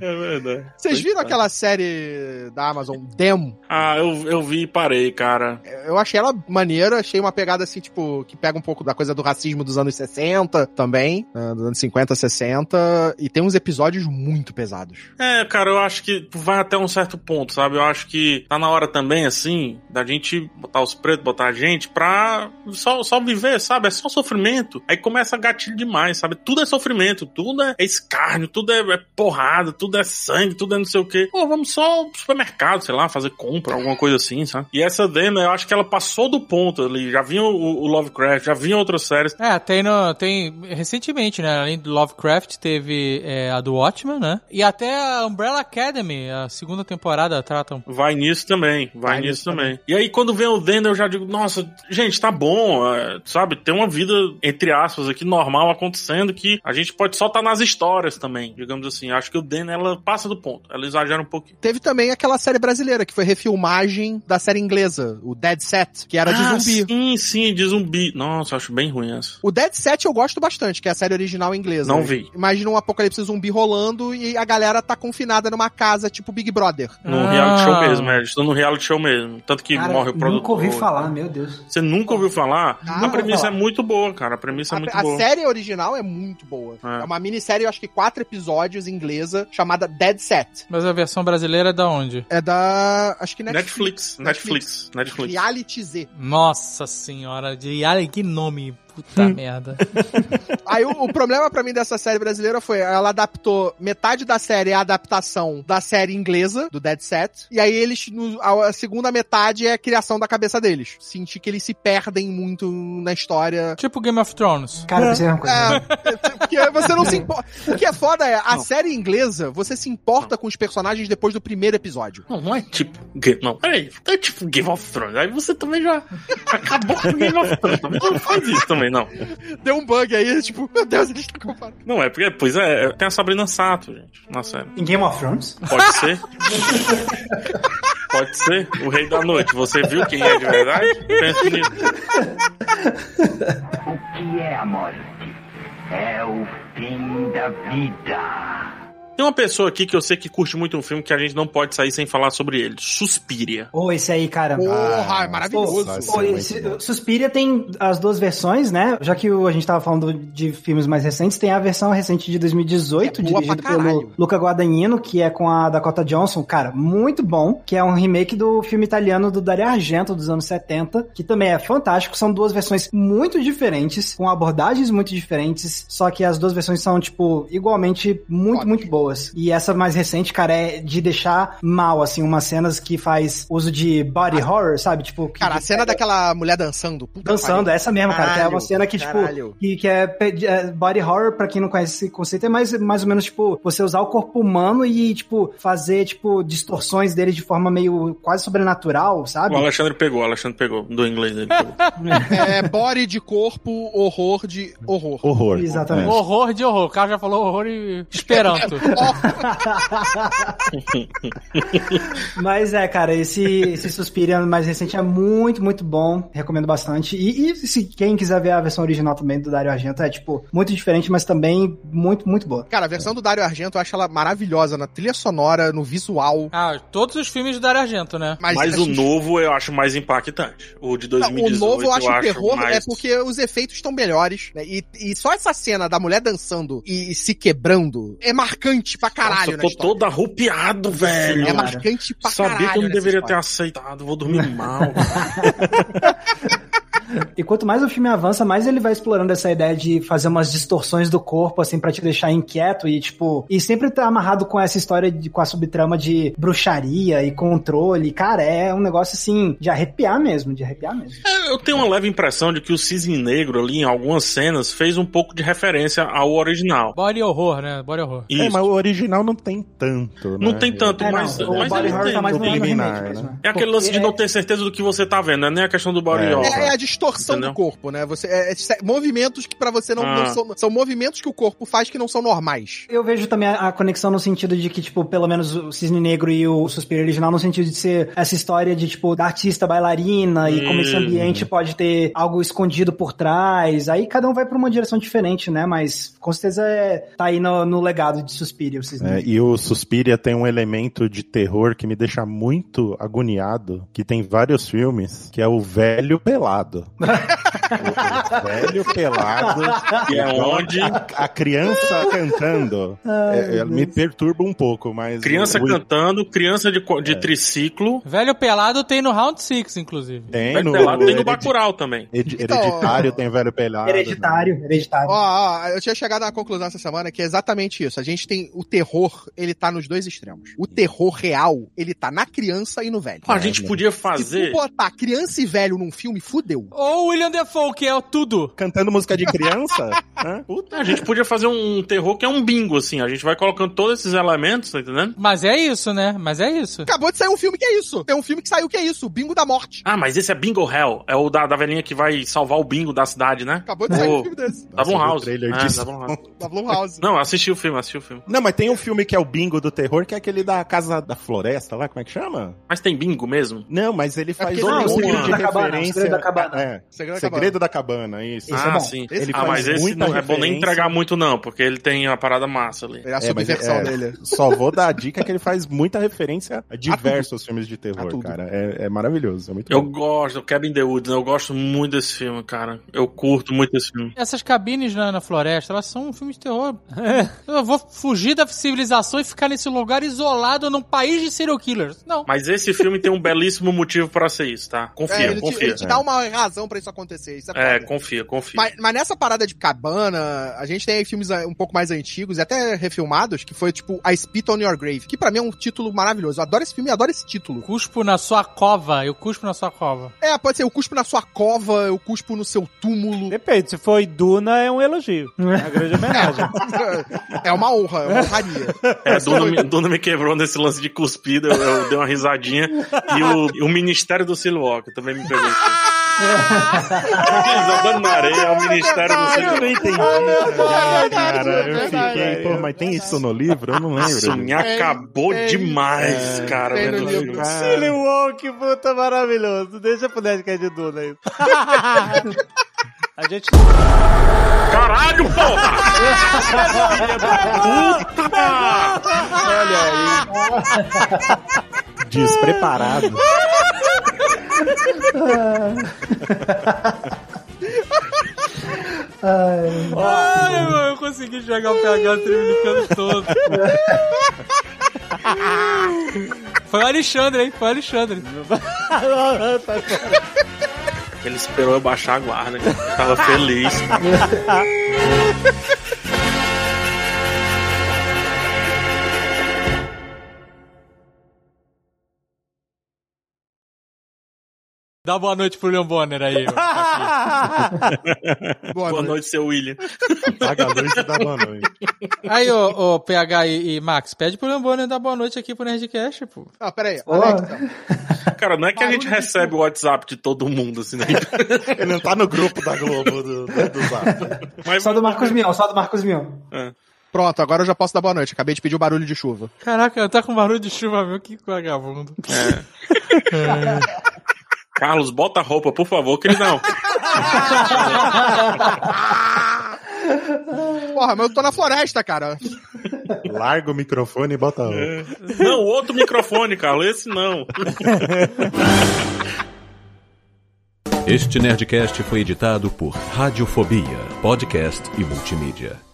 S7: é verdade.
S3: Vocês viram aquela série da Amazon, Dem?
S7: Ah, eu, eu vi e parei, cara.
S3: Eu achei ela maneira, achei uma pegada assim, tipo, que pega um pouco da coisa do racismo dos anos 60 também, ah, dos anos 50, 60, e tem uns episódios muito pesados.
S7: É, cara, eu acho que vai até um certo ponto, sabe? Eu acho que tá na hora também, assim, da gente botar os pretos, botar a gente pra só, só viver, sabe? É só sofrimento. Aí começa gatilho demais, sabe? Tudo é sofrimento, tudo é escárnio, tudo é, é porrada, tudo é sangue, tudo é não sei o quê. Pô, vamos só ao supermercado, sei lá, fazer compra, alguma coisa assim, sabe? E essa Dana, eu acho que ela passou do ponto ali. Já vinha o, o Lovecraft, já vinha outras séries.
S4: É, tem, no, tem recentemente, né? Além do Lovecraft, teve é, a do Watchmen, né? E até a Umbrella Academy, a segunda temporada, trata um
S7: Vai nisso também, vai, nisso, também. E aí, quando vem o Denner, eu já digo, nossa, gente, tá bom, é, sabe? Tem uma vida, entre aspas, aqui normal acontecendo que a gente pode só estar nas histórias também, digamos assim. Acho que o Denner, ela passa do ponto, ela exagera um pouquinho.
S3: Teve também aquela série brasileira, que foi refilmagem da série inglesa, o Dead Set, que era
S7: Ah,
S3: de zumbi.
S7: Sim, sim, de zumbi. Nossa, acho bem ruim essa.
S3: O Dead Set eu gosto bastante, que é a série original inglesa.
S7: Não vi.
S3: Imagina um apocalipse zumbi rolando e a galera tá confinada numa casa tipo Big Brother.
S7: No
S4: Ah.
S7: reality show mesmo, é. Estou no reality show mesmo. Tanto que
S5: Cara,
S7: morre o produtor.
S5: nunca ouvi falar, meu Deus.
S7: Você nunca ouviu falar?
S3: Nunca
S7: a premissa
S5: ouvi
S7: é
S5: falar.
S7: muito boa, cara. A premissa é
S3: A,
S7: muito
S3: a
S7: boa.
S3: série original é muito boa.
S7: É.
S3: É, uma minissérie, eu acho que quatro episódios inglesa chamada Dead Set.
S4: Mas a versão brasileira é da onde?
S3: É da. Acho que
S7: Netflix. Netflix. Netflix.
S3: Reality Z.
S4: Nossa senhora, de Alien, que nome. Puta merda.
S3: Aí o, o problema pra mim dessa série brasileira foi ela adaptou metade da série é a adaptação da série inglesa do Dead Set e aí eles no- a, a segunda metade é a criação da cabeça deles. Senti que eles se perdem muito na história.
S4: Tipo Game of Thrones.
S5: Cara, isso é uma coisa.
S3: Porque você não se importa. O que é foda é a série inglesa, você se importa com os personagens depois do primeiro episódio.
S7: Não, não é tipo. Ga- Não, peraí. É tipo Game of Thrones. Aí você também já acabou com Game of Thrones. também. Não faz isso também, não.
S3: Deu um bug aí, tipo, meu Deus, eles estão comparando.
S7: Não é, porque, pois é, tem a Sabrina Sato, gente, na série.
S5: Em Game of Thrones?
S7: Pode ser? Pode ser? O Rei da Noite. Você viu quem é de verdade? Pensa nisso.
S11: O que é a morte? É o fim da vida.
S7: Tem uma pessoa aqui que eu sei que curte muito um filme que a gente não pode sair sem falar sobre ele. Suspiria.
S5: Ô, esse aí, cara.
S3: Porra, é
S5: Pô,
S3: maravilhoso.
S5: pô, esse- Suspiria tem as duas versões, né? Já que o- a gente tava falando de filmes mais recentes, tem a versão recente de 2018,
S3: É boa
S5: dirigida
S3: pra caralho.
S5: pelo Luca Guadagnino, que é com a Dakota Johnson, cara, muito bom, que é um remake do filme italiano do Dario Argento dos anos 70, que também é fantástico, são duas versões muito diferentes, com abordagens muito diferentes, só que as duas versões são tipo igualmente muito,
S3: Ótimo.
S5: muito boas. E essa mais recente, cara, é de deixar mal assim umas cenas que faz uso de body horror, sabe? Tipo, que-
S3: Cara, a cena
S5: que-
S3: daquela mulher é dançando. puta
S5: Dançando,
S3: que
S5: é essa mesmo, cara. que é uma
S3: Caralho,
S5: cena que,
S3: caralho.
S5: tipo, que, que é, pe- é body horror, pra quem não conhece esse conceito, é mais, mais ou menos, tipo, você usar o corpo humano e, tipo, fazer, tipo, distorções dele de forma meio quase sobrenatural,
S3: Tá
S5: sabe?
S7: O Alexandre pegou, o Alexandre pegou. Do inglês dele. pegou.
S3: pariu. É body de corpo, horror de horror.
S6: Horror.
S5: Exatamente.
S4: Horror de horror. O cara já falou horror e esperanto.
S5: Mas é, cara, esse, esse Suspiria mais recente é muito, muito bom. Recomendo bastante. E, e se quem quiser ver a versão original também do Dario Argento, é, tipo, muito diferente, mas também muito, muito boa.
S3: Cara, a versão do Dario Argento eu acho ela maravilhosa na trilha sonora, no visual.
S4: ah, todos os filmes do Dario Argento, né?
S3: Mas,
S7: Mas
S3: acho-
S7: o novo eu acho mais impactante. O de
S3: Não, o
S7: 2018
S3: novo eu acho terror,
S7: mais...
S3: é porque os efeitos estão melhores, né? E, e só essa cena da mulher dançando e, se quebrando é marcante pra caralho,
S7: Nossa,
S3: né?
S7: tô todo arrupiado, velho.
S3: É marcante pra
S7: Sabia
S3: caralho.
S7: que eu não
S3: nessa
S7: deveria
S3: história.
S7: ter aceitado. Vou dormir mal.
S5: E quanto mais o filme avança, mais ele vai explorando essa ideia de fazer umas distorções do corpo, assim, pra te deixar inquieto e, tipo, e sempre tá amarrado com essa história, de, com a subtrama de bruxaria e controle. Cara, é um negócio, assim, de arrepiar mesmo, de arrepiar mesmo.
S7: É, Eu tenho uma leve impressão de que o Cisne Negro ali, em algumas cenas, fez um pouco de referência ao original.
S4: Body horror, né? Body horror.
S7: Isso.
S6: É, mas o original não tem tanto, né?
S7: Não tem tanto,
S5: É,
S7: mas,
S5: não, o
S7: mas
S5: Body
S7: ele
S5: Horror
S7: tem.
S5: tá mais no no remake
S6: preliminar,
S5: mesmo.
S6: né?
S7: É aquele lance de
S5: Porque
S7: não ter certeza do que você tá vendo, não é nem a questão do body
S6: É.
S7: horror.
S3: É, é a distorção
S7: Entendeu?
S3: do corpo, né? Você, é- é sé- movimentos que pra você não,
S7: Ah.
S3: não são. São movimentos que o corpo faz que não são normais.
S5: Eu vejo também a a conexão no sentido de que, tipo, pelo menos o Cisne Negro e o Suspiro original, no sentido de ser essa história de, tipo, da artista bailarina e como esse
S7: Hum.
S5: ambiente pode ter algo escondido por trás. Aí cada um vai pra uma direção diferente, né? Mas com certeza é, tá aí no, no legado de Suspiria, o Cisne
S6: É,
S5: Negro.
S6: e o Suspiria tem um elemento de terror que me deixa muito agoniado, que tem vários filmes, que é o velho pelado. o, o velho pelado.
S7: E é
S6: Então,
S7: onde
S6: a, a criança cantando.
S5: Ai,
S6: é, é,
S5: meu
S6: me perturba um pouco, mas.
S7: criança
S6: o- o-
S7: cantando, criança de, co- de
S5: É.
S7: triciclo,
S4: Velho pelado tem no Round 6, inclusive.
S6: Tem
S7: velho
S6: no,
S7: pelado, tem no
S6: heredi-
S7: Bacurau também.
S6: heredi-
S3: Então,
S6: hereditário, tem velho pelado. né?
S5: Hereditário, hereditário.
S3: Ó, ó, eu tinha chegado a uma conclusão essa semana que é exatamente isso. A gente tem o terror, ele tá nos dois extremos. O terror real, ele tá na criança e no velho.
S7: A gente
S6: É,
S7: podia
S3: Se
S7: fazer.
S3: tu botar criança e velho num filme, fudeu.
S4: Ou o William Defoe, que é o tudo.
S6: Cantando música de criança? Hã?
S7: A gente podia fazer um terror que é um bingo, assim. A gente vai colocando todos esses elementos, tá entendendo?
S4: Mas é isso, né? Mas é isso.
S3: Acabou de sair um filme que é isso. Tem um filme que saiu que é isso, Bingo da Morte.
S7: Ah, mas esse é Bingo Hell. É o da, da velhinha que vai salvar o bingo da cidade, né?
S3: Acabou de sair
S7: Pô.
S3: um filme desse.
S7: Da
S6: Nossa,
S7: Blumhouse.
S6: o trailer
S7: É,
S6: disso.
S7: da Blumhouse.
S3: Da Blumhouse.
S7: Não, assisti o filme, assisti o filme.
S6: Não, mas tem um filme que é o bingo do terror, que é aquele da Casa da Floresta lá, como é que chama?
S7: Mas tem bingo mesmo?
S6: Não, mas ele faz
S3: porque
S6: um
S7: não, o
S6: monte
S7: Segredo
S6: de
S5: da Cabana, o Segredo
S6: referência.
S5: da Cabana.
S6: É.
S3: Segredo da
S6: Segredo da Cabana, isso.
S7: ah, sim. ah, mas esse não é bom nem entregar muito, não, porque ele tem uma parada massa ali.
S6: É, mas é,
S3: tipo,
S6: Só vou dar a dica que ele faz muita referência a diversos filmes de terror, cara. É, é maravilhoso, é muito
S7: Eu
S6: bom.
S7: gosto, Kevin The Woods, né? eu gosto muito desse filme, cara. Eu curto muito esse filme.
S4: Essas cabines na, na floresta, elas são um filme de terror. Eu vou fugir da civilização e ficar nesse lugar isolado num país de serial killers. Não.
S7: Mas esse filme tem um belíssimo motivo pra ser isso, tá? Confia,
S3: É, ele, te,
S7: confia.
S3: ele te dá uma razão pra isso acontecer. Isso é
S7: É,
S3: foda.
S7: confia, confia.
S3: Mas, mas nessa parada de cabana, a gente tem aí filmes ah, um pouco mais antigos e até refilmados, que foi tipo A Spit on Your Grave, que pra mim é um título maravilhoso. Eu adoro esse filme, eu adoro esse título.
S4: Cuspo na sua cova, eu cuspo na sua cova.
S3: É, pode ser eu cuspo na sua cova, eu cuspo no seu túmulo.
S2: Depende, se foi Duna é um elogio. É uma grande homenagem.
S3: É uma honra, é uma honraria.
S7: É, Duna, me, Duna me quebrou nesse lance de cuspida, eu, eu dei uma risadinha. E o, e o Ministério do Silwalker também me pegou. Jogando na areia, é o Ministério do
S6: Eu não
S7: Silwalker.
S6: entendi. cara, eu fiquei, pô, mas tem isso no livro? Eu não lembro.
S7: Isso me acabou
S2: Tem-
S7: demais,
S6: tem-
S7: cara.
S6: tem no
S7: vendo
S6: livro.
S7: isso.
S2: Silly Walk, puta maravilhoso. Deixa pro Nerdcast de Duna aí. A gente.
S7: Caralho, porra!
S6: Despreparado.
S4: Ai, mano, eu consegui jogar o PH tremendo todo. Foi o Alexandre, hein? Foi o Alexandre.
S7: Ele esperou eu baixar a guarda, cara. Eu tava feliz.
S4: Dá boa noite pro Leon Bonner aí. ó.
S7: Boa, noite, seu William.
S6: Paga a luz e dá boa noite.
S4: Aí, ô, ô, PH e, e Max, pede pro Leon Bonner dar boa noite aqui pro Nerdcast, pô.
S3: Ah, peraí.
S7: Cara, não é que a gente recebe o WhatsApp de todo mundo, assim, né?
S6: Ele não tá no grupo da Globo do, do, do Zap.
S5: Só do Marcos Mion, só do Marcos Mion.
S3: Pronto, agora eu já posso dar boa noite. Acabei de pedir o barulho de chuva.
S4: Caraca, tá com barulho de chuva, meu, que vagabundo.
S7: Carlos, bota a roupa, por favor, queridão.
S3: Porra, mas eu tô na floresta, cara.
S6: Larga o microfone e bota outro.
S7: Não, o outro microfone, Carlos, esse não.
S14: Este Nerdcast foi editado por Radiofobia, podcast e multimídia.